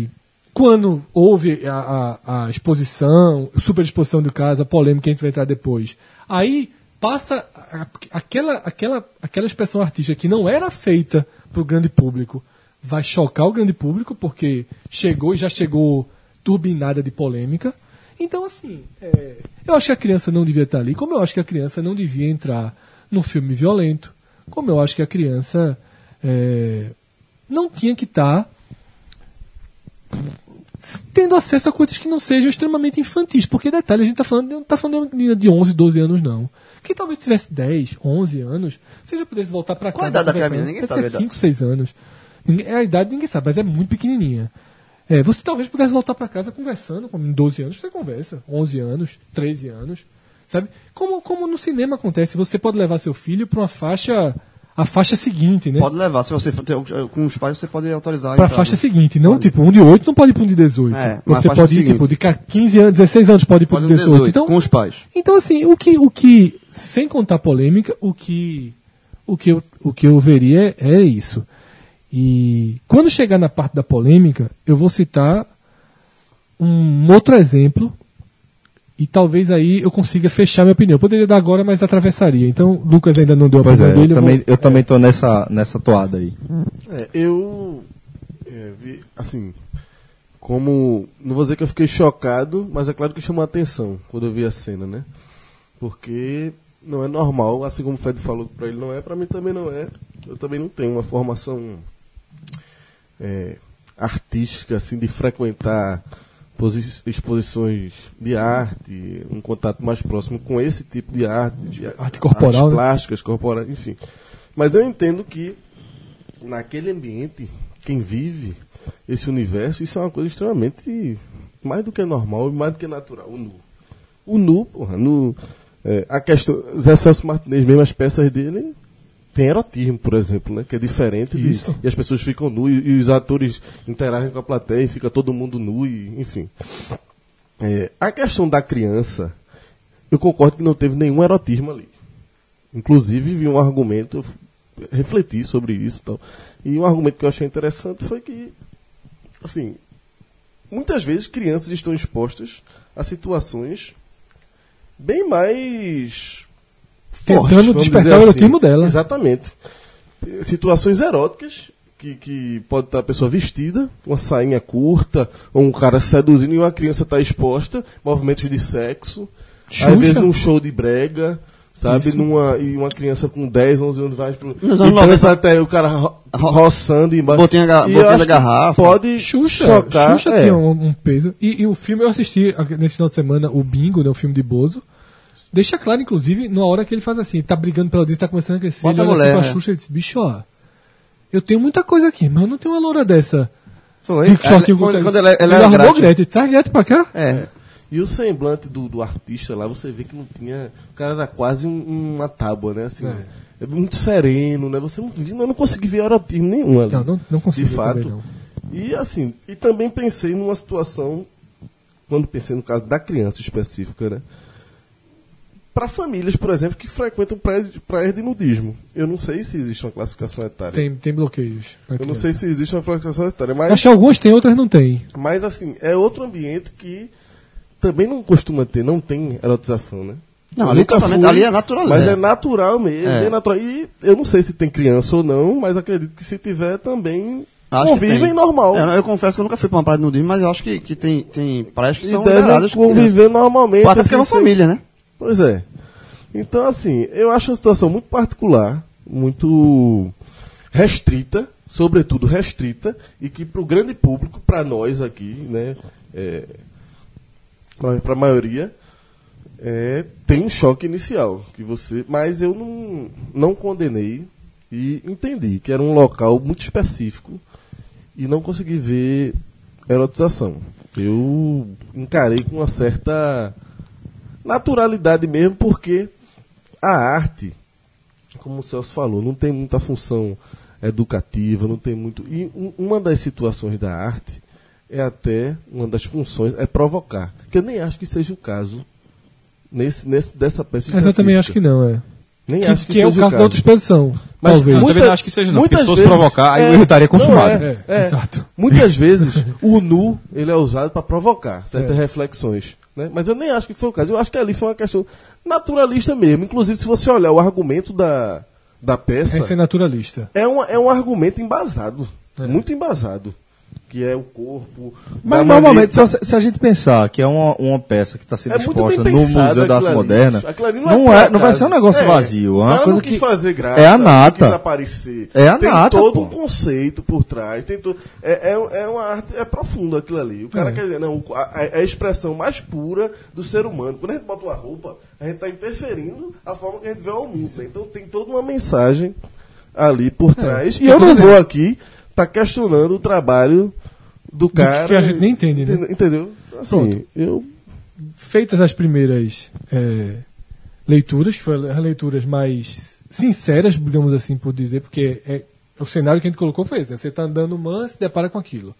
Speaker 3: e quando houve a, a, a exposição, super exposição do caso, a polêmica que a gente vai entrar depois, aí passa a- a- aquela, aquela, aquela expressão artística que não era feita para o grande público, vai chocar o grande público, porque chegou e já chegou turbinada de polêmica. Então, assim, é, eu acho que a criança não devia estar ali, como eu acho que a criança não devia entrar num filme violento, como eu acho que a criança é, não tinha que estar tendo acesso a coisas que não sejam extremamente infantis. Porque, detalhe, a gente está falando, de- não tá falando de uma menina de 11, 12 anos, não. Que talvez tivesse 10, 11 anos, você já pudesse voltar para casa.
Speaker 4: Qual a idade daquela
Speaker 3: conversando.
Speaker 4: menina? Ninguém
Speaker 3: Deve
Speaker 4: sabe a
Speaker 3: ter
Speaker 4: idade.
Speaker 3: 5, 6 anos. Ninguém- É a idade ninguém sabe, mas é muito pequenininha. É, você talvez pudesse voltar para casa conversando com 12 anos, você conversa. 11 anos, 13 anos. Sabe? Como, como no cinema acontece, você pode levar seu filho para uma faixa. A faixa seguinte, né?
Speaker 4: Pode levar, se você for ter, com os pais você pode autorizar.
Speaker 3: Pra
Speaker 4: entrar,
Speaker 3: faixa
Speaker 4: né?
Speaker 3: seguinte, não tipo, um de 8 não pode ir pra um de 18.
Speaker 4: É, uma
Speaker 3: Você
Speaker 4: faixa
Speaker 3: pode ir,
Speaker 4: seguinte.
Speaker 3: tipo, de ca- 15 anos, 16 anos pode ir pro
Speaker 4: Pode
Speaker 3: de
Speaker 4: um
Speaker 3: 18.
Speaker 4: 18,
Speaker 3: então,
Speaker 4: com os pais.
Speaker 3: então, assim, o que, o que, sem contar polêmica, o que, o que, eu, o que eu veria é, é isso. E quando chegar na parte da polêmica, eu vou citar um outro exemplo e talvez aí eu consiga fechar minha opinião. Eu Poderia dar agora, mas atravessaria. Então, Lucas ainda não deu a
Speaker 2: Pois é,
Speaker 3: opinião dele.
Speaker 2: eu
Speaker 3: eu vou-
Speaker 2: também, eu também tô nessa, nessa toada aí.
Speaker 7: É, eu. é, vi, assim. Como. Não vou dizer que eu fiquei chocado, mas é claro que chamou a atenção quando eu vi a cena, né? Porque não é normal, assim como o Fred falou que pra ele não é, pra mim também não é. Eu também não tenho uma formação. é, artística, assim, de frequentar posi- exposições de arte, um contato mais próximo com esse tipo de arte, de
Speaker 3: Arte corporal, né?
Speaker 7: artes plásticas, corporais, enfim. Mas eu entendo que naquele ambiente, quem vive esse universo, isso é uma coisa extremamente mais do que normal e mais do que natural, o nu. O nu, porra, no, é, a questão, Zé Celso Martinez mesmo, as peças dele tem erotismo, por exemplo, né? Que é diferente de-
Speaker 3: Isso.
Speaker 7: e as pessoas ficam nu e, e os atores interagem com a plateia e fica todo mundo nu e enfim. É, a questão da criança, eu concordo que não teve nenhum erotismo ali. Inclusive, vi um argumento, eu f- refleti sobre isso e tal. E um argumento que eu achei interessante foi que, assim, muitas vezes crianças estão expostas a situações bem mais.
Speaker 3: Tentando
Speaker 7: fortes, vamos
Speaker 3: despertar
Speaker 7: dizer assim.
Speaker 3: o erotismo dela.
Speaker 7: Exatamente. Situações eróticas, que, que pode estar a pessoa vestida, uma sainha curta, ou um cara seduzindo e uma criança está exposta, movimentos de sexo.
Speaker 3: Xuxa.
Speaker 7: Às vezes num show de brega, sabe? Numa, e uma criança com 10, 11 anos vai pro.
Speaker 4: Nos
Speaker 7: e
Speaker 4: anos
Speaker 7: dança até o cara ro ro- roçando embaixo.
Speaker 4: Botinha ga-
Speaker 7: E eu
Speaker 4: botinha
Speaker 7: acho
Speaker 4: da
Speaker 7: que
Speaker 4: garrafa.
Speaker 7: Pode
Speaker 3: Xuxa,
Speaker 4: tá,
Speaker 7: chocar.
Speaker 3: Xuxa
Speaker 7: é.
Speaker 3: tinha um, um peso. E, e o filme, eu assisti a- nesse final de semana o Bingo, né, o filme de Bozo. Deixa claro, inclusive, na hora que ele faz assim, tá brigando pela audiência, tá começando a crescer, ele
Speaker 4: Bota a
Speaker 3: olha
Speaker 4: mulher,
Speaker 3: assim pra
Speaker 4: né?
Speaker 3: Xuxa e diz, bicho, ó, eu tenho muita coisa aqui, mas eu não tenho uma loura dessa.
Speaker 4: Foi.
Speaker 7: É,
Speaker 3: Fica
Speaker 4: Ela-
Speaker 3: shortinho com
Speaker 4: quando,
Speaker 3: camisa.
Speaker 4: quando ela, é- ela
Speaker 3: ele
Speaker 4: era
Speaker 3: arrumou
Speaker 4: grátis.
Speaker 3: Gretchen, traz Gretchen pra cá.
Speaker 4: É.
Speaker 7: E o semblante do, do artista lá, você vê que não tinha. O cara era quase um- uma tábua, né? Assim, é. muito sereno, né? Você não, eu não consegui ver erotismo nenhum ali.
Speaker 3: Não, não, não consigo
Speaker 7: de fato.
Speaker 3: também, não.
Speaker 7: E assim, e também pensei numa situação, quando pensei no caso da criança específica, né? Para famílias, por exemplo, que frequentam praias praia de nudismo. Eu não sei se existe uma classificação etária.
Speaker 3: Tem, tem bloqueios. pra
Speaker 7: Eu não
Speaker 3: criança.
Speaker 7: sei se existe uma classificação etária, mas
Speaker 3: Acho que algumas tem, outras não tem.
Speaker 7: mas assim, é outro ambiente que também não costuma ter, não tem erotização, né?
Speaker 4: Não,
Speaker 7: Eu
Speaker 4: ali
Speaker 7: nunca
Speaker 4: totalmente- ali é natural,
Speaker 7: Mas
Speaker 4: né?
Speaker 7: é natural mesmo,
Speaker 4: É.
Speaker 7: é natural. E eu não sei se tem criança ou não, mas acredito que se tiver também
Speaker 4: Acho que
Speaker 7: Convivem
Speaker 4: tem. É,
Speaker 7: normal.
Speaker 4: Eu, eu confesso que eu nunca fui pra uma praia de nudismo, mas eu acho que, que tem, tem praias que
Speaker 7: E
Speaker 4: são
Speaker 7: devem
Speaker 4: liberadas. com crianças.
Speaker 7: conviver normalmente. assim,
Speaker 4: Até porque é uma
Speaker 7: sem-
Speaker 4: família, né?
Speaker 7: Pois é. Então, assim, eu acho uma situação muito particular, muito restrita, sobretudo restrita, e que para o grande público, para nós aqui, né, para a maioria, é, tem um choque inicial. que você Mas eu não, não condenei e entendi que era um local muito específico e não consegui ver erotização. Eu encarei com uma certa naturalidade mesmo, porque a arte, como o Celso falou, não tem muita função educativa, não tem muito. E um- uma das situações da arte é até uma das funções é provocar, que eu nem acho que seja o caso nesse, nesse dessa peça.
Speaker 3: Essa eu também acho que não, é.
Speaker 7: Nem
Speaker 3: Que,
Speaker 7: acho
Speaker 3: que é o
Speaker 7: seja
Speaker 3: caso da autoexposição.
Speaker 7: Mas
Speaker 3: talvez.
Speaker 7: muita-
Speaker 1: também não acho que seja, não, porque
Speaker 7: muitas
Speaker 1: se fosse provocar, aí o erro estaria
Speaker 7: não,
Speaker 1: consumado.
Speaker 7: é,
Speaker 3: É,
Speaker 7: é.
Speaker 3: exato.
Speaker 7: Muitas vezes o nu ele é usado para provocar
Speaker 3: É.
Speaker 7: certas reflexões. Né? Mas eu nem acho que foi o caso. Eu acho que ali foi uma questão naturalista mesmo. Inclusive, se você olhar o argumento da, da peça,
Speaker 3: Essa é naturalista.
Speaker 7: é, um, é um argumento embasado.
Speaker 3: É.
Speaker 7: Muito embasado. Que é o corpo.
Speaker 2: Mas
Speaker 7: da
Speaker 2: normalmente,
Speaker 7: maneira-
Speaker 2: se, se a gente pensar que é uma, uma peça que está sendo
Speaker 7: É muito bem
Speaker 2: exposta no
Speaker 7: pensado
Speaker 2: Museu da
Speaker 7: aquilo
Speaker 2: Arte
Speaker 7: ali.
Speaker 2: Moderna,
Speaker 7: Aquilo ali
Speaker 2: não,
Speaker 7: por
Speaker 2: é, não
Speaker 7: acaso.
Speaker 2: vai ser um negócio
Speaker 7: É.
Speaker 2: vazio, é
Speaker 7: O cara
Speaker 2: uma
Speaker 7: não
Speaker 2: coisa
Speaker 7: quis
Speaker 2: que
Speaker 7: fazer graça,
Speaker 2: é a
Speaker 7: não
Speaker 2: nata.
Speaker 7: quis aparecer.
Speaker 2: É a
Speaker 7: tem
Speaker 2: nata,
Speaker 7: todo
Speaker 2: pô.
Speaker 7: um conceito por trás, tem todo é, é, é uma arte é profunda aquilo ali. O cara quer dizer, não, o- a, é a expressão mais pura do ser humano. Quando a gente bota uma roupa, a gente está interferindo a forma que a gente vê o mundo. né? Então tem toda uma mensagem ali
Speaker 2: É.
Speaker 7: por trás. E eu não vou aqui tá questionando o trabalho do
Speaker 3: que
Speaker 7: cara.
Speaker 3: a gente nem entende, né?
Speaker 7: Entende- Entendeu? Assim,
Speaker 3: Pronto.
Speaker 7: eu
Speaker 3: Feitas as primeiras é, leituras, que foram as leituras mais sinceras, digamos assim, por dizer, porque é, o cenário que a gente colocou foi esse, né? Você está andando man, se depara com aquilo.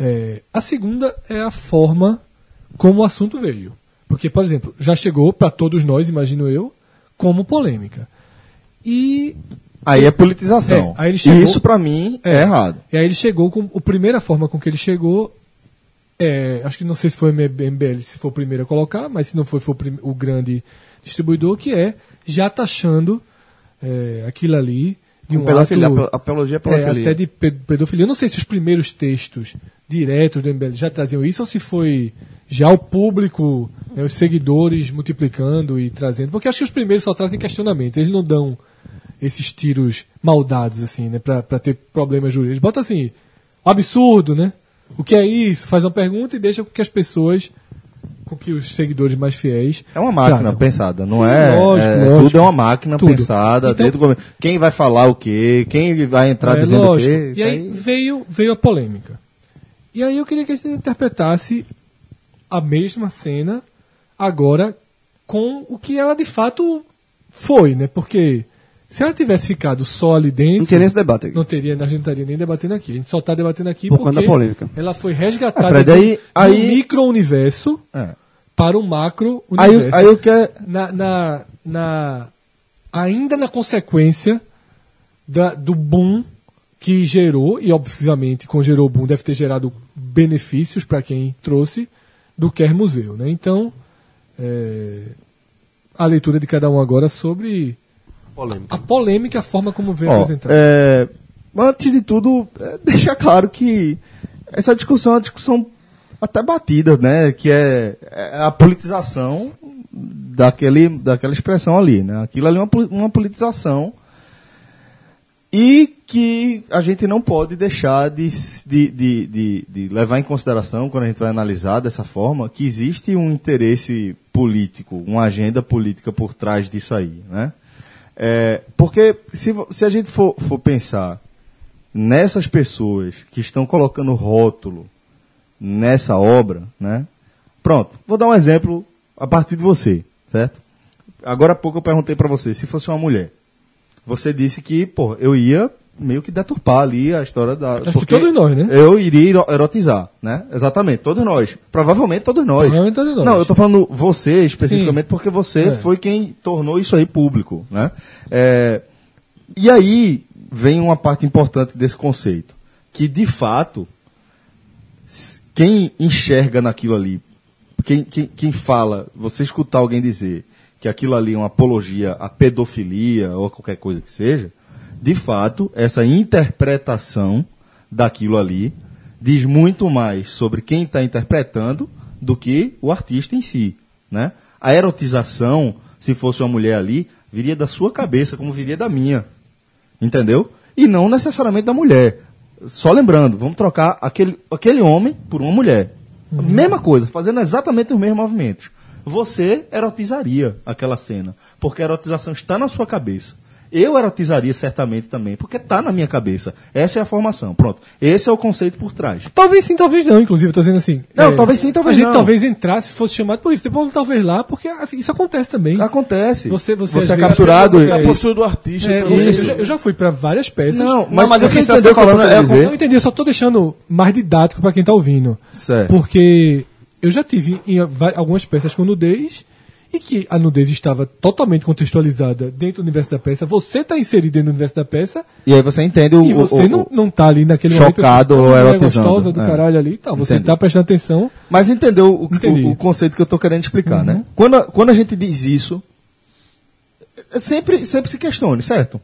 Speaker 3: É, a segunda é a forma como o assunto veio. Porque, por exemplo, já chegou para todos nós, imagino eu, como polêmica. E
Speaker 2: aí é politização.
Speaker 3: É, aí ele chegou-
Speaker 2: e isso, pra mim, é, errado.
Speaker 3: E aí ele chegou com. A primeira forma com que ele chegou. é, acho que não sei se foi o MBL, se foi o primeiro a colocar, mas se não foi, foi o, prim- o grande distribuidor, que é já taxando é, aquilo ali de um ato,
Speaker 4: Pedofilia, apo- apologia pela
Speaker 3: é, até de pe- pedofilia. Eu não sei se os primeiros textos diretos do MBL já traziam isso ou se foi já o público, né, os seguidores multiplicando e trazendo. Porque acho que os primeiros só trazem questionamento, eles não dão esses tiros maldados, assim, né? Pra, pra ter problemas jurídicos. Bota assim, absurdo, né? O que é isso? Faz uma pergunta e deixa com que as pessoas, com que os seguidores mais fiéis.
Speaker 2: É uma máquina
Speaker 3: tratam.
Speaker 2: pensada, não
Speaker 3: Sim,
Speaker 2: é,
Speaker 3: lógico,
Speaker 2: é-
Speaker 3: lógico.
Speaker 2: Tudo é uma máquina
Speaker 3: Tudo.
Speaker 2: pensada
Speaker 3: Então-
Speaker 2: desde o começo. Quem vai falar o quê? Quem vai entrar
Speaker 3: É,
Speaker 2: dizendo
Speaker 3: lógico.
Speaker 2: o quê? Isso
Speaker 3: E aí,
Speaker 2: aí-
Speaker 3: Veio, veio a polêmica. E aí eu queria que a gente interpretasse a mesma cena agora com o que ela de fato foi, né? Porque se ela tivesse ficado só ali dentro.
Speaker 4: Não tem nesse debate aqui.
Speaker 3: Não teria, a gente não estaria nem debatendo aqui. A gente só está debatendo aqui
Speaker 4: Por
Speaker 3: porque
Speaker 4: conta da polêmica.
Speaker 3: ela foi resgatada
Speaker 2: É, Fred, aí-
Speaker 3: do,
Speaker 2: aí-
Speaker 3: micro-universo
Speaker 2: É.
Speaker 3: para o macro-universo.
Speaker 2: Aí, é- aí eu quero.
Speaker 3: na, na, na- ainda na consequência da- do boom que gerou, e obviamente quando gerou o boom deve ter gerado benefícios para quem trouxe, do Quer Museu. Né? Então, é, a leitura de cada um agora sobre
Speaker 7: polêmica.
Speaker 3: a polêmica, a forma como veio
Speaker 2: Ó,
Speaker 3: apresentada.
Speaker 2: é, antes de tudo, é, deixar claro que essa discussão é uma discussão até batida, né? Que é, é a politização daquele, daquela expressão ali, né? Aquilo ali é uma, poli- uma politização e que a gente não pode deixar de, s- de, de, de- de levar em consideração, quando a gente vai analisar dessa forma, que existe um interesse político, uma agenda política por trás disso aí. Né? É, porque se, vo- se a gente for, for pensar nessas pessoas que estão colocando rótulo nessa obra, né? pronto, vou dar um exemplo a partir de você, certo? Agora há pouco eu perguntei para você, se fosse uma mulher, você disse que, pô, eu ia meio que deturpar ali a história da.
Speaker 3: que todos nós, né?
Speaker 2: Eu iria ero- erotizar, né? Exatamente, todos nós. Provavelmente todos nós.
Speaker 3: Provavelmente todos nós.
Speaker 2: Não, eu tô falando você especificamente
Speaker 3: Sim.
Speaker 2: porque você
Speaker 3: É.
Speaker 2: foi quem tornou isso aí público, né? É, e aí vem uma parte importante desse conceito, que de fato s- quem enxerga naquilo ali, quem, quem, quem fala, você escutar alguém dizer que aquilo ali é uma apologia à pedofilia ou a qualquer coisa que seja, de fato, essa interpretação daquilo ali diz muito mais sobre quem está interpretando do que o artista em si, né? A erotização, se fosse uma mulher ali, viria da sua cabeça, como viria da minha, entendeu? E não necessariamente da mulher. Só lembrando, vamos trocar aquele, aquele homem por uma mulher. Mesma coisa, fazendo exatamente os mesmos movimentos. Você erotizaria aquela cena, porque a erotização está na sua cabeça. Eu erotizaria certamente também, porque está na minha cabeça. Essa é a formação. Pronto. Esse é o conceito por trás.
Speaker 3: Talvez sim, talvez não, inclusive, eu tô dizendo assim.
Speaker 2: Não, talvez sim, talvez
Speaker 3: a gente
Speaker 2: não.
Speaker 3: talvez entrasse, fosse chamado por isso. Depois talvez lá, porque assim, isso acontece também.
Speaker 2: Acontece.
Speaker 3: Você- você às
Speaker 2: é
Speaker 3: vezes-
Speaker 2: capturado.
Speaker 3: É
Speaker 7: A
Speaker 3: isso.
Speaker 7: postura do artista.
Speaker 3: É,
Speaker 7: também.
Speaker 3: você- eu, já, eu já fui pra várias peças.
Speaker 2: Não,
Speaker 3: Não,
Speaker 2: mas,
Speaker 11: mas
Speaker 2: você
Speaker 11: você
Speaker 2: entendeu o que
Speaker 11: entendeu
Speaker 2: eu tô
Speaker 11: o que eu
Speaker 2: falando.
Speaker 11: tô
Speaker 2: É,
Speaker 11: dizendo.
Speaker 3: eu entendi, eu só tô deixando mais didático pra quem tá ouvindo.
Speaker 2: Certo.
Speaker 3: Porque eu já tive em va- algumas peças com nudez e que a nudez estava totalmente contextualizada dentro do universo da peça. Você tá inserido dentro do universo da peça
Speaker 2: E aí você entende o.
Speaker 3: e
Speaker 2: o-
Speaker 3: você
Speaker 2: o-
Speaker 3: não, não tá ali naquele
Speaker 2: Chocado
Speaker 3: momento.
Speaker 2: ou
Speaker 3: Ela é
Speaker 2: erotizando,
Speaker 3: gostosa do
Speaker 2: é.
Speaker 3: caralho ali e tal. Você
Speaker 2: Entendi.
Speaker 3: tá prestando atenção.
Speaker 2: Mas entendeu o,
Speaker 3: Entendi. Uhum.
Speaker 2: o- o conceito que eu estou querendo explicar, né? Quando a, quando a gente diz isso, é sempre, sempre se questione, certo?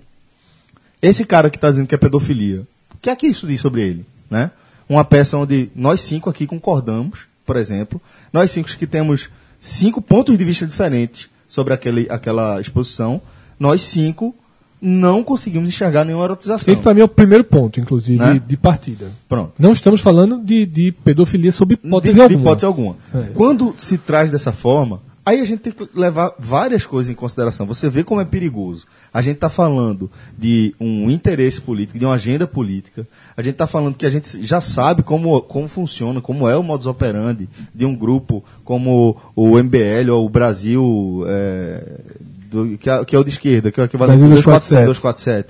Speaker 2: Esse cara que está dizendo que é pedofilia, o que é que isso diz sobre ele, né? Uma peça onde nós cinco aqui concordamos, por exemplo, nós cinco que temos cinco pontos de vista diferentes sobre aquele, aquela exposição, nós cinco não conseguimos enxergar nenhuma erotização.
Speaker 3: Esse pra mim é o primeiro ponto, inclusive,
Speaker 2: Né?
Speaker 3: de partida.
Speaker 2: Pronto.
Speaker 3: Não estamos falando de, de pedofilia sob hipótese
Speaker 2: de, de
Speaker 3: alguma.
Speaker 2: hipótese alguma.
Speaker 3: É.
Speaker 2: Quando se traz dessa forma, aí a gente tem que levar várias coisas em consideração. Você vê como é perigoso. A gente está falando de um interesse político, de uma agenda política. A gente está falando que a gente já sabe como, como funciona, como é o modus operandi de um grupo como o MBL ou o Brasil. é, do- que, é, que é o de esquerda, que é o equivalente
Speaker 3: Brasil
Speaker 2: ao
Speaker 3: 247.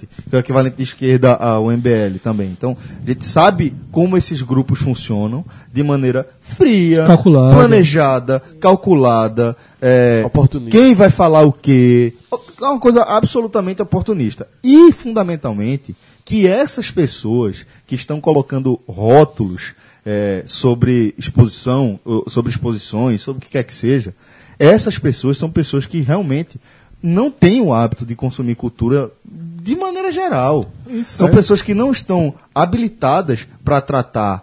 Speaker 2: 247, que é o equivalente de esquerda ao MBL também. Então, a gente sabe como esses grupos funcionam de maneira fria,
Speaker 3: Calculada.
Speaker 2: planejada, calculada. é,
Speaker 7: Oportunista.
Speaker 2: Quem vai falar o quê? É uma coisa absolutamente oportunista. E, fundamentalmente, que essas pessoas que estão colocando rótulos é, sobre exposição, ou sobre exposições, sobre o que quer que seja, essas pessoas são pessoas que realmente não têm o hábito de consumir cultura de maneira geral. São pessoas que não estão habilitadas para tratar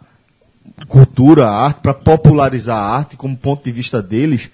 Speaker 2: cultura, arte, para popularizar a arte como ponto de vista deles.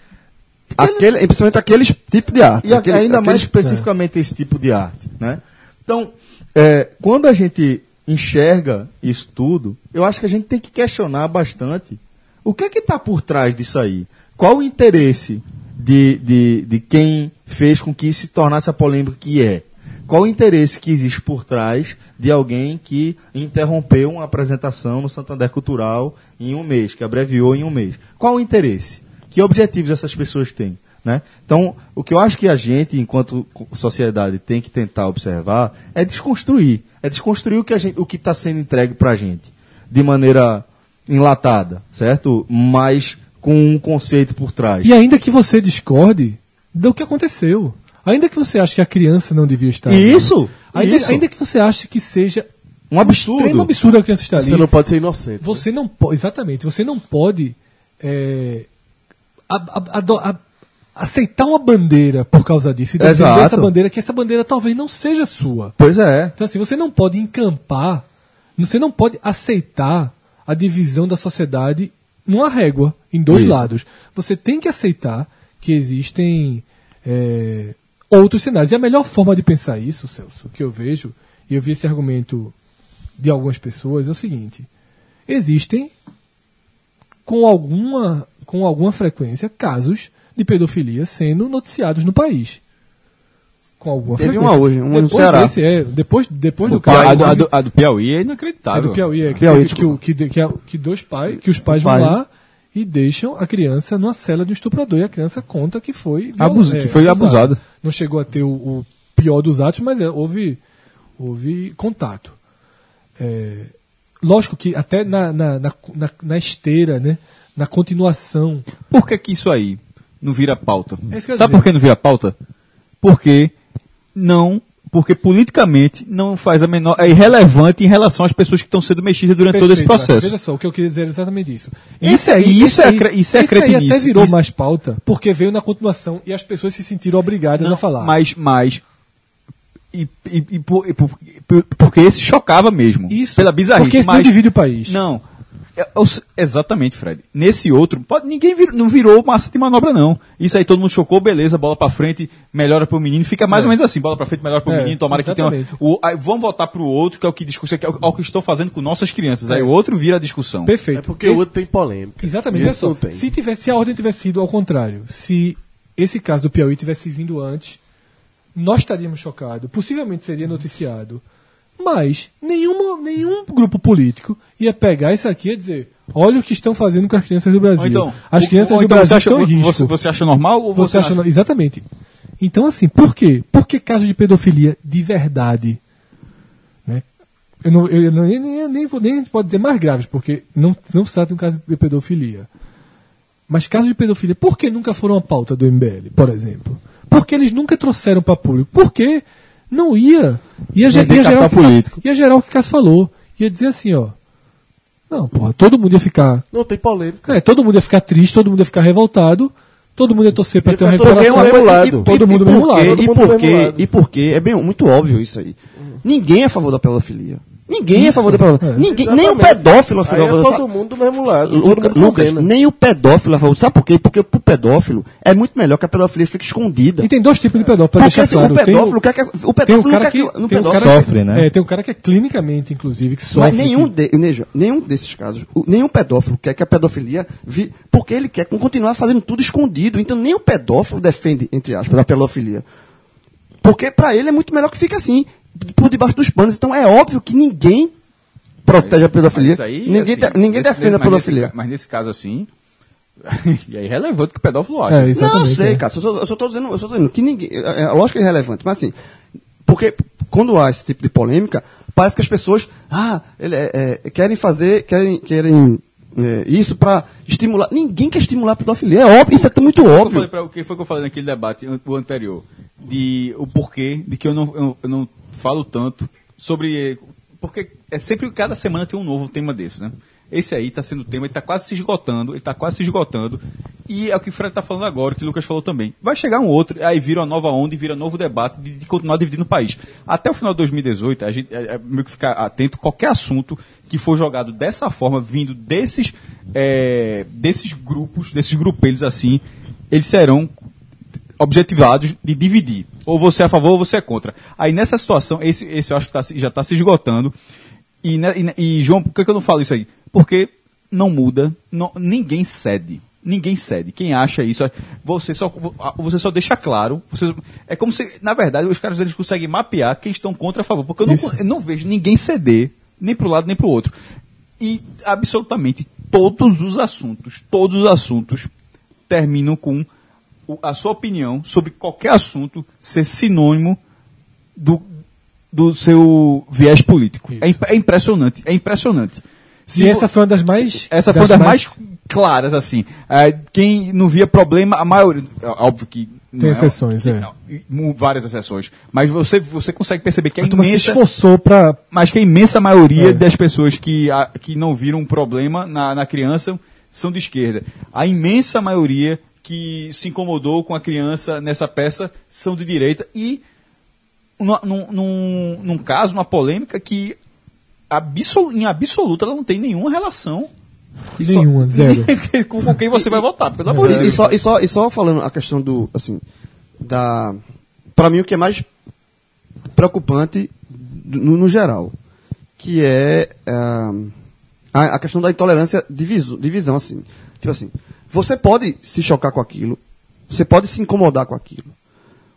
Speaker 4: Aquele, e principalmente aqueles tipos de arte.
Speaker 2: E a-
Speaker 4: aquele-
Speaker 2: ainda mais
Speaker 4: aqueles-
Speaker 2: especificamente esse tipo de arte, né? Então, é, quando a gente enxerga isso tudo, eu acho que a gente tem que questionar bastante o que é que está por trás disso aí. Qual o interesse de, de, de quem fez com que se tornasse a polêmica que é? Qual o interesse que existe por trás de alguém que interrompeu uma apresentação no Santander Cultural em um mês, que abreviou em um mês? Qual o interesse? Que objetivos essas pessoas têm? né? Então, o que eu acho que a gente, enquanto co- sociedade, tem que tentar observar é desconstruir. É desconstruir o que a gente- o que está sendo entregue para a gente de maneira enlatada, certo? Mas com um conceito por trás.
Speaker 3: E ainda que você discorde do que aconteceu. Ainda que você ache que a criança não devia estar ali.
Speaker 2: Isso,
Speaker 3: Ainda,
Speaker 2: isso.
Speaker 3: ainda que você ache que seja
Speaker 2: Um absurdo.
Speaker 3: extremo absurdo a criança estar ali.
Speaker 7: Você não pode ser inocente.
Speaker 3: Você não pode. Exatamente, você não pode é, a- a- ado- a- aceitar uma bandeira por causa disso. E defender
Speaker 2: Exato.
Speaker 3: essa bandeira, que essa bandeira talvez não seja sua.
Speaker 2: Pois é.
Speaker 3: Então, assim, você não pode encampar, você não pode aceitar a divisão da sociedade numa régua, em dois
Speaker 2: Isso.
Speaker 3: lados. Você tem que aceitar que existem é, outros cenários. E a melhor forma de pensar isso, Celso, que eu vejo, e eu vi esse argumento de algumas pessoas, é o seguinte: existem com alguma, com alguma frequência casos de pedofilia sendo noticiados no país. Com alguma
Speaker 4: Teve
Speaker 3: frequência.
Speaker 4: uma hoje, uma no
Speaker 3: depois
Speaker 4: Ceará.
Speaker 3: desse, é, depois depois do
Speaker 1: A,
Speaker 3: cara.
Speaker 1: do- a do,
Speaker 3: inclusive,
Speaker 1: a do Piauí é
Speaker 3: é
Speaker 1: inacreditável.
Speaker 3: do Piauí, é, que,
Speaker 4: Piauí,
Speaker 1: tipo-
Speaker 3: que, o- que, de- que, a- que dois pais, que os pais
Speaker 4: Pai.
Speaker 3: vão lá e deixam a criança numa cela do estuprador e a criança conta que foi viol-
Speaker 1: Abus- que foi abusada.
Speaker 3: Não chegou a ter o, o pior dos atos, mas é, houve houve contato. É, lógico que até na, na, na, na- na esteira, né, na continuação
Speaker 1: Por que, que isso aí não vira pauta?
Speaker 3: É isso que eu ia
Speaker 1: Sabe
Speaker 3: dizer.
Speaker 1: por que não vira pauta? Porque não. Porque politicamente não faz a menor. É irrelevante em relação às pessoas que estão sendo mexidas durante todo esse
Speaker 3: Perfeito, Rafa.
Speaker 1: processo.
Speaker 3: Veja só, o que eu queria dizer é exatamente isso.
Speaker 1: Isso
Speaker 3: Esse
Speaker 1: é- isso é
Speaker 3: esse aí-
Speaker 1: cre- isso é
Speaker 3: esse aí
Speaker 1: cretinice.
Speaker 3: até virou
Speaker 1: Isso-
Speaker 3: mais pauta, porque veio na continuação e as pessoas se sentiram obrigadas a falar.
Speaker 1: Mas, mas E, e- e por- e por- por- porque esse chocava mesmo.
Speaker 3: Isso.
Speaker 1: Pela bizarrice.
Speaker 3: Porque esse não
Speaker 1: mas-
Speaker 3: divide o país.
Speaker 1: Não. É- é o s- exatamente, Fred. Nesse outro, pode, ninguém vir- não virou massa de manobra, não. Isso aí todo mundo chocou, beleza, bola pra frente, melhora pro menino. Fica mais ou menos assim, bola pra frente, melhora pro
Speaker 3: É,
Speaker 1: menino, tomara que
Speaker 3: exatamente.
Speaker 1: tenha. O, aí vamos voltar pro outro, que é o que discurso, que é o, é o que estou fazendo com nossas crianças. Aí o outro vira a discussão.
Speaker 3: É. Perfeito.
Speaker 7: É porque
Speaker 3: Esse-
Speaker 7: o outro tem polêmica.
Speaker 3: Exatamente.
Speaker 7: Esse
Speaker 3: olha só,
Speaker 7: não tem.
Speaker 3: Se, tivesse, se a ordem tivesse sido ao contrário, se esse caso do Piauí tivesse vindo antes, nós estaríamos chocados, possivelmente seria noticiado. Mas nenhuma, nenhum grupo político ia pegar isso aqui e dizer: olha o que estão fazendo com as crianças do Brasil.
Speaker 1: Ou então,
Speaker 3: as
Speaker 1: ou-
Speaker 3: crianças
Speaker 1: ou
Speaker 3: do
Speaker 1: então
Speaker 3: Brasil
Speaker 1: você acha,
Speaker 3: estão em risco.
Speaker 1: você, você acha normal ou
Speaker 3: Você
Speaker 1: você,
Speaker 3: acha-
Speaker 1: acha
Speaker 3: Exatamente. Então, assim, por quê? Porque caso de pedofilia de verdade. Né? Eu, não, eu não- nem, nem, nem, vou- nem a gente pode dizer mais graves, porque não, não se trata de um caso de pedofilia. Mas casos de pedofilia, por que nunca foram a pauta do MBL, por exemplo? Porque eles nunca trouxeram para público. Por quê? Não ia. Ia, ge- ia, gerar o que
Speaker 2: político.
Speaker 3: Cássio- ia gerar o que Cássio falou. Ia dizer assim, ó. Não, porra, todo mundo ia ficar
Speaker 7: Não tem polêmica.
Speaker 3: é, todo mundo ia ficar triste, todo mundo ia ficar revoltado, todo mundo ia torcer pra ter uma
Speaker 7: todo mundo
Speaker 3: recuperação.
Speaker 7: mesmo
Speaker 3: E- Tá Todo mundo
Speaker 4: um e
Speaker 3: mesmo
Speaker 4: por quê?
Speaker 3: lado.
Speaker 4: E
Speaker 7: mundo
Speaker 4: por
Speaker 7: do mesmo
Speaker 4: quê?
Speaker 7: lado.
Speaker 4: E por quê? É bem muito óbvio isso aí. Ninguém é a favor da pedofilia. Ninguém é a favor da pedofilia. Ninguém, nem o
Speaker 3: um
Speaker 7: Exatamente.
Speaker 4: pedófilo é a
Speaker 7: Aí
Speaker 4: favor
Speaker 7: é
Speaker 4: da
Speaker 7: todo mundo do mesmo lado. todo
Speaker 4: Luca,
Speaker 7: mundo
Speaker 4: Lucas,
Speaker 7: condena.
Speaker 4: nem o pedófilo é a favor. Sabe por quê? Porque pro pedófilo é muito melhor que a pedofilia fique escondida.
Speaker 3: E tem dois tipos de pedófilo, Então, pra
Speaker 4: Porque
Speaker 3: deixar
Speaker 4: assim,
Speaker 3: claro.
Speaker 4: o
Speaker 3: Tem
Speaker 4: pedófilo quer que. O
Speaker 3: tem um
Speaker 4: pedófilo
Speaker 3: cara
Speaker 4: quer
Speaker 3: que,
Speaker 4: No
Speaker 3: tem um
Speaker 4: pedófilo
Speaker 3: cara que-
Speaker 2: sofre, né?
Speaker 3: É, tem um cara que é clinicamente, inclusive, que sofre.
Speaker 4: Mas é nenhum,
Speaker 3: que-
Speaker 4: de, veja, nenhum desses casos, o- nenhum pedófilo quer que a pedofilia vi, porque ele quer continuar fazendo tudo escondido. Então nem o pedófilo defende, entre aspas, a pedofilia. Porque pra ele é muito melhor que fique assim, por debaixo dos panos. Então é óbvio que ninguém protege a É, pedofilia.
Speaker 5: Mas aí,
Speaker 4: ninguém
Speaker 5: assim,
Speaker 4: te-
Speaker 5: nesse-
Speaker 4: ninguém defende a
Speaker 5: mas nesse
Speaker 4: pedofilia.
Speaker 5: ca- mas nesse caso, assim, é irrelevante o que o pedófilo acha.
Speaker 3: É, exatamente.
Speaker 4: Não, eu sei,
Speaker 3: é.
Speaker 4: cara. Eu só, eu só tô dizendo, eu só tô dizendo que ninguém. É, é, lógico que é relevante, mas assim. Porque quando há esse tipo de polêmica, parece que as pessoas. Ah, ele, é, é, querem fazer. Querem. querem é, isso pra estimular. Ninguém quer estimular a pedofilia. É óbvio, isso é muito
Speaker 5: Eu falei
Speaker 4: óbvio.
Speaker 5: pra- o que foi que eu falei naquele debate an- o anterior? De o porquê de que eu não, eu, eu não falo tanto sobre. eh, Porque é sempre cada semana tem um novo tema desse, né? Esse aí está sendo o tema, ele está quase se esgotando, ele está quase se esgotando. E é o que o Fred está falando agora, o que o Lucas falou também. Vai chegar um outro, aí vira uma nova onda e vira novo debate de, de continuar dividindo o país. Até o final de 2018, a gente é, é meio que ficar atento, qualquer assunto que for jogado dessa forma, vindo desses, eh, desses grupos, desses grupelhos assim, eles serão objetivados de dividir. Ou você é a favor ou você é contra. Aí nessa situação, esse, esse eu acho que tá se- já está se esgotando. E, né, e né- e, João, por que, que eu não falo isso aí? Porque não muda, não- ninguém cede. Ninguém cede. Quem acha isso, é- você só, vo- a- você só deixa claro. você- é como se, na verdade, os caras eles conseguem mapear quem estão contra a favor. Porque eu não, eu não vejo ninguém ceder, nem para um lado nem para o outro. E absolutamente todos os assuntos, todos os assuntos terminam com o- a sua opinião sobre qualquer assunto ser sinônimo do, do seu viés político. É, imp- é impressionante, é impressionante. Se
Speaker 3: E
Speaker 5: vo-
Speaker 3: essa foi uma das mais.
Speaker 5: essa foi uma das mais claras, assim. Ah, quem não via problema, a maioria. ó, Óbvio que. não
Speaker 3: Tem
Speaker 5: é-
Speaker 3: exceções, é.
Speaker 5: não, e- mu- várias exceções. Mas você, você consegue perceber que é
Speaker 3: A turma se
Speaker 5: imensa
Speaker 3: esforçou pra.
Speaker 5: mas que a imensa maioria
Speaker 3: É.
Speaker 5: das pessoas que, a- que não viram um problema na, na criança são de esquerda. A imensa maioria que se incomodou com a criança nessa peça são de direita. E num, num- num, num caso, uma polêmica que absolu- em absoluta ela não tem nenhuma relação
Speaker 3: Nenhuma, zero.
Speaker 5: com com quem você vai votar, pelo amor de
Speaker 4: é, E, e
Speaker 5: Deus.
Speaker 4: só, e, só, e só falando a questão do. Assim. Da. Pra mim, o que é mais preocupante do- no, no geral, que é ah, a, a questão da intolerância de, visu- de visão, assim. Tipo assim, você pode se chocar com aquilo, você pode se incomodar com aquilo.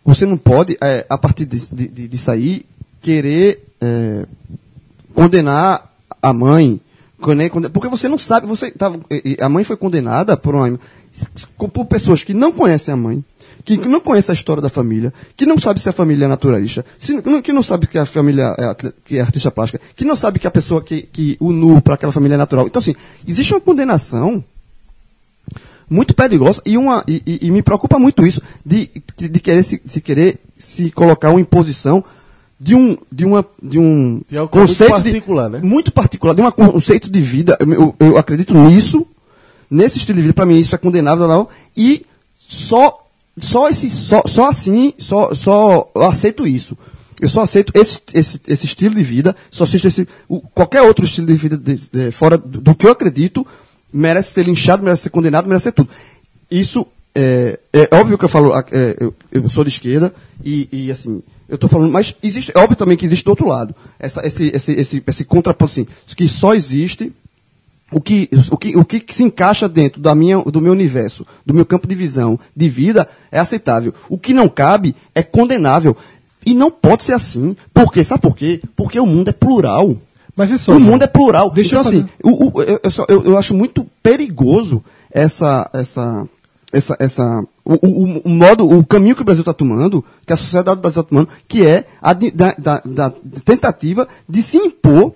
Speaker 4: Você não pode, eh, a partir de, de, de- disso aí, querer eh, condenar a mãe. conden- conden- Porque você não sabe, você tava, e- e a mãe foi condenada por, um uma, por pessoas que não conhecem a mãe, que não conhecem a história da família, que não sabe se a família é naturalista, se não- que não sabe que a família é, atle- que é artista plástica, que não sabe que a pessoa que, que uniu para aquela família é natural. Então, assim, existe uma condenação muito perigosa e, uma, e, e- e me preocupa muito isso de, de, de querer se, se querer se colocar uma imposição de um de uma de um
Speaker 7: De algo é muito
Speaker 4: de-
Speaker 7: particular, né?
Speaker 4: muito particular de um conceito de vida eu, eu- eu acredito nisso nesse estilo de vida para mim isso é condenável não, e só só esse só, só assim só só eu aceito isso Eu só aceito esse, esse, esse estilo de vida, só aceito esse, o- qualquer outro estilo de vida de- de- fora do, do que eu acredito, merece ser linchado, merece ser condenado, merece ser tudo. Isso é, é óbvio que eu falo, ah, é, eu, eu sou de esquerda e, e, assim, eu estou falando, mas existe, é óbvio também que existe do outro lado, essa, esse, esse, esse, esse contraponto, assim, que só existe o que, o, que, o que se encaixa dentro da minha, do meu universo, do meu campo de visão de vida, é aceitável. O que não cabe é condenável. E não pode ser assim. Por quê? Sabe por quê? Porque o mundo é plural.
Speaker 3: Mas isso
Speaker 4: o mundo é plural.
Speaker 3: Deixa
Speaker 4: então,
Speaker 3: eu
Speaker 4: assim, o- o- eu, eu só- eu- eu acho muito perigoso essa. essa essa, essa o, o- o modo, o caminho que o Brasil está tomando, que a sociedade do Brasil está tomando, que é a de- da- da- da tentativa de se impor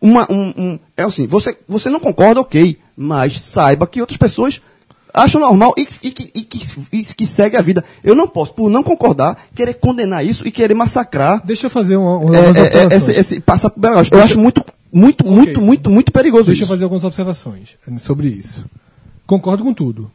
Speaker 4: uma, um, um- é assim, você, você não concorda, ok, mas saiba que outras pessoas acham normal e, que- e, que- e, que- e que segue a vida. Eu não posso, por não concordar, querer condenar isso e querer massacrar
Speaker 3: Deixa eu fazer uma, uma,
Speaker 4: é,
Speaker 3: umas
Speaker 4: é, é,
Speaker 3: observações.
Speaker 4: esse, esse passar por Belo Eu acho muito, muito, muito, muito, muito perigoso
Speaker 3: Deixa eu
Speaker 4: isso.
Speaker 3: fazer algumas observações sobre isso. Concordo com tudo.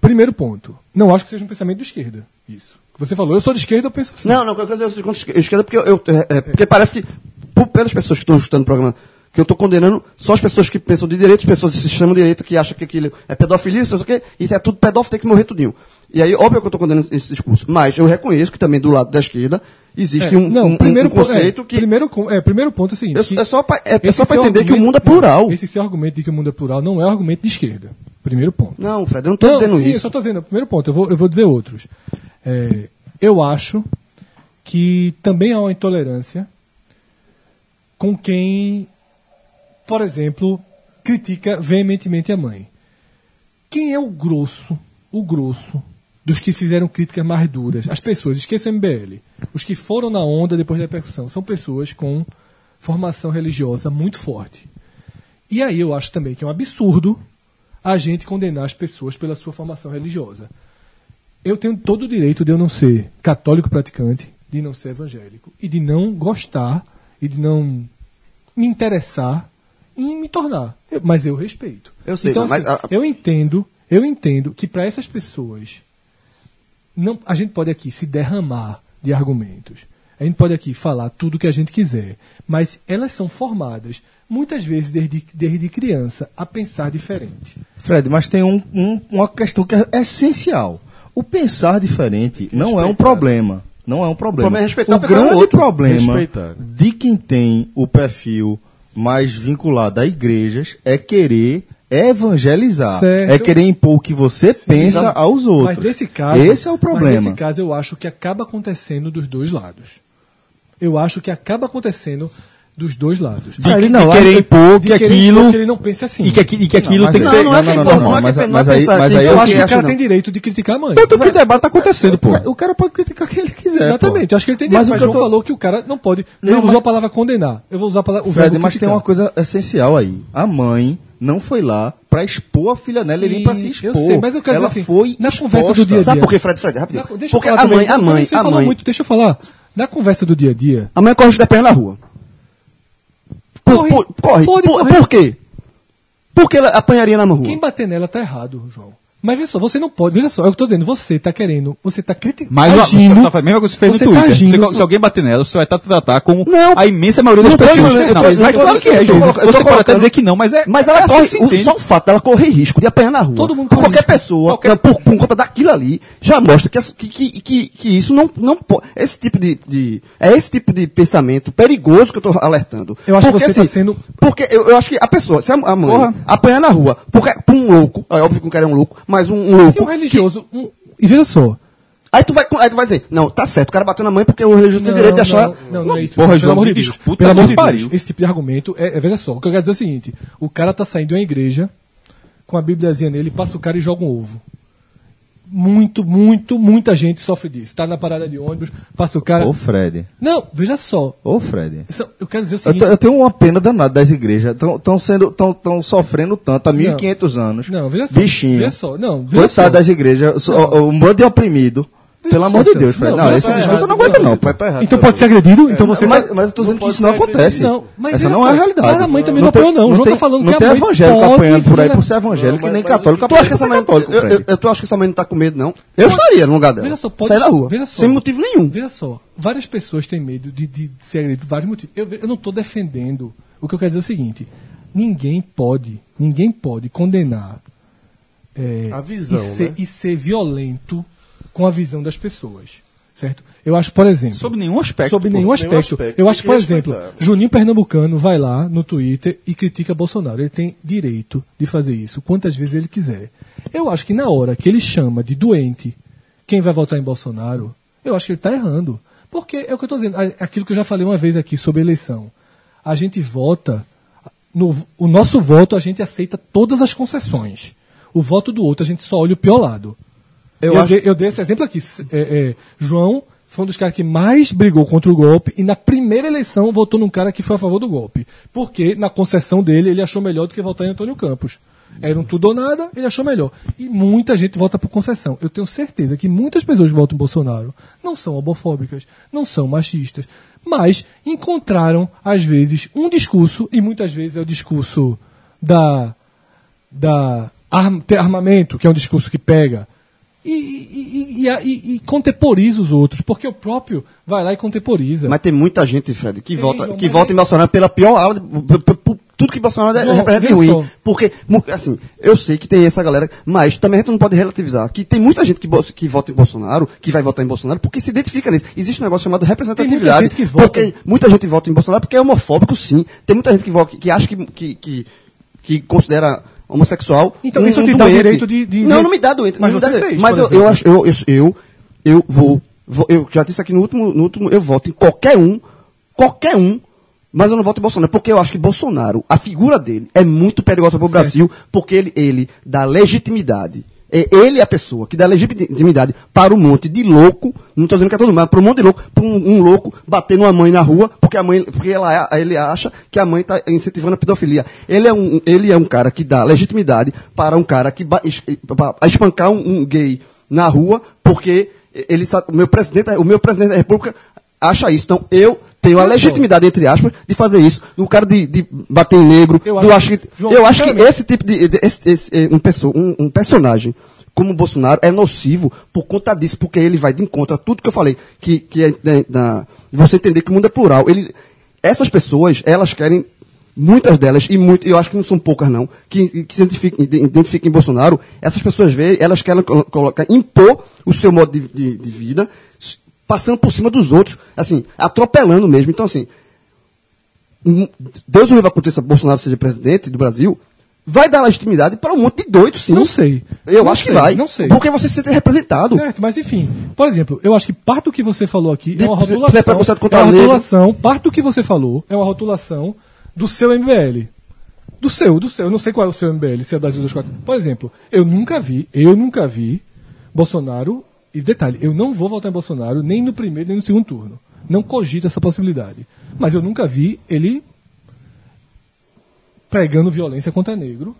Speaker 3: Primeiro ponto. Não acho que seja um pensamento de esquerda. Isso. Você falou, eu sou de esquerda, eu penso assim.
Speaker 4: Não, não, qualquer coisa eu sou contra a esquerda, porque eu, eu- é, é, porque parece que, por- pelas pessoas que estão escutando o programa, que eu estou condenando só as pessoas que pensam de direito, as pessoas que se chamam de direito, que acham que aquilo é pedofilia, isso, isso aqui, e é tudo pedófilo, tem que morrer tudinho. E aí, óbvio que eu estou condenando esse discurso, mas eu reconheço que também do lado da esquerda existe
Speaker 3: É,
Speaker 4: um, um- um- um
Speaker 3: ponto-
Speaker 4: conceito
Speaker 3: é,
Speaker 4: que.
Speaker 3: Primeiro, con- é, primeiro ponto é o seguinte.
Speaker 4: Eu-
Speaker 3: que
Speaker 4: é só pra- é- é
Speaker 3: esse
Speaker 4: só pra
Speaker 3: seu
Speaker 4: entender que o
Speaker 3: argumento-
Speaker 4: mundo é plural.
Speaker 3: não, Esse seu argumento de que o mundo é plural não é um argumento de esquerda. Primeiro ponto.
Speaker 4: Não, Fred, eu não estou dizendo
Speaker 3: sim,
Speaker 4: isso.
Speaker 3: eu só estou dizendo. Primeiro ponto, eu vou, eu vou dizer outros. É, eu acho que também há uma intolerância com quem, por exemplo, critica veementemente a mãe. Quem é o grosso, o grosso dos que fizeram críticas mais duras? As pessoas, esqueça o MBL, os que foram na onda depois da repercussão, são pessoas com formação religiosa muito forte. E aí eu acho também que é um absurdo a gente condenar as pessoas pela sua formação religiosa. Eu tenho todo o direito de eu não ser católico praticante, de não ser evangélico e de não gostar e de não me interessar em me tornar. Eu- mas eu respeito.
Speaker 4: Eu sei,
Speaker 3: então,
Speaker 4: mas-
Speaker 3: assim,
Speaker 4: a-
Speaker 3: eu entendo, eu entendo que para essas pessoas não, a gente pode aqui se derramar de argumentos. A gente pode aqui falar tudo o que a gente quiser, mas elas são formadas muitas vezes desde, desde criança a pensar diferente.
Speaker 2: Fred, mas tem um- um- uma questão que é essencial. O pensar diferente não é um problema. Não é um problema.
Speaker 4: O problema é respeitar
Speaker 2: o
Speaker 4: a pessoa do
Speaker 2: grande
Speaker 4: outro.
Speaker 2: problema
Speaker 7: Respeitar.
Speaker 2: de quem tem o perfil mais vinculado a igrejas é querer evangelizar.
Speaker 3: Certo.
Speaker 2: É querer impor o que você pensa aos outros.
Speaker 3: Mas nesse caso,
Speaker 2: Esse é o
Speaker 3: Mas
Speaker 2: problema.
Speaker 3: nesse caso eu acho que acaba acontecendo dos dois lados. Eu acho que acaba acontecendo dos dois lados.
Speaker 2: Ah,
Speaker 1: de
Speaker 2: ele não,
Speaker 1: querer
Speaker 2: ele-
Speaker 1: impor que
Speaker 3: De querer
Speaker 1: aquilo.
Speaker 3: que ele não pense assim.
Speaker 1: E que, aqui- e que aquilo
Speaker 2: mas
Speaker 1: tem que
Speaker 2: não,
Speaker 1: ser.
Speaker 2: não é que importa, não é que
Speaker 4: é
Speaker 2: mas- mas aí-
Speaker 4: pensar,
Speaker 2: mas
Speaker 4: tem
Speaker 2: aí
Speaker 3: eu
Speaker 2: eu
Speaker 3: acho que
Speaker 1: é
Speaker 2: sei,
Speaker 3: o cara
Speaker 2: acho
Speaker 3: tem direito de criticar a mãe.
Speaker 1: Tanto que o debate tá
Speaker 3: é,
Speaker 1: acontecendo, pô.
Speaker 2: O cara pode criticar quem ele quiser.
Speaker 3: Exatamente,
Speaker 2: pô.
Speaker 3: eu acho que ele tem direito. Mas,
Speaker 2: o
Speaker 3: o
Speaker 2: que eu
Speaker 3: João
Speaker 2: tô-
Speaker 3: falou que o cara não pode. Ele
Speaker 2: Não,
Speaker 3: usou
Speaker 2: mas-
Speaker 3: a palavra condenar. Eu vou usar a palavra, o
Speaker 2: Fred,
Speaker 3: verbo
Speaker 2: mas tem
Speaker 3: criticar.
Speaker 2: uma coisa essencial aí. A mãe não foi lá pra expor a filha dela e nem pra se
Speaker 3: Sim,
Speaker 2: expor.
Speaker 3: eu sei, mas eu quero
Speaker 2: Ela
Speaker 3: dizer assim,
Speaker 2: foi
Speaker 3: na
Speaker 2: exposta.
Speaker 3: conversa do dia a
Speaker 4: Sabe
Speaker 3: dia.
Speaker 4: por quê, Fred? Fred,
Speaker 3: Na-
Speaker 4: rapidinho.
Speaker 3: deixa eu
Speaker 4: Porque
Speaker 3: falar
Speaker 4: a mãe,
Speaker 3: também.
Speaker 4: a mãe,
Speaker 3: Você
Speaker 4: a
Speaker 3: falou
Speaker 4: mãe,
Speaker 3: muito, deixa eu falar. Na conversa do dia a dia,
Speaker 4: a mãe corre os 10 pés na rua.
Speaker 3: Corre.
Speaker 4: Corre, corre.
Speaker 3: Pode
Speaker 4: Por,
Speaker 3: correr.
Speaker 4: por quê? Por que ela apanharia na rua?
Speaker 3: quem bater nela tá errado, João. Mas veja só, você não pode. Veja só, é o que eu tô dizendo. Você tá querendo, você tá criticando.
Speaker 1: Mas ó,
Speaker 3: agindo,
Speaker 1: você só faz a mesma coisa que você fez
Speaker 3: você
Speaker 1: no
Speaker 3: tá
Speaker 1: Twitter. Se-
Speaker 3: agindo-
Speaker 1: se, alguém bater nela, você vai tá, tra- tratar como
Speaker 4: Não.
Speaker 1: a imensa maioria das
Speaker 4: Não tô
Speaker 1: pessoas.
Speaker 4: dizendo-
Speaker 1: Não,
Speaker 4: eu tô-
Speaker 1: mas
Speaker 4: eu tô
Speaker 1: claro que é,
Speaker 4: dizendo-
Speaker 1: Júlio.
Speaker 4: eu tô
Speaker 1: Você pode até
Speaker 4: colocando-
Speaker 1: dizer que não, mas é.
Speaker 4: Mas ela
Speaker 1: é assim
Speaker 4: corre,
Speaker 1: que se
Speaker 4: o-
Speaker 1: entende.
Speaker 4: só o fato dela correr risco de apanhar na rua.
Speaker 3: Todo mundo corre
Speaker 4: qualquer
Speaker 3: risco.
Speaker 4: pessoa,
Speaker 1: Qualquer-
Speaker 4: não, por, por conta daquilo ali, já mostra que, as- que, que, que, que isso não, não pode. Esse tipo de, de- É esse tipo de pensamento perigoso que eu estou alertando. assim,
Speaker 3: Eu acho que você tá sendo-
Speaker 4: Porque eu, eu acho que a pessoa, se a, a mãe
Speaker 1: Porra.
Speaker 4: apanhar na rua, porque por um louco, é óbvio que o cara é um louco, mas um, um louco.
Speaker 3: Se um religioso. um- e veja só.
Speaker 4: Aí tu, vai, aí tu vai dizer, não, tá certo, o cara bateu na mãe porque o religioso tem direito de achar.
Speaker 3: Não, não, não é isso.
Speaker 1: Porra, João,
Speaker 3: pelo amor de
Speaker 1: me
Speaker 3: Deus.
Speaker 1: disputa
Speaker 3: Pelo
Speaker 1: que
Speaker 3: amor de
Speaker 1: pariu.
Speaker 3: Deus. Esse tipo de argumento é, é- Veja só, o que eu quero dizer é o seguinte: o cara tá saindo de uma igreja com a Bíbliazinha nele, passa o cara e joga um ovo. Muito, muito, muita gente sofre disso. Tá na parada de ônibus, passa o cara.
Speaker 2: Ô, Fred.
Speaker 3: Não, veja só.
Speaker 2: Ô, Fred.
Speaker 3: Isso- Eu quero dizer o
Speaker 2: Eu,
Speaker 3: seguinte.
Speaker 2: te- eu tenho uma pena danada das igrejas. Estão sendo, tão, tão sofrendo tanto há 1.500 anos.
Speaker 3: Não, veja só.
Speaker 2: Bichinho.
Speaker 3: Veja só. Não, veja
Speaker 2: Coitado
Speaker 3: só.
Speaker 2: das igrejas. só- Um bando de oprimido. Pelo amor de Deus, Fred. Não,
Speaker 3: mas
Speaker 2: esse
Speaker 3: tá
Speaker 2: discurso eu não
Speaker 3: errado,
Speaker 2: aguento, não. pô.
Speaker 7: Mas tá errado.
Speaker 3: Então
Speaker 7: tá
Speaker 3: pode ser agredido? então você.
Speaker 2: Mas, mas eu tô dizendo que isso não acontece.
Speaker 3: Não, mas
Speaker 2: Essa
Speaker 3: veja
Speaker 2: não é a
Speaker 3: só,
Speaker 2: realidade.
Speaker 3: mas a mãe também não
Speaker 2: tem-
Speaker 3: apoiou, não. O João
Speaker 2: tem-
Speaker 3: tá falando
Speaker 2: não
Speaker 3: que a
Speaker 2: tem
Speaker 3: mãe
Speaker 2: evangélico
Speaker 3: pode,
Speaker 2: apanhando por aí
Speaker 3: filha-
Speaker 2: por ser evangélico e nem católico.
Speaker 4: Tu acha
Speaker 2: Aposta
Speaker 4: que essa
Speaker 2: ser
Speaker 4: mãe,
Speaker 2: católico,
Speaker 4: eu, eu,
Speaker 2: Fred.
Speaker 4: eu, tu acha que essa mãe não tá com medo, não? é Eu estaria no lugar dela.
Speaker 3: Veja só, pode
Speaker 4: Sair da rua.
Speaker 3: veja só.
Speaker 4: Sem motivo nenhum.
Speaker 3: Veja só, várias pessoas têm medo de, de ser agredido por vários motivos. Eu, ve- eu não estou defendendo. O que eu quero dizer é o seguinte: ninguém pode, ninguém pode condenar é,
Speaker 7: A visão,
Speaker 3: e, ser,
Speaker 7: né?
Speaker 3: e ser violento com a visão das pessoas. Certo? Eu acho, por exemplo.
Speaker 1: Sob nenhum aspecto.
Speaker 3: Sob nenhum aspecto.
Speaker 7: aspecto.
Speaker 3: Eu
Speaker 7: Tem
Speaker 3: acho,
Speaker 7: que
Speaker 3: por
Speaker 7: respeitar.
Speaker 3: exemplo, Juninho Pernambucano vai lá no Twitter e critica Bolsonaro. Ele tem direito de fazer isso quantas vezes ele quiser. Eu acho que na hora que ele chama de doente quem vai votar em Bolsonaro, eu acho que ele está errando. Porque é o que eu estou dizendo, a- aquilo que eu já falei uma vez aqui sobre eleição. A gente vota, no, o nosso voto a gente aceita todas as concessões. O voto do outro a gente só olha o pior lado. Eu, dei, eu dei esse exemplo aqui. S- é, é, João foi um dos caras que mais brigou contra o golpe e na primeira eleição votou num cara que foi a favor do golpe. Porque na concessão dele ele achou melhor do que votar em Antônio Campos. Era um tudo ou nada, ele achou melhor. E muita gente vota por concessão. Eu tenho certeza que muitas pessoas que votam em Bolsonaro não são homofóbicas, não são machistas, mas encontraram, às vezes, um discurso, e muitas vezes é o discurso da, da arm- ter armamento, que é um discurso que pega, e, e, e- e, a- e- e contemporiza os outros, porque o próprio vai lá e contemporiza.
Speaker 4: Mas tem muita gente, Fred, que vota,
Speaker 3: João,
Speaker 4: que
Speaker 3: mas é-
Speaker 4: vota em Bolsonaro pela pior aula, de- p- p- p- tudo que Bolsonaro é-
Speaker 3: João,
Speaker 4: representa
Speaker 3: vê
Speaker 4: de ruim.
Speaker 3: só.
Speaker 4: Porque, mu- assim, eu sei que tem essa galera, mas também a gente não pode relativizar que tem muita gente que, bo- que vota em Bolsonaro, que vai votar em Bolsonaro, porque se identifica nisso. Existe um negócio chamado representatividade.
Speaker 3: gente que vota.
Speaker 4: Porque muita gente vota em Bolsonaro porque é homofóbico, sim. Tem muita gente que, vota, que acha que, que, que, que considera homossexual. um
Speaker 3: Então, isso te dá
Speaker 4: doente.
Speaker 3: direito de- de-
Speaker 4: Não,
Speaker 3: de-
Speaker 4: não me dá doente.
Speaker 3: Mas
Speaker 4: não me dá
Speaker 3: você
Speaker 4: doente.
Speaker 3: fez,
Speaker 4: mas
Speaker 3: por
Speaker 4: eu,
Speaker 3: exemplo.
Speaker 4: eu acho, eu, eu, eu, eu vou, vou- Eu já disse aqui no último, no último, eu voto em qualquer um, qualquer um, mas eu não voto em Bolsonaro, porque eu acho que Bolsonaro, a figura dele, é muito perigosa para o Brasil, porque ele, ele dá legitimidade. É ele é a pessoa que dá legitimidade para um monte de louco, não estou dizendo que é todo mundo, mas para um monte de louco, para um, um louco bater numa mãe na rua, porque a mãe, porque ela, ele acha que a mãe está incentivando a pedofilia. Ele é, um, ele é um cara que dá legitimidade para um cara que ba- es- pa- espancar um, um gay na rua, porque ele sa- o meu presidente, o meu presidente da República acha isso. Então eu tenho a legitimidade entre aspas de fazer isso. O cara de, de bater em negro,
Speaker 3: Eu
Speaker 4: eu,
Speaker 3: acho
Speaker 4: acho
Speaker 3: que-
Speaker 4: que,
Speaker 3: João,
Speaker 4: eu acho que
Speaker 3: sinceramente.
Speaker 4: esse tipo de, de- esse- esse- eh, um, perso- um- um personagem como o Bolsonaro é nocivo por conta disso, porque ele vai de encontro a tudo que eu falei, que, que é da- da- você entender que o mundo é plural. Ele, essas pessoas, elas querem, muitas delas, e muito, eu acho que não são poucas não, que, que se identifiquem, ide- identifiquem Bolsonaro, essas pessoas veem, elas querem colo- colocar, impor o seu modo de, de- de vida, s- passando por cima dos outros, assim, atropelando mesmo. Então, assim, um- Deus não livre aconteça Bolsonaro seja presidente do Brasil, vai dar legitimidade para um monte de doido, sim.
Speaker 3: Não sei.
Speaker 4: Eu
Speaker 3: Não
Speaker 4: acho
Speaker 3: sei,
Speaker 4: que vai.
Speaker 3: não sei.
Speaker 4: Porque você se sente representado.
Speaker 3: Certo, mas enfim. Por exemplo, eu acho que parte do que você falou aqui
Speaker 4: De-
Speaker 3: é uma
Speaker 4: se- se é
Speaker 3: rotulação.
Speaker 4: preconceito
Speaker 3: é
Speaker 4: contra
Speaker 3: uma
Speaker 4: negro.
Speaker 3: rotulação. Parte do que você falou é uma rotulação do seu MBL. Do seu, do seu. Eu não sei qual é o seu MBL, se é Brasil 24. Por exemplo, eu nunca vi, eu nunca vi Bolsonaro. E detalhe, eu não vou votar em Bolsonaro nem no primeiro nem no segundo turno. Não cogito essa possibilidade. Mas eu nunca vi ele pregando violência contra negro.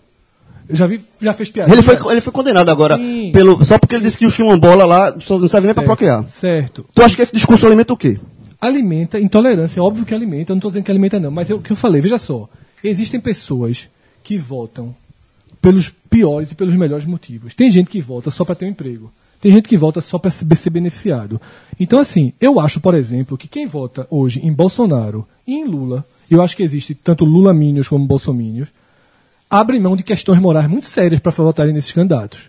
Speaker 3: Eu já vi, já fez piada.
Speaker 4: Ele foi, ele foi condenado agora.
Speaker 3: Sim.
Speaker 4: Pelo, só porque ele disse que os quilombola lá só não serve nem para bloquear.
Speaker 3: Certo.
Speaker 4: Tu acha que esse discurso alimenta o quê?
Speaker 3: alimenta intolerância, é óbvio que alimenta, eu não estou dizendo que alimenta não, mas é o que eu falei, veja só, existem pessoas que votam pelos piores e pelos melhores motivos. Tem gente que vota só para ter um emprego. Tem gente que vota só para ser beneficiado. Então, assim, eu acho, por exemplo, que quem vota hoje em Bolsonaro e em Lula, eu acho que existe tanto Lula Minions como Bolsominions, abrem mão de questões morais muito sérias para votarem nesses candidatos.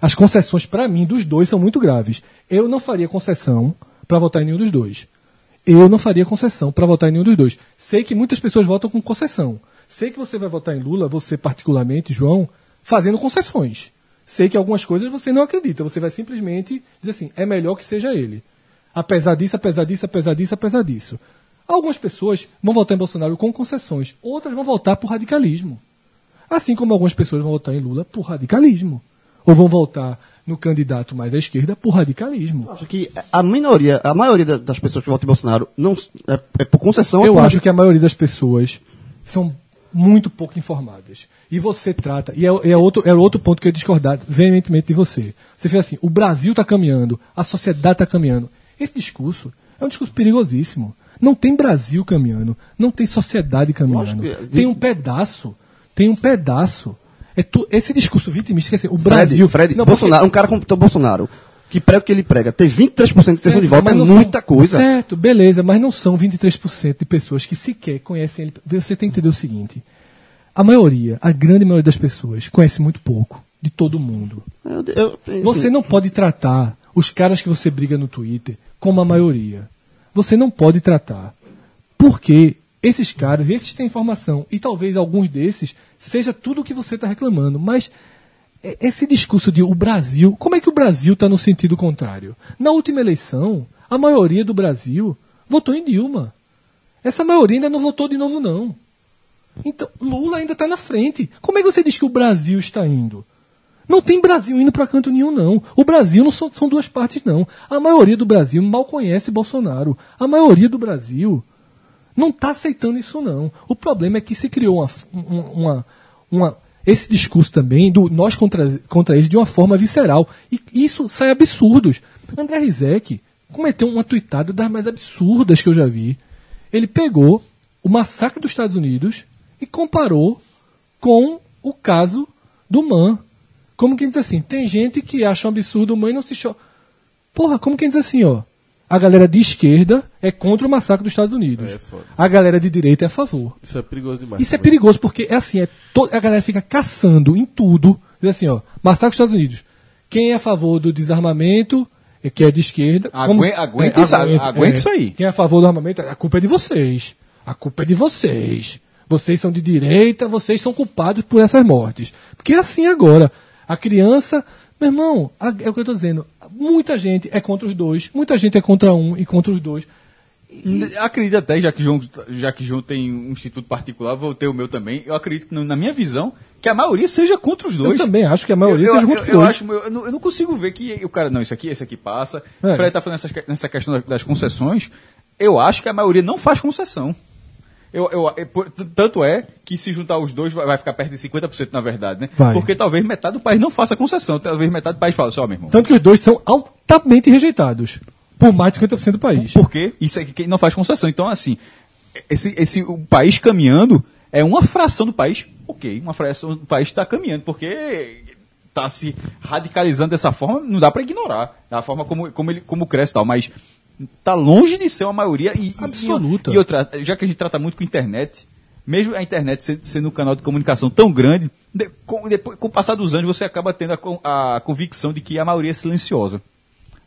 Speaker 3: As concessões, para mim, dos dois são muito graves. Eu não faria concessão para votar em nenhum dos dois. Eu não faria concessão para votar em nenhum dos dois. Sei que muitas pessoas votam com concessão. Sei que você vai votar em Lula, você particularmente, João, fazendo concessões. Sei que algumas coisas você não acredita. Você vai simplesmente dizer assim: é melhor que seja ele. Apesar disso, apesar disso, apesar disso, apesar disso. Algumas pessoas vão votar em Bolsonaro com concessões, outras vão votar por radicalismo. Assim como algumas pessoas vão votar em Lula por radicalismo. Ou vão votar no candidato mais à esquerda por radicalismo.
Speaker 4: Eu acho que a minoria, a maioria da- das pessoas que votam em Bolsonaro não, s- é, é por concessão.
Speaker 3: Eu
Speaker 4: ou por-
Speaker 3: acho que a maioria das pessoas são muito pouco informadas. E você trata, e é, é outro, é outro ponto que eu discordar veementemente de você. Você fez assim, o Brasil está caminhando, a sociedade está caminhando. Esse discurso é um discurso perigosíssimo. Não tem Brasil caminhando, não tem sociedade caminhando.
Speaker 4: Lógico que-
Speaker 3: Tem um pedaço, tem um pedaço. É tu- esse discurso vitimista, esquece, o
Speaker 4: Fred,
Speaker 3: Brasil...
Speaker 4: Fred,
Speaker 3: Não, porque-
Speaker 4: Bolsonaro, um cara como o Bolsonaro, que prega o que ele prega, ter 23% de intenção de voto é
Speaker 3: mas não
Speaker 4: muita
Speaker 3: são-
Speaker 4: coisa.
Speaker 3: Certo, beleza, mas não são 23% de pessoas que sequer conhecem ele. Você tem que entender o seguinte: a maioria, a grande maioria das pessoas, conhece muito pouco de todo mundo.
Speaker 4: Eu- eu- assim,
Speaker 3: Você não pode tratar os caras que você briga no Twitter como a maioria. Você não pode tratar. Porque esses caras, esses têm informação. E talvez alguns desses seja tudo o que você está reclamando. Mas é- esse discurso de o Brasil. Como é que o Brasil está no sentido contrário? Na última eleição, a maioria do Brasil votou em Dilma. Essa maioria ainda não votou de novo, não. Então, Lula ainda está na frente. Como é que você diz que o Brasil está indo? Não tem Brasil indo para canto nenhum, não. O Brasil não são, são duas partes, não. A maioria do Brasil mal conhece Bolsonaro. A maioria do Brasil não está aceitando isso, não. O problema é que se criou uma, f- um- uma- uma- esse discurso também do nós contra, contra eles de uma forma visceral. E isso sai absurdos. André Rizek cometeu uma tuitada das mais absurdas que eu já vi. Ele pegou o massacre dos Estados Unidos e comparou com o caso do Man. Como quem diz assim, tem gente que acha um absurdo o Man e não se choca. Porra, como quem diz assim, ó. A galera de esquerda é contra o massacre dos Estados Unidos.
Speaker 7: É, foda.
Speaker 3: a galera de direita é a favor.
Speaker 7: Isso é perigoso demais.
Speaker 3: Isso é
Speaker 7: também.
Speaker 3: perigoso, porque é assim, é to- a galera fica caçando em tudo. Diz assim, ó, massacre dos Estados Unidos. Quem é a favor do desarmamento, é que é de esquerda. como-
Speaker 5: Aguenta- aguenta isso- aguenta isso aí.
Speaker 3: Quem é a favor do armamento, a culpa é de vocês. A culpa é de vocês. Vocês são de direita, vocês são culpados por essas mortes. Porque é assim agora. A criança. Meu irmão, a- é o que eu tô dizendo. Muita gente é contra os dois, muita gente é contra um e contra os dois.
Speaker 5: E Acredito até, já que, João,
Speaker 1: tá,
Speaker 5: já que João tem um instituto particular, vou ter o meu também. Eu acredito, que, na minha visão, que a maioria seja contra os dois.
Speaker 3: Eu também acho que a maioria
Speaker 5: eu,
Speaker 3: seja
Speaker 5: eu-
Speaker 3: contra os
Speaker 5: eu, eu,
Speaker 3: dois.
Speaker 5: acho, eu, não, eu não consigo ver que o cara, não, isso aqui, esse aqui passa.
Speaker 3: É.
Speaker 5: O Fred tá falando nessa, nessa questão das- das concessões. Eu acho que a maioria não faz concessão. Eu, eu- é por- t- tanto é que se juntar os dois vai, vai ficar perto de 50%, na verdade, né?
Speaker 3: Vai.
Speaker 5: Porque talvez metade do país não faça concessão, talvez metade do país fale só, meu irmão.
Speaker 3: Tanto que os dois são altamente rejeitados por mais de 50% do país.
Speaker 5: Porque isso é quem não faz concessão. Então, assim, esse, esse o país caminhando é uma fração do país, ok, uma fração do país está caminhando, porque está se radicalizando dessa forma, não dá para ignorar a forma como, como ele como cresce e tal, mas está longe de ser uma maioria e, e-
Speaker 3: Absoluta.
Speaker 5: E, outra, já que a gente trata muito com internet, mesmo a internet sendo, sendo um canal de comunicação tão grande, de- com, depois, com o passar dos anos você acaba tendo a, con- a convicção de que a maioria é silenciosa.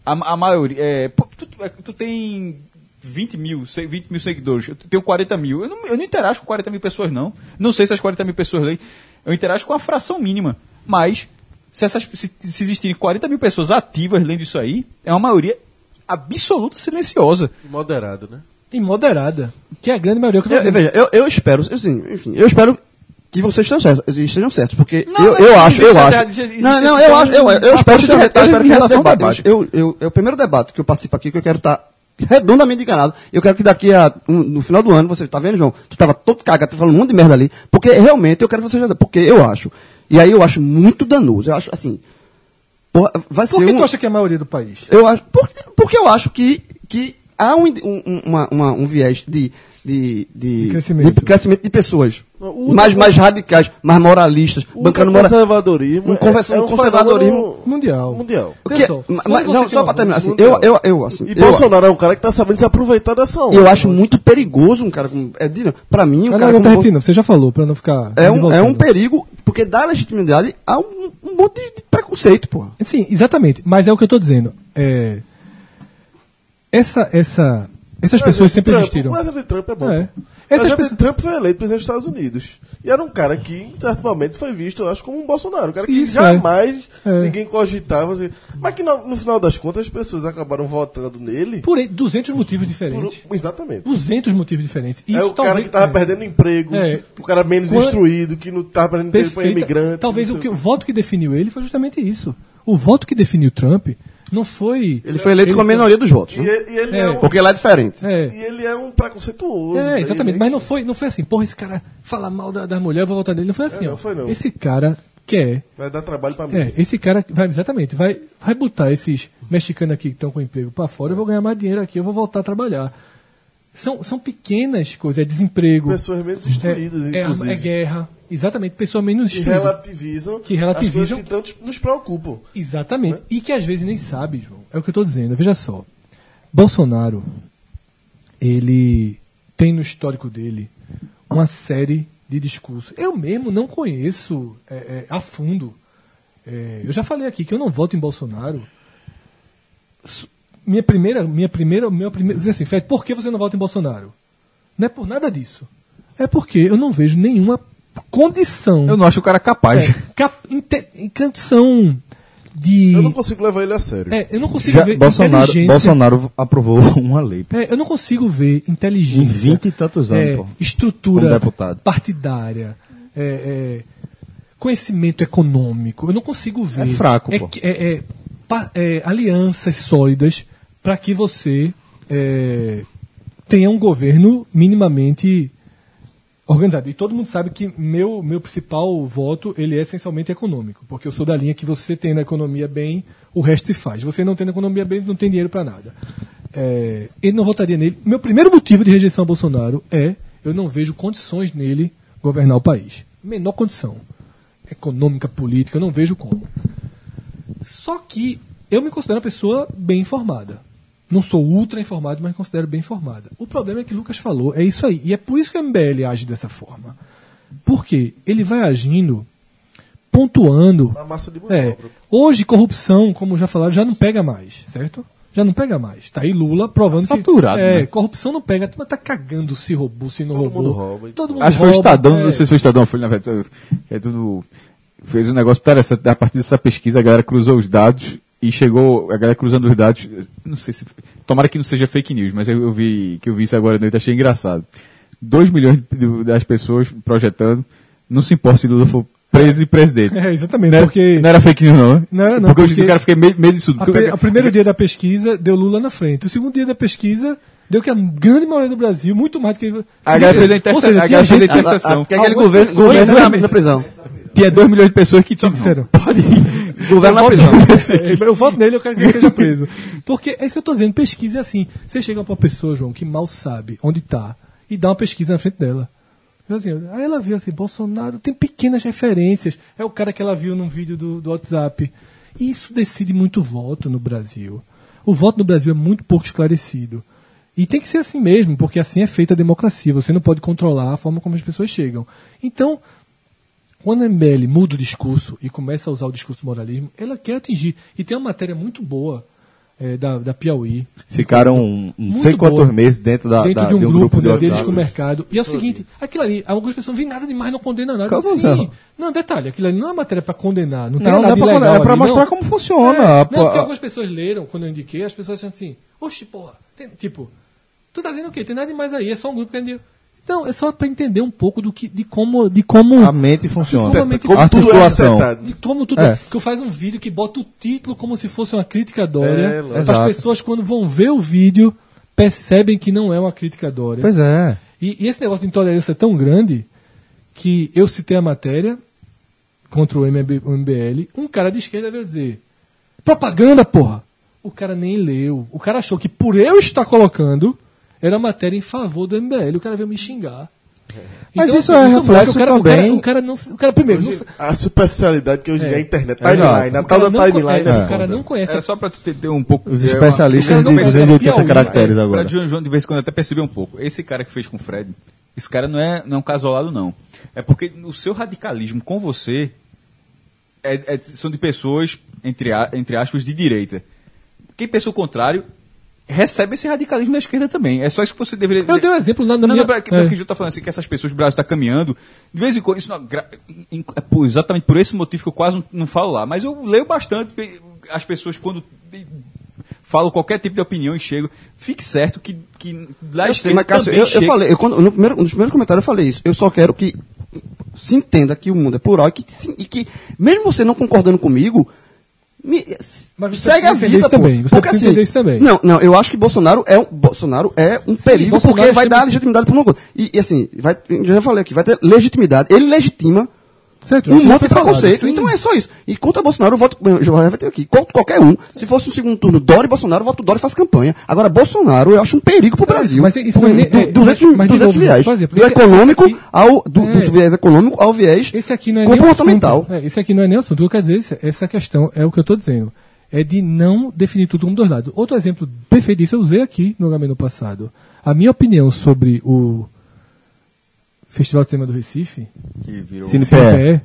Speaker 5: A, a maioria. É, pô, tu, tu- é, tu tem 20 mil, se- 20 mil seguidores, eu tenho 40 mil. Eu não, eu não interajo com 40 mil pessoas, não. Não sei se as 40 mil pessoas leem. Eu interajo com a fração mínima. Mas, se, essas, se, se existirem 40 mil pessoas ativas lendo isso aí, é uma maioria absoluta silenciosa.
Speaker 7: Moderado, né?
Speaker 3: E moderada. Que é a grande maioria que eu tô
Speaker 4: Eu, eu-
Speaker 3: dizendo.
Speaker 4: veja, eu, eu espero, eu, assim, enfim, eu espero que vocês estejam certos, estejam certos porque
Speaker 5: Não,
Speaker 4: eu,
Speaker 5: mas
Speaker 4: eu
Speaker 5: existe
Speaker 4: acho, eu
Speaker 5: a
Speaker 4: acho.
Speaker 5: terra- existe
Speaker 4: não, não,
Speaker 5: esse
Speaker 4: eu acho, eu, eu
Speaker 5: terra-
Speaker 4: espero que
Speaker 5: terra-
Speaker 4: seja eu espero que
Speaker 5: terra-
Speaker 4: esse
Speaker 5: relação
Speaker 4: debate.
Speaker 5: debate.
Speaker 4: Eu, eu, é o primeiro debate que eu participo aqui que eu quero estar redondamente enganado. Eu quero que daqui a um- no final do ano você tá vendo, João, tu tava todo cagado, tu falando um monte de merda ali, porque realmente eu quero que vocês estejam certos, porque eu acho. E aí eu acho muito danoso. Eu acho assim, porra, vai
Speaker 3: Por
Speaker 4: ser
Speaker 3: que
Speaker 4: um
Speaker 3: tu acha que é a maioria do país?
Speaker 4: eu acho, porque, porque eu acho que, que há um, um, uma- uma- um viés de, de, de,
Speaker 3: crescimento.
Speaker 4: de crescimento de pessoas
Speaker 7: O-
Speaker 4: mais, mais radicais, mais moralistas,
Speaker 7: O
Speaker 4: bancando moral.
Speaker 7: conservadorismo. é,
Speaker 4: Um conversa- um conservadorismo
Speaker 7: fenômeno
Speaker 3: mundial.
Speaker 7: Mundial.
Speaker 4: O
Speaker 3: Olha
Speaker 4: que é-
Speaker 3: só,
Speaker 4: ma-
Speaker 3: quando
Speaker 4: ma-
Speaker 3: você
Speaker 4: não,
Speaker 3: tem
Speaker 4: só
Speaker 3: uma
Speaker 4: para terminar, assim, eu,
Speaker 7: mundial.
Speaker 4: eu, eu, assim,
Speaker 7: E
Speaker 4: eu,
Speaker 7: Bolsonaro é um cara que tá sabendo se aproveitar dessa onda.
Speaker 4: eu acho muito perigoso um cara como, é, Dino, pra mim, um
Speaker 3: Ah, não,
Speaker 4: cara
Speaker 3: não
Speaker 4: como
Speaker 3: tá
Speaker 4: Bolso-
Speaker 3: repetindo, tá você já falou, pra não ficar.
Speaker 4: é um, é um
Speaker 3: voltando.
Speaker 4: perigo, porque dá legitimidade a um, um monte de preconceito, porra.
Speaker 3: Sim, exatamente. Mas é o que eu tô dizendo. É... Essa, essa, essas
Speaker 7: Mas
Speaker 3: pessoas
Speaker 7: esse
Speaker 3: sempre
Speaker 7: Trump-
Speaker 3: existiram.
Speaker 7: Mas ele Trump é bom.
Speaker 3: É.
Speaker 7: Mas
Speaker 3: Essas
Speaker 7: já-
Speaker 3: pessoas-
Speaker 7: Trump foi eleito presidente dos Estados Unidos. E era um cara que, em certo momento, foi visto, eu acho, como um Bolsonaro. Um cara que
Speaker 3: Isso,
Speaker 7: jamais
Speaker 3: é. É.
Speaker 7: ninguém cogitava. assim. Mas que, no, no final das contas, as pessoas acabaram votando nele.
Speaker 3: Por aí, 200 motivos diferentes.
Speaker 7: por- um, exatamente.
Speaker 3: 200 motivos diferentes. Isso
Speaker 7: é o cara
Speaker 3: talvez-
Speaker 7: que tava
Speaker 3: é.
Speaker 7: perdendo emprego,
Speaker 3: É.
Speaker 7: o cara menos
Speaker 3: Quando-
Speaker 7: instruído, que não tava perdendo emprego pra
Speaker 3: Perfeita.
Speaker 7: imigrante.
Speaker 3: Talvez
Speaker 7: não
Speaker 3: o, que,
Speaker 7: sei
Speaker 3: o voto que definiu ele foi justamente isso. O voto que definiu Trump Não foi.
Speaker 4: Ele foi eleito com a
Speaker 3: foi-
Speaker 4: minoria dos votos,
Speaker 7: E,
Speaker 4: né?
Speaker 7: e ele é.
Speaker 3: É.
Speaker 7: um,
Speaker 4: Porque lá é diferente.
Speaker 3: É.
Speaker 7: e ele é um preconceituoso.
Speaker 3: É,
Speaker 7: né?
Speaker 3: exatamente.
Speaker 7: Ele-
Speaker 3: Mas não foi, não foi assim, porra, esse cara fala mal da, da mulher, eu vou votar nele. Não foi assim,
Speaker 7: É, não
Speaker 3: ó.
Speaker 7: foi, não.
Speaker 3: Esse cara quer.
Speaker 7: Vai dar trabalho pra mim.
Speaker 3: É, esse cara vai, exatamente, vai, vai botar esses mexicanos aqui que estão com emprego pra fora, eu vou ganhar mais dinheiro aqui, eu vou voltar a trabalhar. São, são pequenas coisas, é desemprego.
Speaker 7: Pessoas menos instruídas,
Speaker 3: é, é,
Speaker 7: inclusive.
Speaker 3: é guerra. Exatamente, pessoa menos
Speaker 7: Que
Speaker 3: instruída.
Speaker 7: relativizam,
Speaker 3: Que relativizam.
Speaker 7: as coisas que tanto nos preocupam.
Speaker 3: Exatamente. E que às vezes nem sabe, João. É o que eu tô dizendo. Veja só. Bolsonaro, ele tem no histórico dele uma série de discursos. Eu mesmo não conheço é, é, a fundo. É, eu já falei aqui que eu não voto em Bolsonaro. Su- Minha primeira, minha primeira, meu primeiro, dizer assim, Fred, por que você não vota em Bolsonaro? Não é por nada disso. É porque eu não vejo nenhuma condição
Speaker 5: Eu não acho o cara capaz.
Speaker 3: é, cap- inte- canção de.
Speaker 7: Eu não consigo levar ele a sério.
Speaker 3: É, eu não consigo
Speaker 2: Já,
Speaker 3: ver
Speaker 2: Bolsonaro,
Speaker 3: inteligência.
Speaker 2: Bolsonaro aprovou uma lei.
Speaker 3: É, eu não consigo ver inteligência.
Speaker 2: Em vinte e tantos anos,
Speaker 3: é,
Speaker 2: pô,
Speaker 3: estrutura
Speaker 2: como deputado.
Speaker 3: partidária. é, é, conhecimento econômico. Eu não consigo ver.
Speaker 2: É fraco,
Speaker 3: É
Speaker 2: pô.
Speaker 3: que- é- é, pa- é, alianças sólidas para que você é, tenha um governo minimamente organizado. E todo mundo sabe que meu, meu principal voto ele é essencialmente econômico, porque eu sou da linha que você tem na economia bem, o resto se faz. Você não tem na economia bem, não tem dinheiro para nada. É, ele não votaria nele. Meu primeiro motivo de rejeição a Bolsonaro é eu não vejo condições nele governar o país. Menor condição. Econômica, política, eu não vejo como. Só que eu me considero uma pessoa bem informada. Não sou ultra informado, mas me considero bem informada. O problema é que Lucas falou, é isso aí. E é por isso que o MBL age dessa forma. Porque ele vai agindo, pontuando.
Speaker 7: A massa de manobra.
Speaker 3: É, hoje, corrupção, como já falaram, já não pega mais, certo? Já não pega mais. Tá aí Lula provando
Speaker 5: Saturado,
Speaker 3: que. É,
Speaker 5: né?
Speaker 3: corrupção não pega. A turma tá cagando se roubou, se não
Speaker 7: Todo
Speaker 3: roubou.
Speaker 7: mundo rouba.
Speaker 3: Todo mundo
Speaker 5: Acho que foi o
Speaker 3: rouba,
Speaker 5: Estadão,
Speaker 3: é.
Speaker 5: não sei se foi o Estadão, foi na verdade. É tudo. Fez um negócio interessante. A partir dessa pesquisa, a galera cruzou os dados e chegou. A galera cruzando os dados. Não sei se. Tomara que não seja fake news, mas eu, eu vi que eu vi isso agora à noite achei engraçado. 2 milhões de- das pessoas projetando. Não se importa se Lula for preso e presidente.
Speaker 3: É, exatamente.
Speaker 5: Não era-
Speaker 3: porque.
Speaker 5: né, Não era fake news, não. né?
Speaker 3: Não era, não,
Speaker 5: Porque, eu-
Speaker 3: porque-
Speaker 5: o cara fiquei meio, meio disso.
Speaker 3: A pri- O primeiro dia da pesquisa deu Lula na frente. O segundo dia da pesquisa deu que a grande maioria do Brasil, muito mais do que.
Speaker 5: A galera fez a
Speaker 3: Ou seja,
Speaker 5: interseção. A
Speaker 3: tinha
Speaker 5: galera fez a
Speaker 3: gente-
Speaker 5: interseção.
Speaker 4: Que é aquele
Speaker 3: Algumas
Speaker 4: governo,
Speaker 3: pessoas-
Speaker 4: governo da,
Speaker 3: Exatamente.
Speaker 4: da prisão.
Speaker 5: Tinha 2 milhões de pessoas que tinham.
Speaker 3: Disseram.
Speaker 5: Pode ir.
Speaker 4: Governo da prisão.
Speaker 3: É, eu voto nele, eu quero que ele seja preso. Porque é isso que eu tô dizendo, pesquisa é assim. Você chega pra uma pessoa, João, que mal sabe onde tá, e dá uma pesquisa na frente dela. Eu, assim, aí ela viu assim, Bolsonaro tem pequenas referências. É o cara que ela viu num vídeo do, do WhatsApp. E isso decide muito voto no Brasil. O voto no Brasil é muito pouco esclarecido. E tem que ser assim mesmo, porque assim é feita a democracia. Você não pode controlar a forma como as pessoas chegam. Então, quando a MBL muda o discurso e começa a usar o discurso do moralismo, ela quer atingir. E tem uma matéria muito boa eh, da, da Piauí,
Speaker 2: Ficaram um- um não
Speaker 3: Muito
Speaker 2: sei quantos
Speaker 3: boa.
Speaker 2: meses dentro, da,
Speaker 3: dentro
Speaker 2: da-
Speaker 3: de um, grupo, né,
Speaker 2: de
Speaker 3: deles com o
Speaker 2: WhatsApp.
Speaker 3: mercado. E é o seguinte, aquilo ali, algumas pessoas não vi nada demais, não condena nada.
Speaker 2: Como
Speaker 3: Sim.
Speaker 2: não?
Speaker 3: Não. detalhe, aquilo ali não é matéria para condenar, não tem
Speaker 2: Não, não
Speaker 3: nada
Speaker 2: é pra,
Speaker 3: ilegal
Speaker 2: condenar, é pra
Speaker 3: ali,
Speaker 2: mostrar
Speaker 3: não.
Speaker 2: como
Speaker 3: É,
Speaker 2: funciona. a-
Speaker 3: não, porque
Speaker 2: a-
Speaker 3: algumas pessoas leram quando eu indiquei, as pessoas acham assim, oxe, porra, tem- tipo, tu tá dizendo o quê? Tem nada demais aí, é só um grupo que ganha dinheiro. Então, é só para entender um pouco do que, de como, de como
Speaker 2: a mente
Speaker 3: Como é
Speaker 2: funciona.
Speaker 3: a
Speaker 2: A
Speaker 3: mente funciona.
Speaker 2: articulação.
Speaker 3: E como tudo.
Speaker 2: É.
Speaker 3: Que eu faz um vídeo que bota o título como se fosse uma crítica à Dória.
Speaker 7: É,
Speaker 3: Pra
Speaker 2: exato.
Speaker 3: as pessoas, quando vão ver o vídeo, percebem que não é uma crítica à Dória.
Speaker 2: Pois é.
Speaker 3: E, e esse negócio de intolerância é tão grande que eu citei a matéria contra o, MB o MBL. Um cara de esquerda veio dizer: propaganda, porra! O cara nem leu. O cara achou que por eu estar colocando era matéria em favor do MBL. O cara veio me xingar. Então,
Speaker 2: Mas isso é
Speaker 3: mostra
Speaker 2: reflexo
Speaker 3: que o cara, O
Speaker 2: também-
Speaker 3: cara, o cara não, se- o cara primeiro, não,
Speaker 7: Hoje,
Speaker 3: sa-
Speaker 7: a superficialidade que hoje é,
Speaker 3: É.
Speaker 7: a internet,
Speaker 2: Exato.
Speaker 7: timeline, a
Speaker 3: o cara
Speaker 7: tal
Speaker 3: não
Speaker 7: da
Speaker 3: conhece,
Speaker 7: timeline é,
Speaker 3: o cara
Speaker 7: foda.
Speaker 3: não conhece.
Speaker 5: Era só pra tu ter, ter um pouco.
Speaker 2: Os
Speaker 5: é, uma-
Speaker 2: especialistas
Speaker 5: Eu não
Speaker 2: de
Speaker 5: percebo
Speaker 2: 280
Speaker 5: Piauí,
Speaker 2: caracteres
Speaker 5: é,
Speaker 2: agora.
Speaker 5: Pra João João de vez em quando até perceber um pouco. Esse cara que fez com o Fred, esse cara não é, não é um casolado, não. É porque o seu radicalismo com você é- é- são de pessoas, entre, a- entre aspas, de direita. Quem pensa o contrário recebe esse radicalismo da esquerda também. É só isso que você deveria.
Speaker 3: Eu dei um exemplo na, na
Speaker 5: Não,
Speaker 3: minha...
Speaker 5: não, pra- que,
Speaker 3: é.
Speaker 5: que o Ju tá falando assim, que essas pessoas, o Brasil tá caminhando. De vez em quando, isso não- gra- in- é por- exatamente por esse motivo que eu quase não, não falo lá. Mas eu leio bastante pe- as pessoas quando de- falam qualquer tipo de opinião e chego. Fique certo que, que lá
Speaker 4: Eu sei, mas Cássio,
Speaker 5: também
Speaker 4: eu, eu
Speaker 5: chega-
Speaker 4: falei, eu, quando, no primeiro, nos primeiros comentários eu falei isso. Eu só quero que se entenda que o mundo é plural e que, se- e que mesmo você não concordando comigo, Me-
Speaker 3: Mas você
Speaker 4: segue
Speaker 3: precisa
Speaker 4: a
Speaker 3: entender
Speaker 4: vida
Speaker 3: isso
Speaker 4: pô.
Speaker 3: também, você
Speaker 4: Porque,
Speaker 3: precisa
Speaker 4: assim,
Speaker 3: entender isso também.
Speaker 4: Não, não, eu acho que Bolsonaro é um, Bolsonaro é um perigo
Speaker 3: Bolsonaro
Speaker 4: porque vai
Speaker 3: tem-
Speaker 4: dar legitimidade para um coisa. E, e assim, vai, eu já falei aqui, vai ter legitimidade. Ele legitima
Speaker 3: é
Speaker 4: um monte de preconceito. então é só isso. E contra Bolsonaro, eu voto. Eu já vai ter aqui. Contra qualquer um. Se fosse um segundo turno, Dória e Bolsonaro, eu voto Dória e faço campanha. Agora, Bolsonaro, eu acho um perigo pro Brasil.
Speaker 3: mas isso
Speaker 4: Por-
Speaker 3: não é nem-
Speaker 4: do-
Speaker 3: é,
Speaker 4: do-
Speaker 3: mas-
Speaker 4: do-
Speaker 3: mas de
Speaker 4: 200
Speaker 3: novo,
Speaker 4: viés.
Speaker 3: por exemplo,
Speaker 4: Do
Speaker 3: esse-
Speaker 4: econômico
Speaker 3: esse aqui-
Speaker 4: ao. Do,
Speaker 3: É.
Speaker 4: do viés econômico ao viés
Speaker 3: Esse aqui não é nem
Speaker 4: comportamental.
Speaker 3: assunto. É, esse aqui não é nem assunto. O que eu quero dizer, esse- essa questão é o que eu estou dizendo. É de não definir tudo como dois lados. Outro exemplo perfeito disso eu usei aqui no HM no passado. A minha opinião sobre o Festival de Cinema do Recife, um
Speaker 2: Cinepé.
Speaker 3: CPE,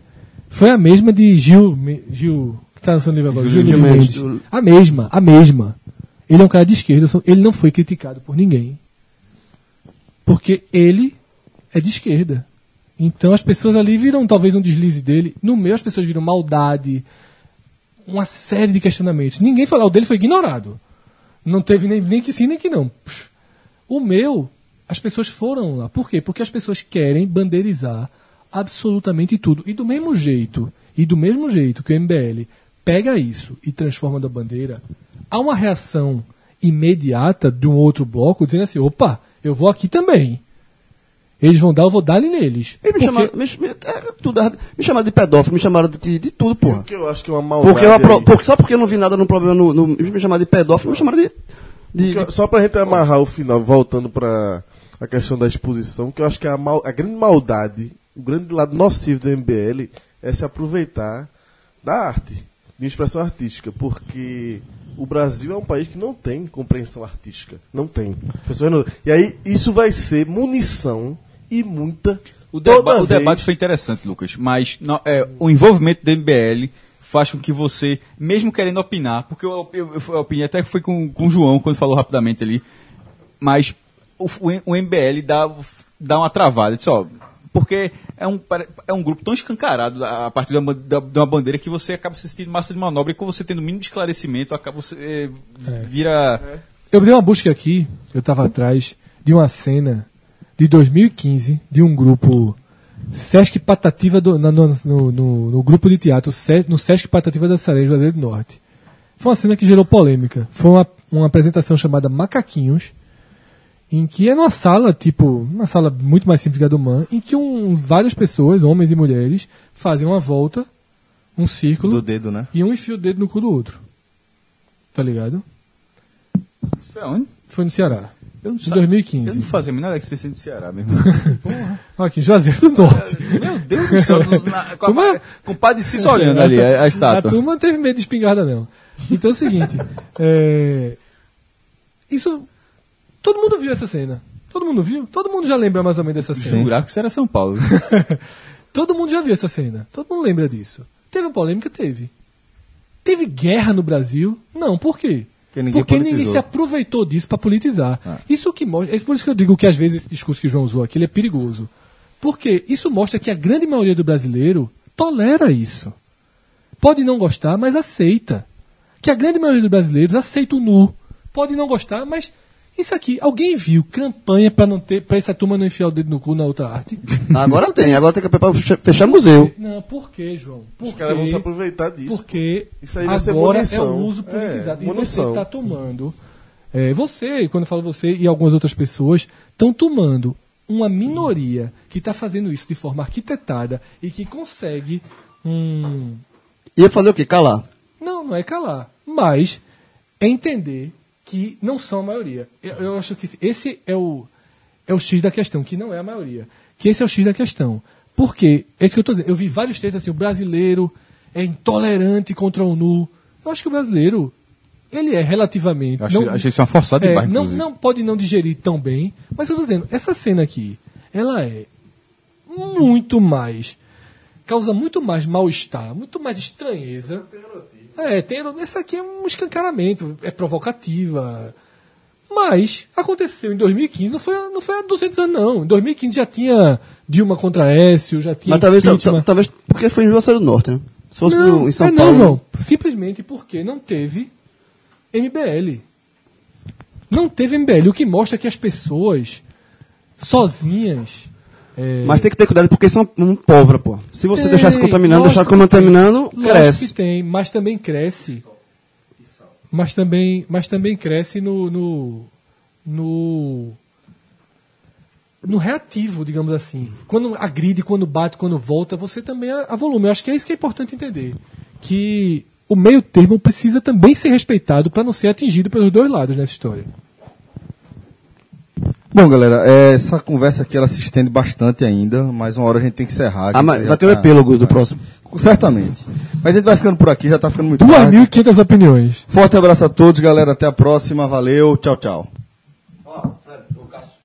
Speaker 3: foi a mesma de Gil. Me- Gil que está lançando livro agora? Gil, Gil Mendes. A mesma, a mesma. Ele é um cara de esquerda, só- ele não foi criticado por ninguém. Porque ele é de esquerda. Então as pessoas ali viram talvez um deslize dele. No meio as pessoas viram maldade, uma série de questionamentos. Ninguém falou, o dele foi ignorado. Não teve nem, nem que sim, nem que não. O meu, as pessoas foram lá. Por quê? Porque as pessoas querem bandeirizar absolutamente tudo. E do mesmo jeito, e do mesmo jeito que o MBL pega isso e transforma da bandeira, há uma reação imediata de um outro bloco dizendo assim, opa, eu vou aqui também. Eles vão dar, eu vou dar-lhe neles.
Speaker 4: Eles me
Speaker 3: Porque-
Speaker 4: chamaram, me, me- é, tudo, errado. me chamaram de pedófilo, me chamaram de, de tudo, porra.
Speaker 7: Porque eu acho que é uma maldade.
Speaker 4: Porque eu, apro-
Speaker 7: aí.
Speaker 4: porque- só porque eu não vi nada no problema no, no- me chamaram de pedófilo, me chamaram de. de-
Speaker 7: Que- Só pra gente amarrar o final, voltando pra a questão da exposição, que eu acho que a, mal- a grande maldade, o grande lado nocivo do MBL é se aproveitar da arte, de expressão artística, porque o Brasil é um país que não tem compreensão artística. Não tem. As pessoas não- E aí isso vai ser munição e muita.
Speaker 1: O, deba-
Speaker 7: toda
Speaker 1: o
Speaker 7: vez.
Speaker 1: debate foi interessante, Lucas, mas não- é, o envolvimento do MBL faz com que você, mesmo querendo opinar, porque eu, eu, eu opinei até que foi com, com o João quando falou rapidamente ali, mas o, o- o MBL dá, dá uma travada, disse, ó, porque é um, pare- é um grupo tão escancarado a a partir de uma, da- de uma bandeira que você acaba se sentindo massa de manobra e com você tendo o mínimo de esclarecimento, acaba você eh,
Speaker 7: É.
Speaker 1: vira.
Speaker 3: Eu dei uma busca aqui, eu estava atrás, de uma cena de 2015 de um grupo Sesc Patativa do- na- no, no- no- no grupo de teatro, Ses- no Sesc Patativa da Sareia, Juazeiro do Norte. Foi uma cena que gerou polêmica. Foi uma, uma apresentação chamada Macaquinhos, em que é numa sala, tipo, uma sala muito mais simples que a do Man, em que um, várias pessoas, homens e mulheres, fazem uma volta, um círculo,
Speaker 2: Do dedo, né?
Speaker 3: e um enfia o dedo no cu do outro. Tá ligado?
Speaker 1: Isso foi onde?
Speaker 3: Foi no Ceará.
Speaker 1: Eu não
Speaker 3: Em
Speaker 1: sa- Eu não
Speaker 3: 2015.
Speaker 1: fazia a menor ideia que você sendo do Ceará mesmo.
Speaker 3: Aqui em Juazeiro do Norte.
Speaker 1: Meu Deus do céu, na- com,
Speaker 3: Turma-
Speaker 1: a, com o padre Cício é? olhando ali, a, a
Speaker 3: A
Speaker 1: estátua.
Speaker 3: turma não teve medo de espingarda, não. Então é o seguinte. é, Isso. Todo mundo viu essa cena. Todo mundo viu? Todo mundo já lembra mais ou menos dessa cena.
Speaker 1: Jurar que isso era São Paulo.
Speaker 3: Todo mundo já viu essa cena. Todo mundo lembra disso. Teve uma polêmica? Teve. Teve guerra no Brasil? Não. Por quê?
Speaker 2: Porque ninguém politizou. Ah.
Speaker 3: ninguém se aproveitou disso para politizar. Isso que mostra. É por isso que eu digo que às vezes esse discurso que o João usou aqui ele é perigoso. Porque isso mostra que a grande maioria do brasileiro tolera isso. Pode não gostar, mas aceita. Que a grande maioria dos brasileiros aceita o nu. Pode não gostar, mas isso aqui, alguém viu campanha para não ter, para essa turma não enfiar o dedo no cu na outra arte?
Speaker 4: Agora tem, agora tem que pra fechar- fechar museu.
Speaker 3: Não, por quê, João?
Speaker 7: Os
Speaker 3: Por
Speaker 7: caras vão se
Speaker 3: quê?
Speaker 7: aproveitar disso.
Speaker 3: Porque
Speaker 7: Isso aí vai ser
Speaker 3: agora é o
Speaker 7: munição.
Speaker 3: uso politizado.
Speaker 7: É,
Speaker 3: e você
Speaker 7: munição.
Speaker 3: está tomando. é, você, quando eu falo você e algumas outras pessoas, estão tomando uma minoria que está fazendo isso de forma arquitetada e que consegue um,
Speaker 4: Ia fazer o quê? Calar.
Speaker 3: não, não é calar. Mas é entender que não são a maioria. Eu, eu acho que esse é o, é o X da questão, que não é a maioria. Que esse é o X da questão. Porque, é isso que eu estou dizendo. Eu vi vários textos assim, o brasileiro é intolerante contra o nu. Eu acho que o brasileiro, ele é relativamente...
Speaker 1: Eu achei- achei isso uma forçada de
Speaker 3: é,
Speaker 1: barra,
Speaker 3: não,
Speaker 1: inclusive.
Speaker 3: não pode não digerir tão bem. Mas eu estou dizendo, essa cena aqui, ela é muito mais... Causa muito mais mal-estar, muito mais estranheza. É, tem, essa aqui é um escancaramento, é provocativa. Mas aconteceu em 2015, não foi, não foi há 200 anos, não. Em 2015 já tinha Dilma contra Écio, já tinha
Speaker 4: Mas talvez, ta-
Speaker 3: impeachment.
Speaker 4: ta- talvez porque foi em Juazeiro do Norte, né? Se fosse
Speaker 3: não,
Speaker 4: no- em São
Speaker 3: é
Speaker 4: Paulo.
Speaker 3: Não, João, simplesmente porque não teve MBL. Não teve MBL, o que mostra que as pessoas sozinhas É,
Speaker 4: Mas tem que ter cuidado porque são um pólvora, pô. Se você
Speaker 3: Tem,
Speaker 4: deixar se contaminando,
Speaker 3: lógico
Speaker 4: deixar
Speaker 3: que
Speaker 4: contaminando,
Speaker 3: lógico
Speaker 4: cresce.
Speaker 3: que tem, mas também cresce. Mas também, mas também cresce no, no no no reativo, digamos assim. Quando agride, quando bate, quando volta, você também a volume. Eu acho que é isso que é importante entender, que o meio termo precisa também ser respeitado para não ser atingido pelos dois lados nessa história.
Speaker 4: Tá.
Speaker 2: Bom, galera, é, essa conversa aqui ela se estende bastante ainda, mas uma hora a gente tem que encerrar.
Speaker 4: Ah, mas vai ter o epílogo do próximo.
Speaker 2: Certamente. Mas a gente vai ficando por aqui, já tá ficando muito tarde.
Speaker 3: 2.500 opiniões.
Speaker 2: Forte abraço a todos, galera. Até a próxima. Valeu. Tchau, tchau.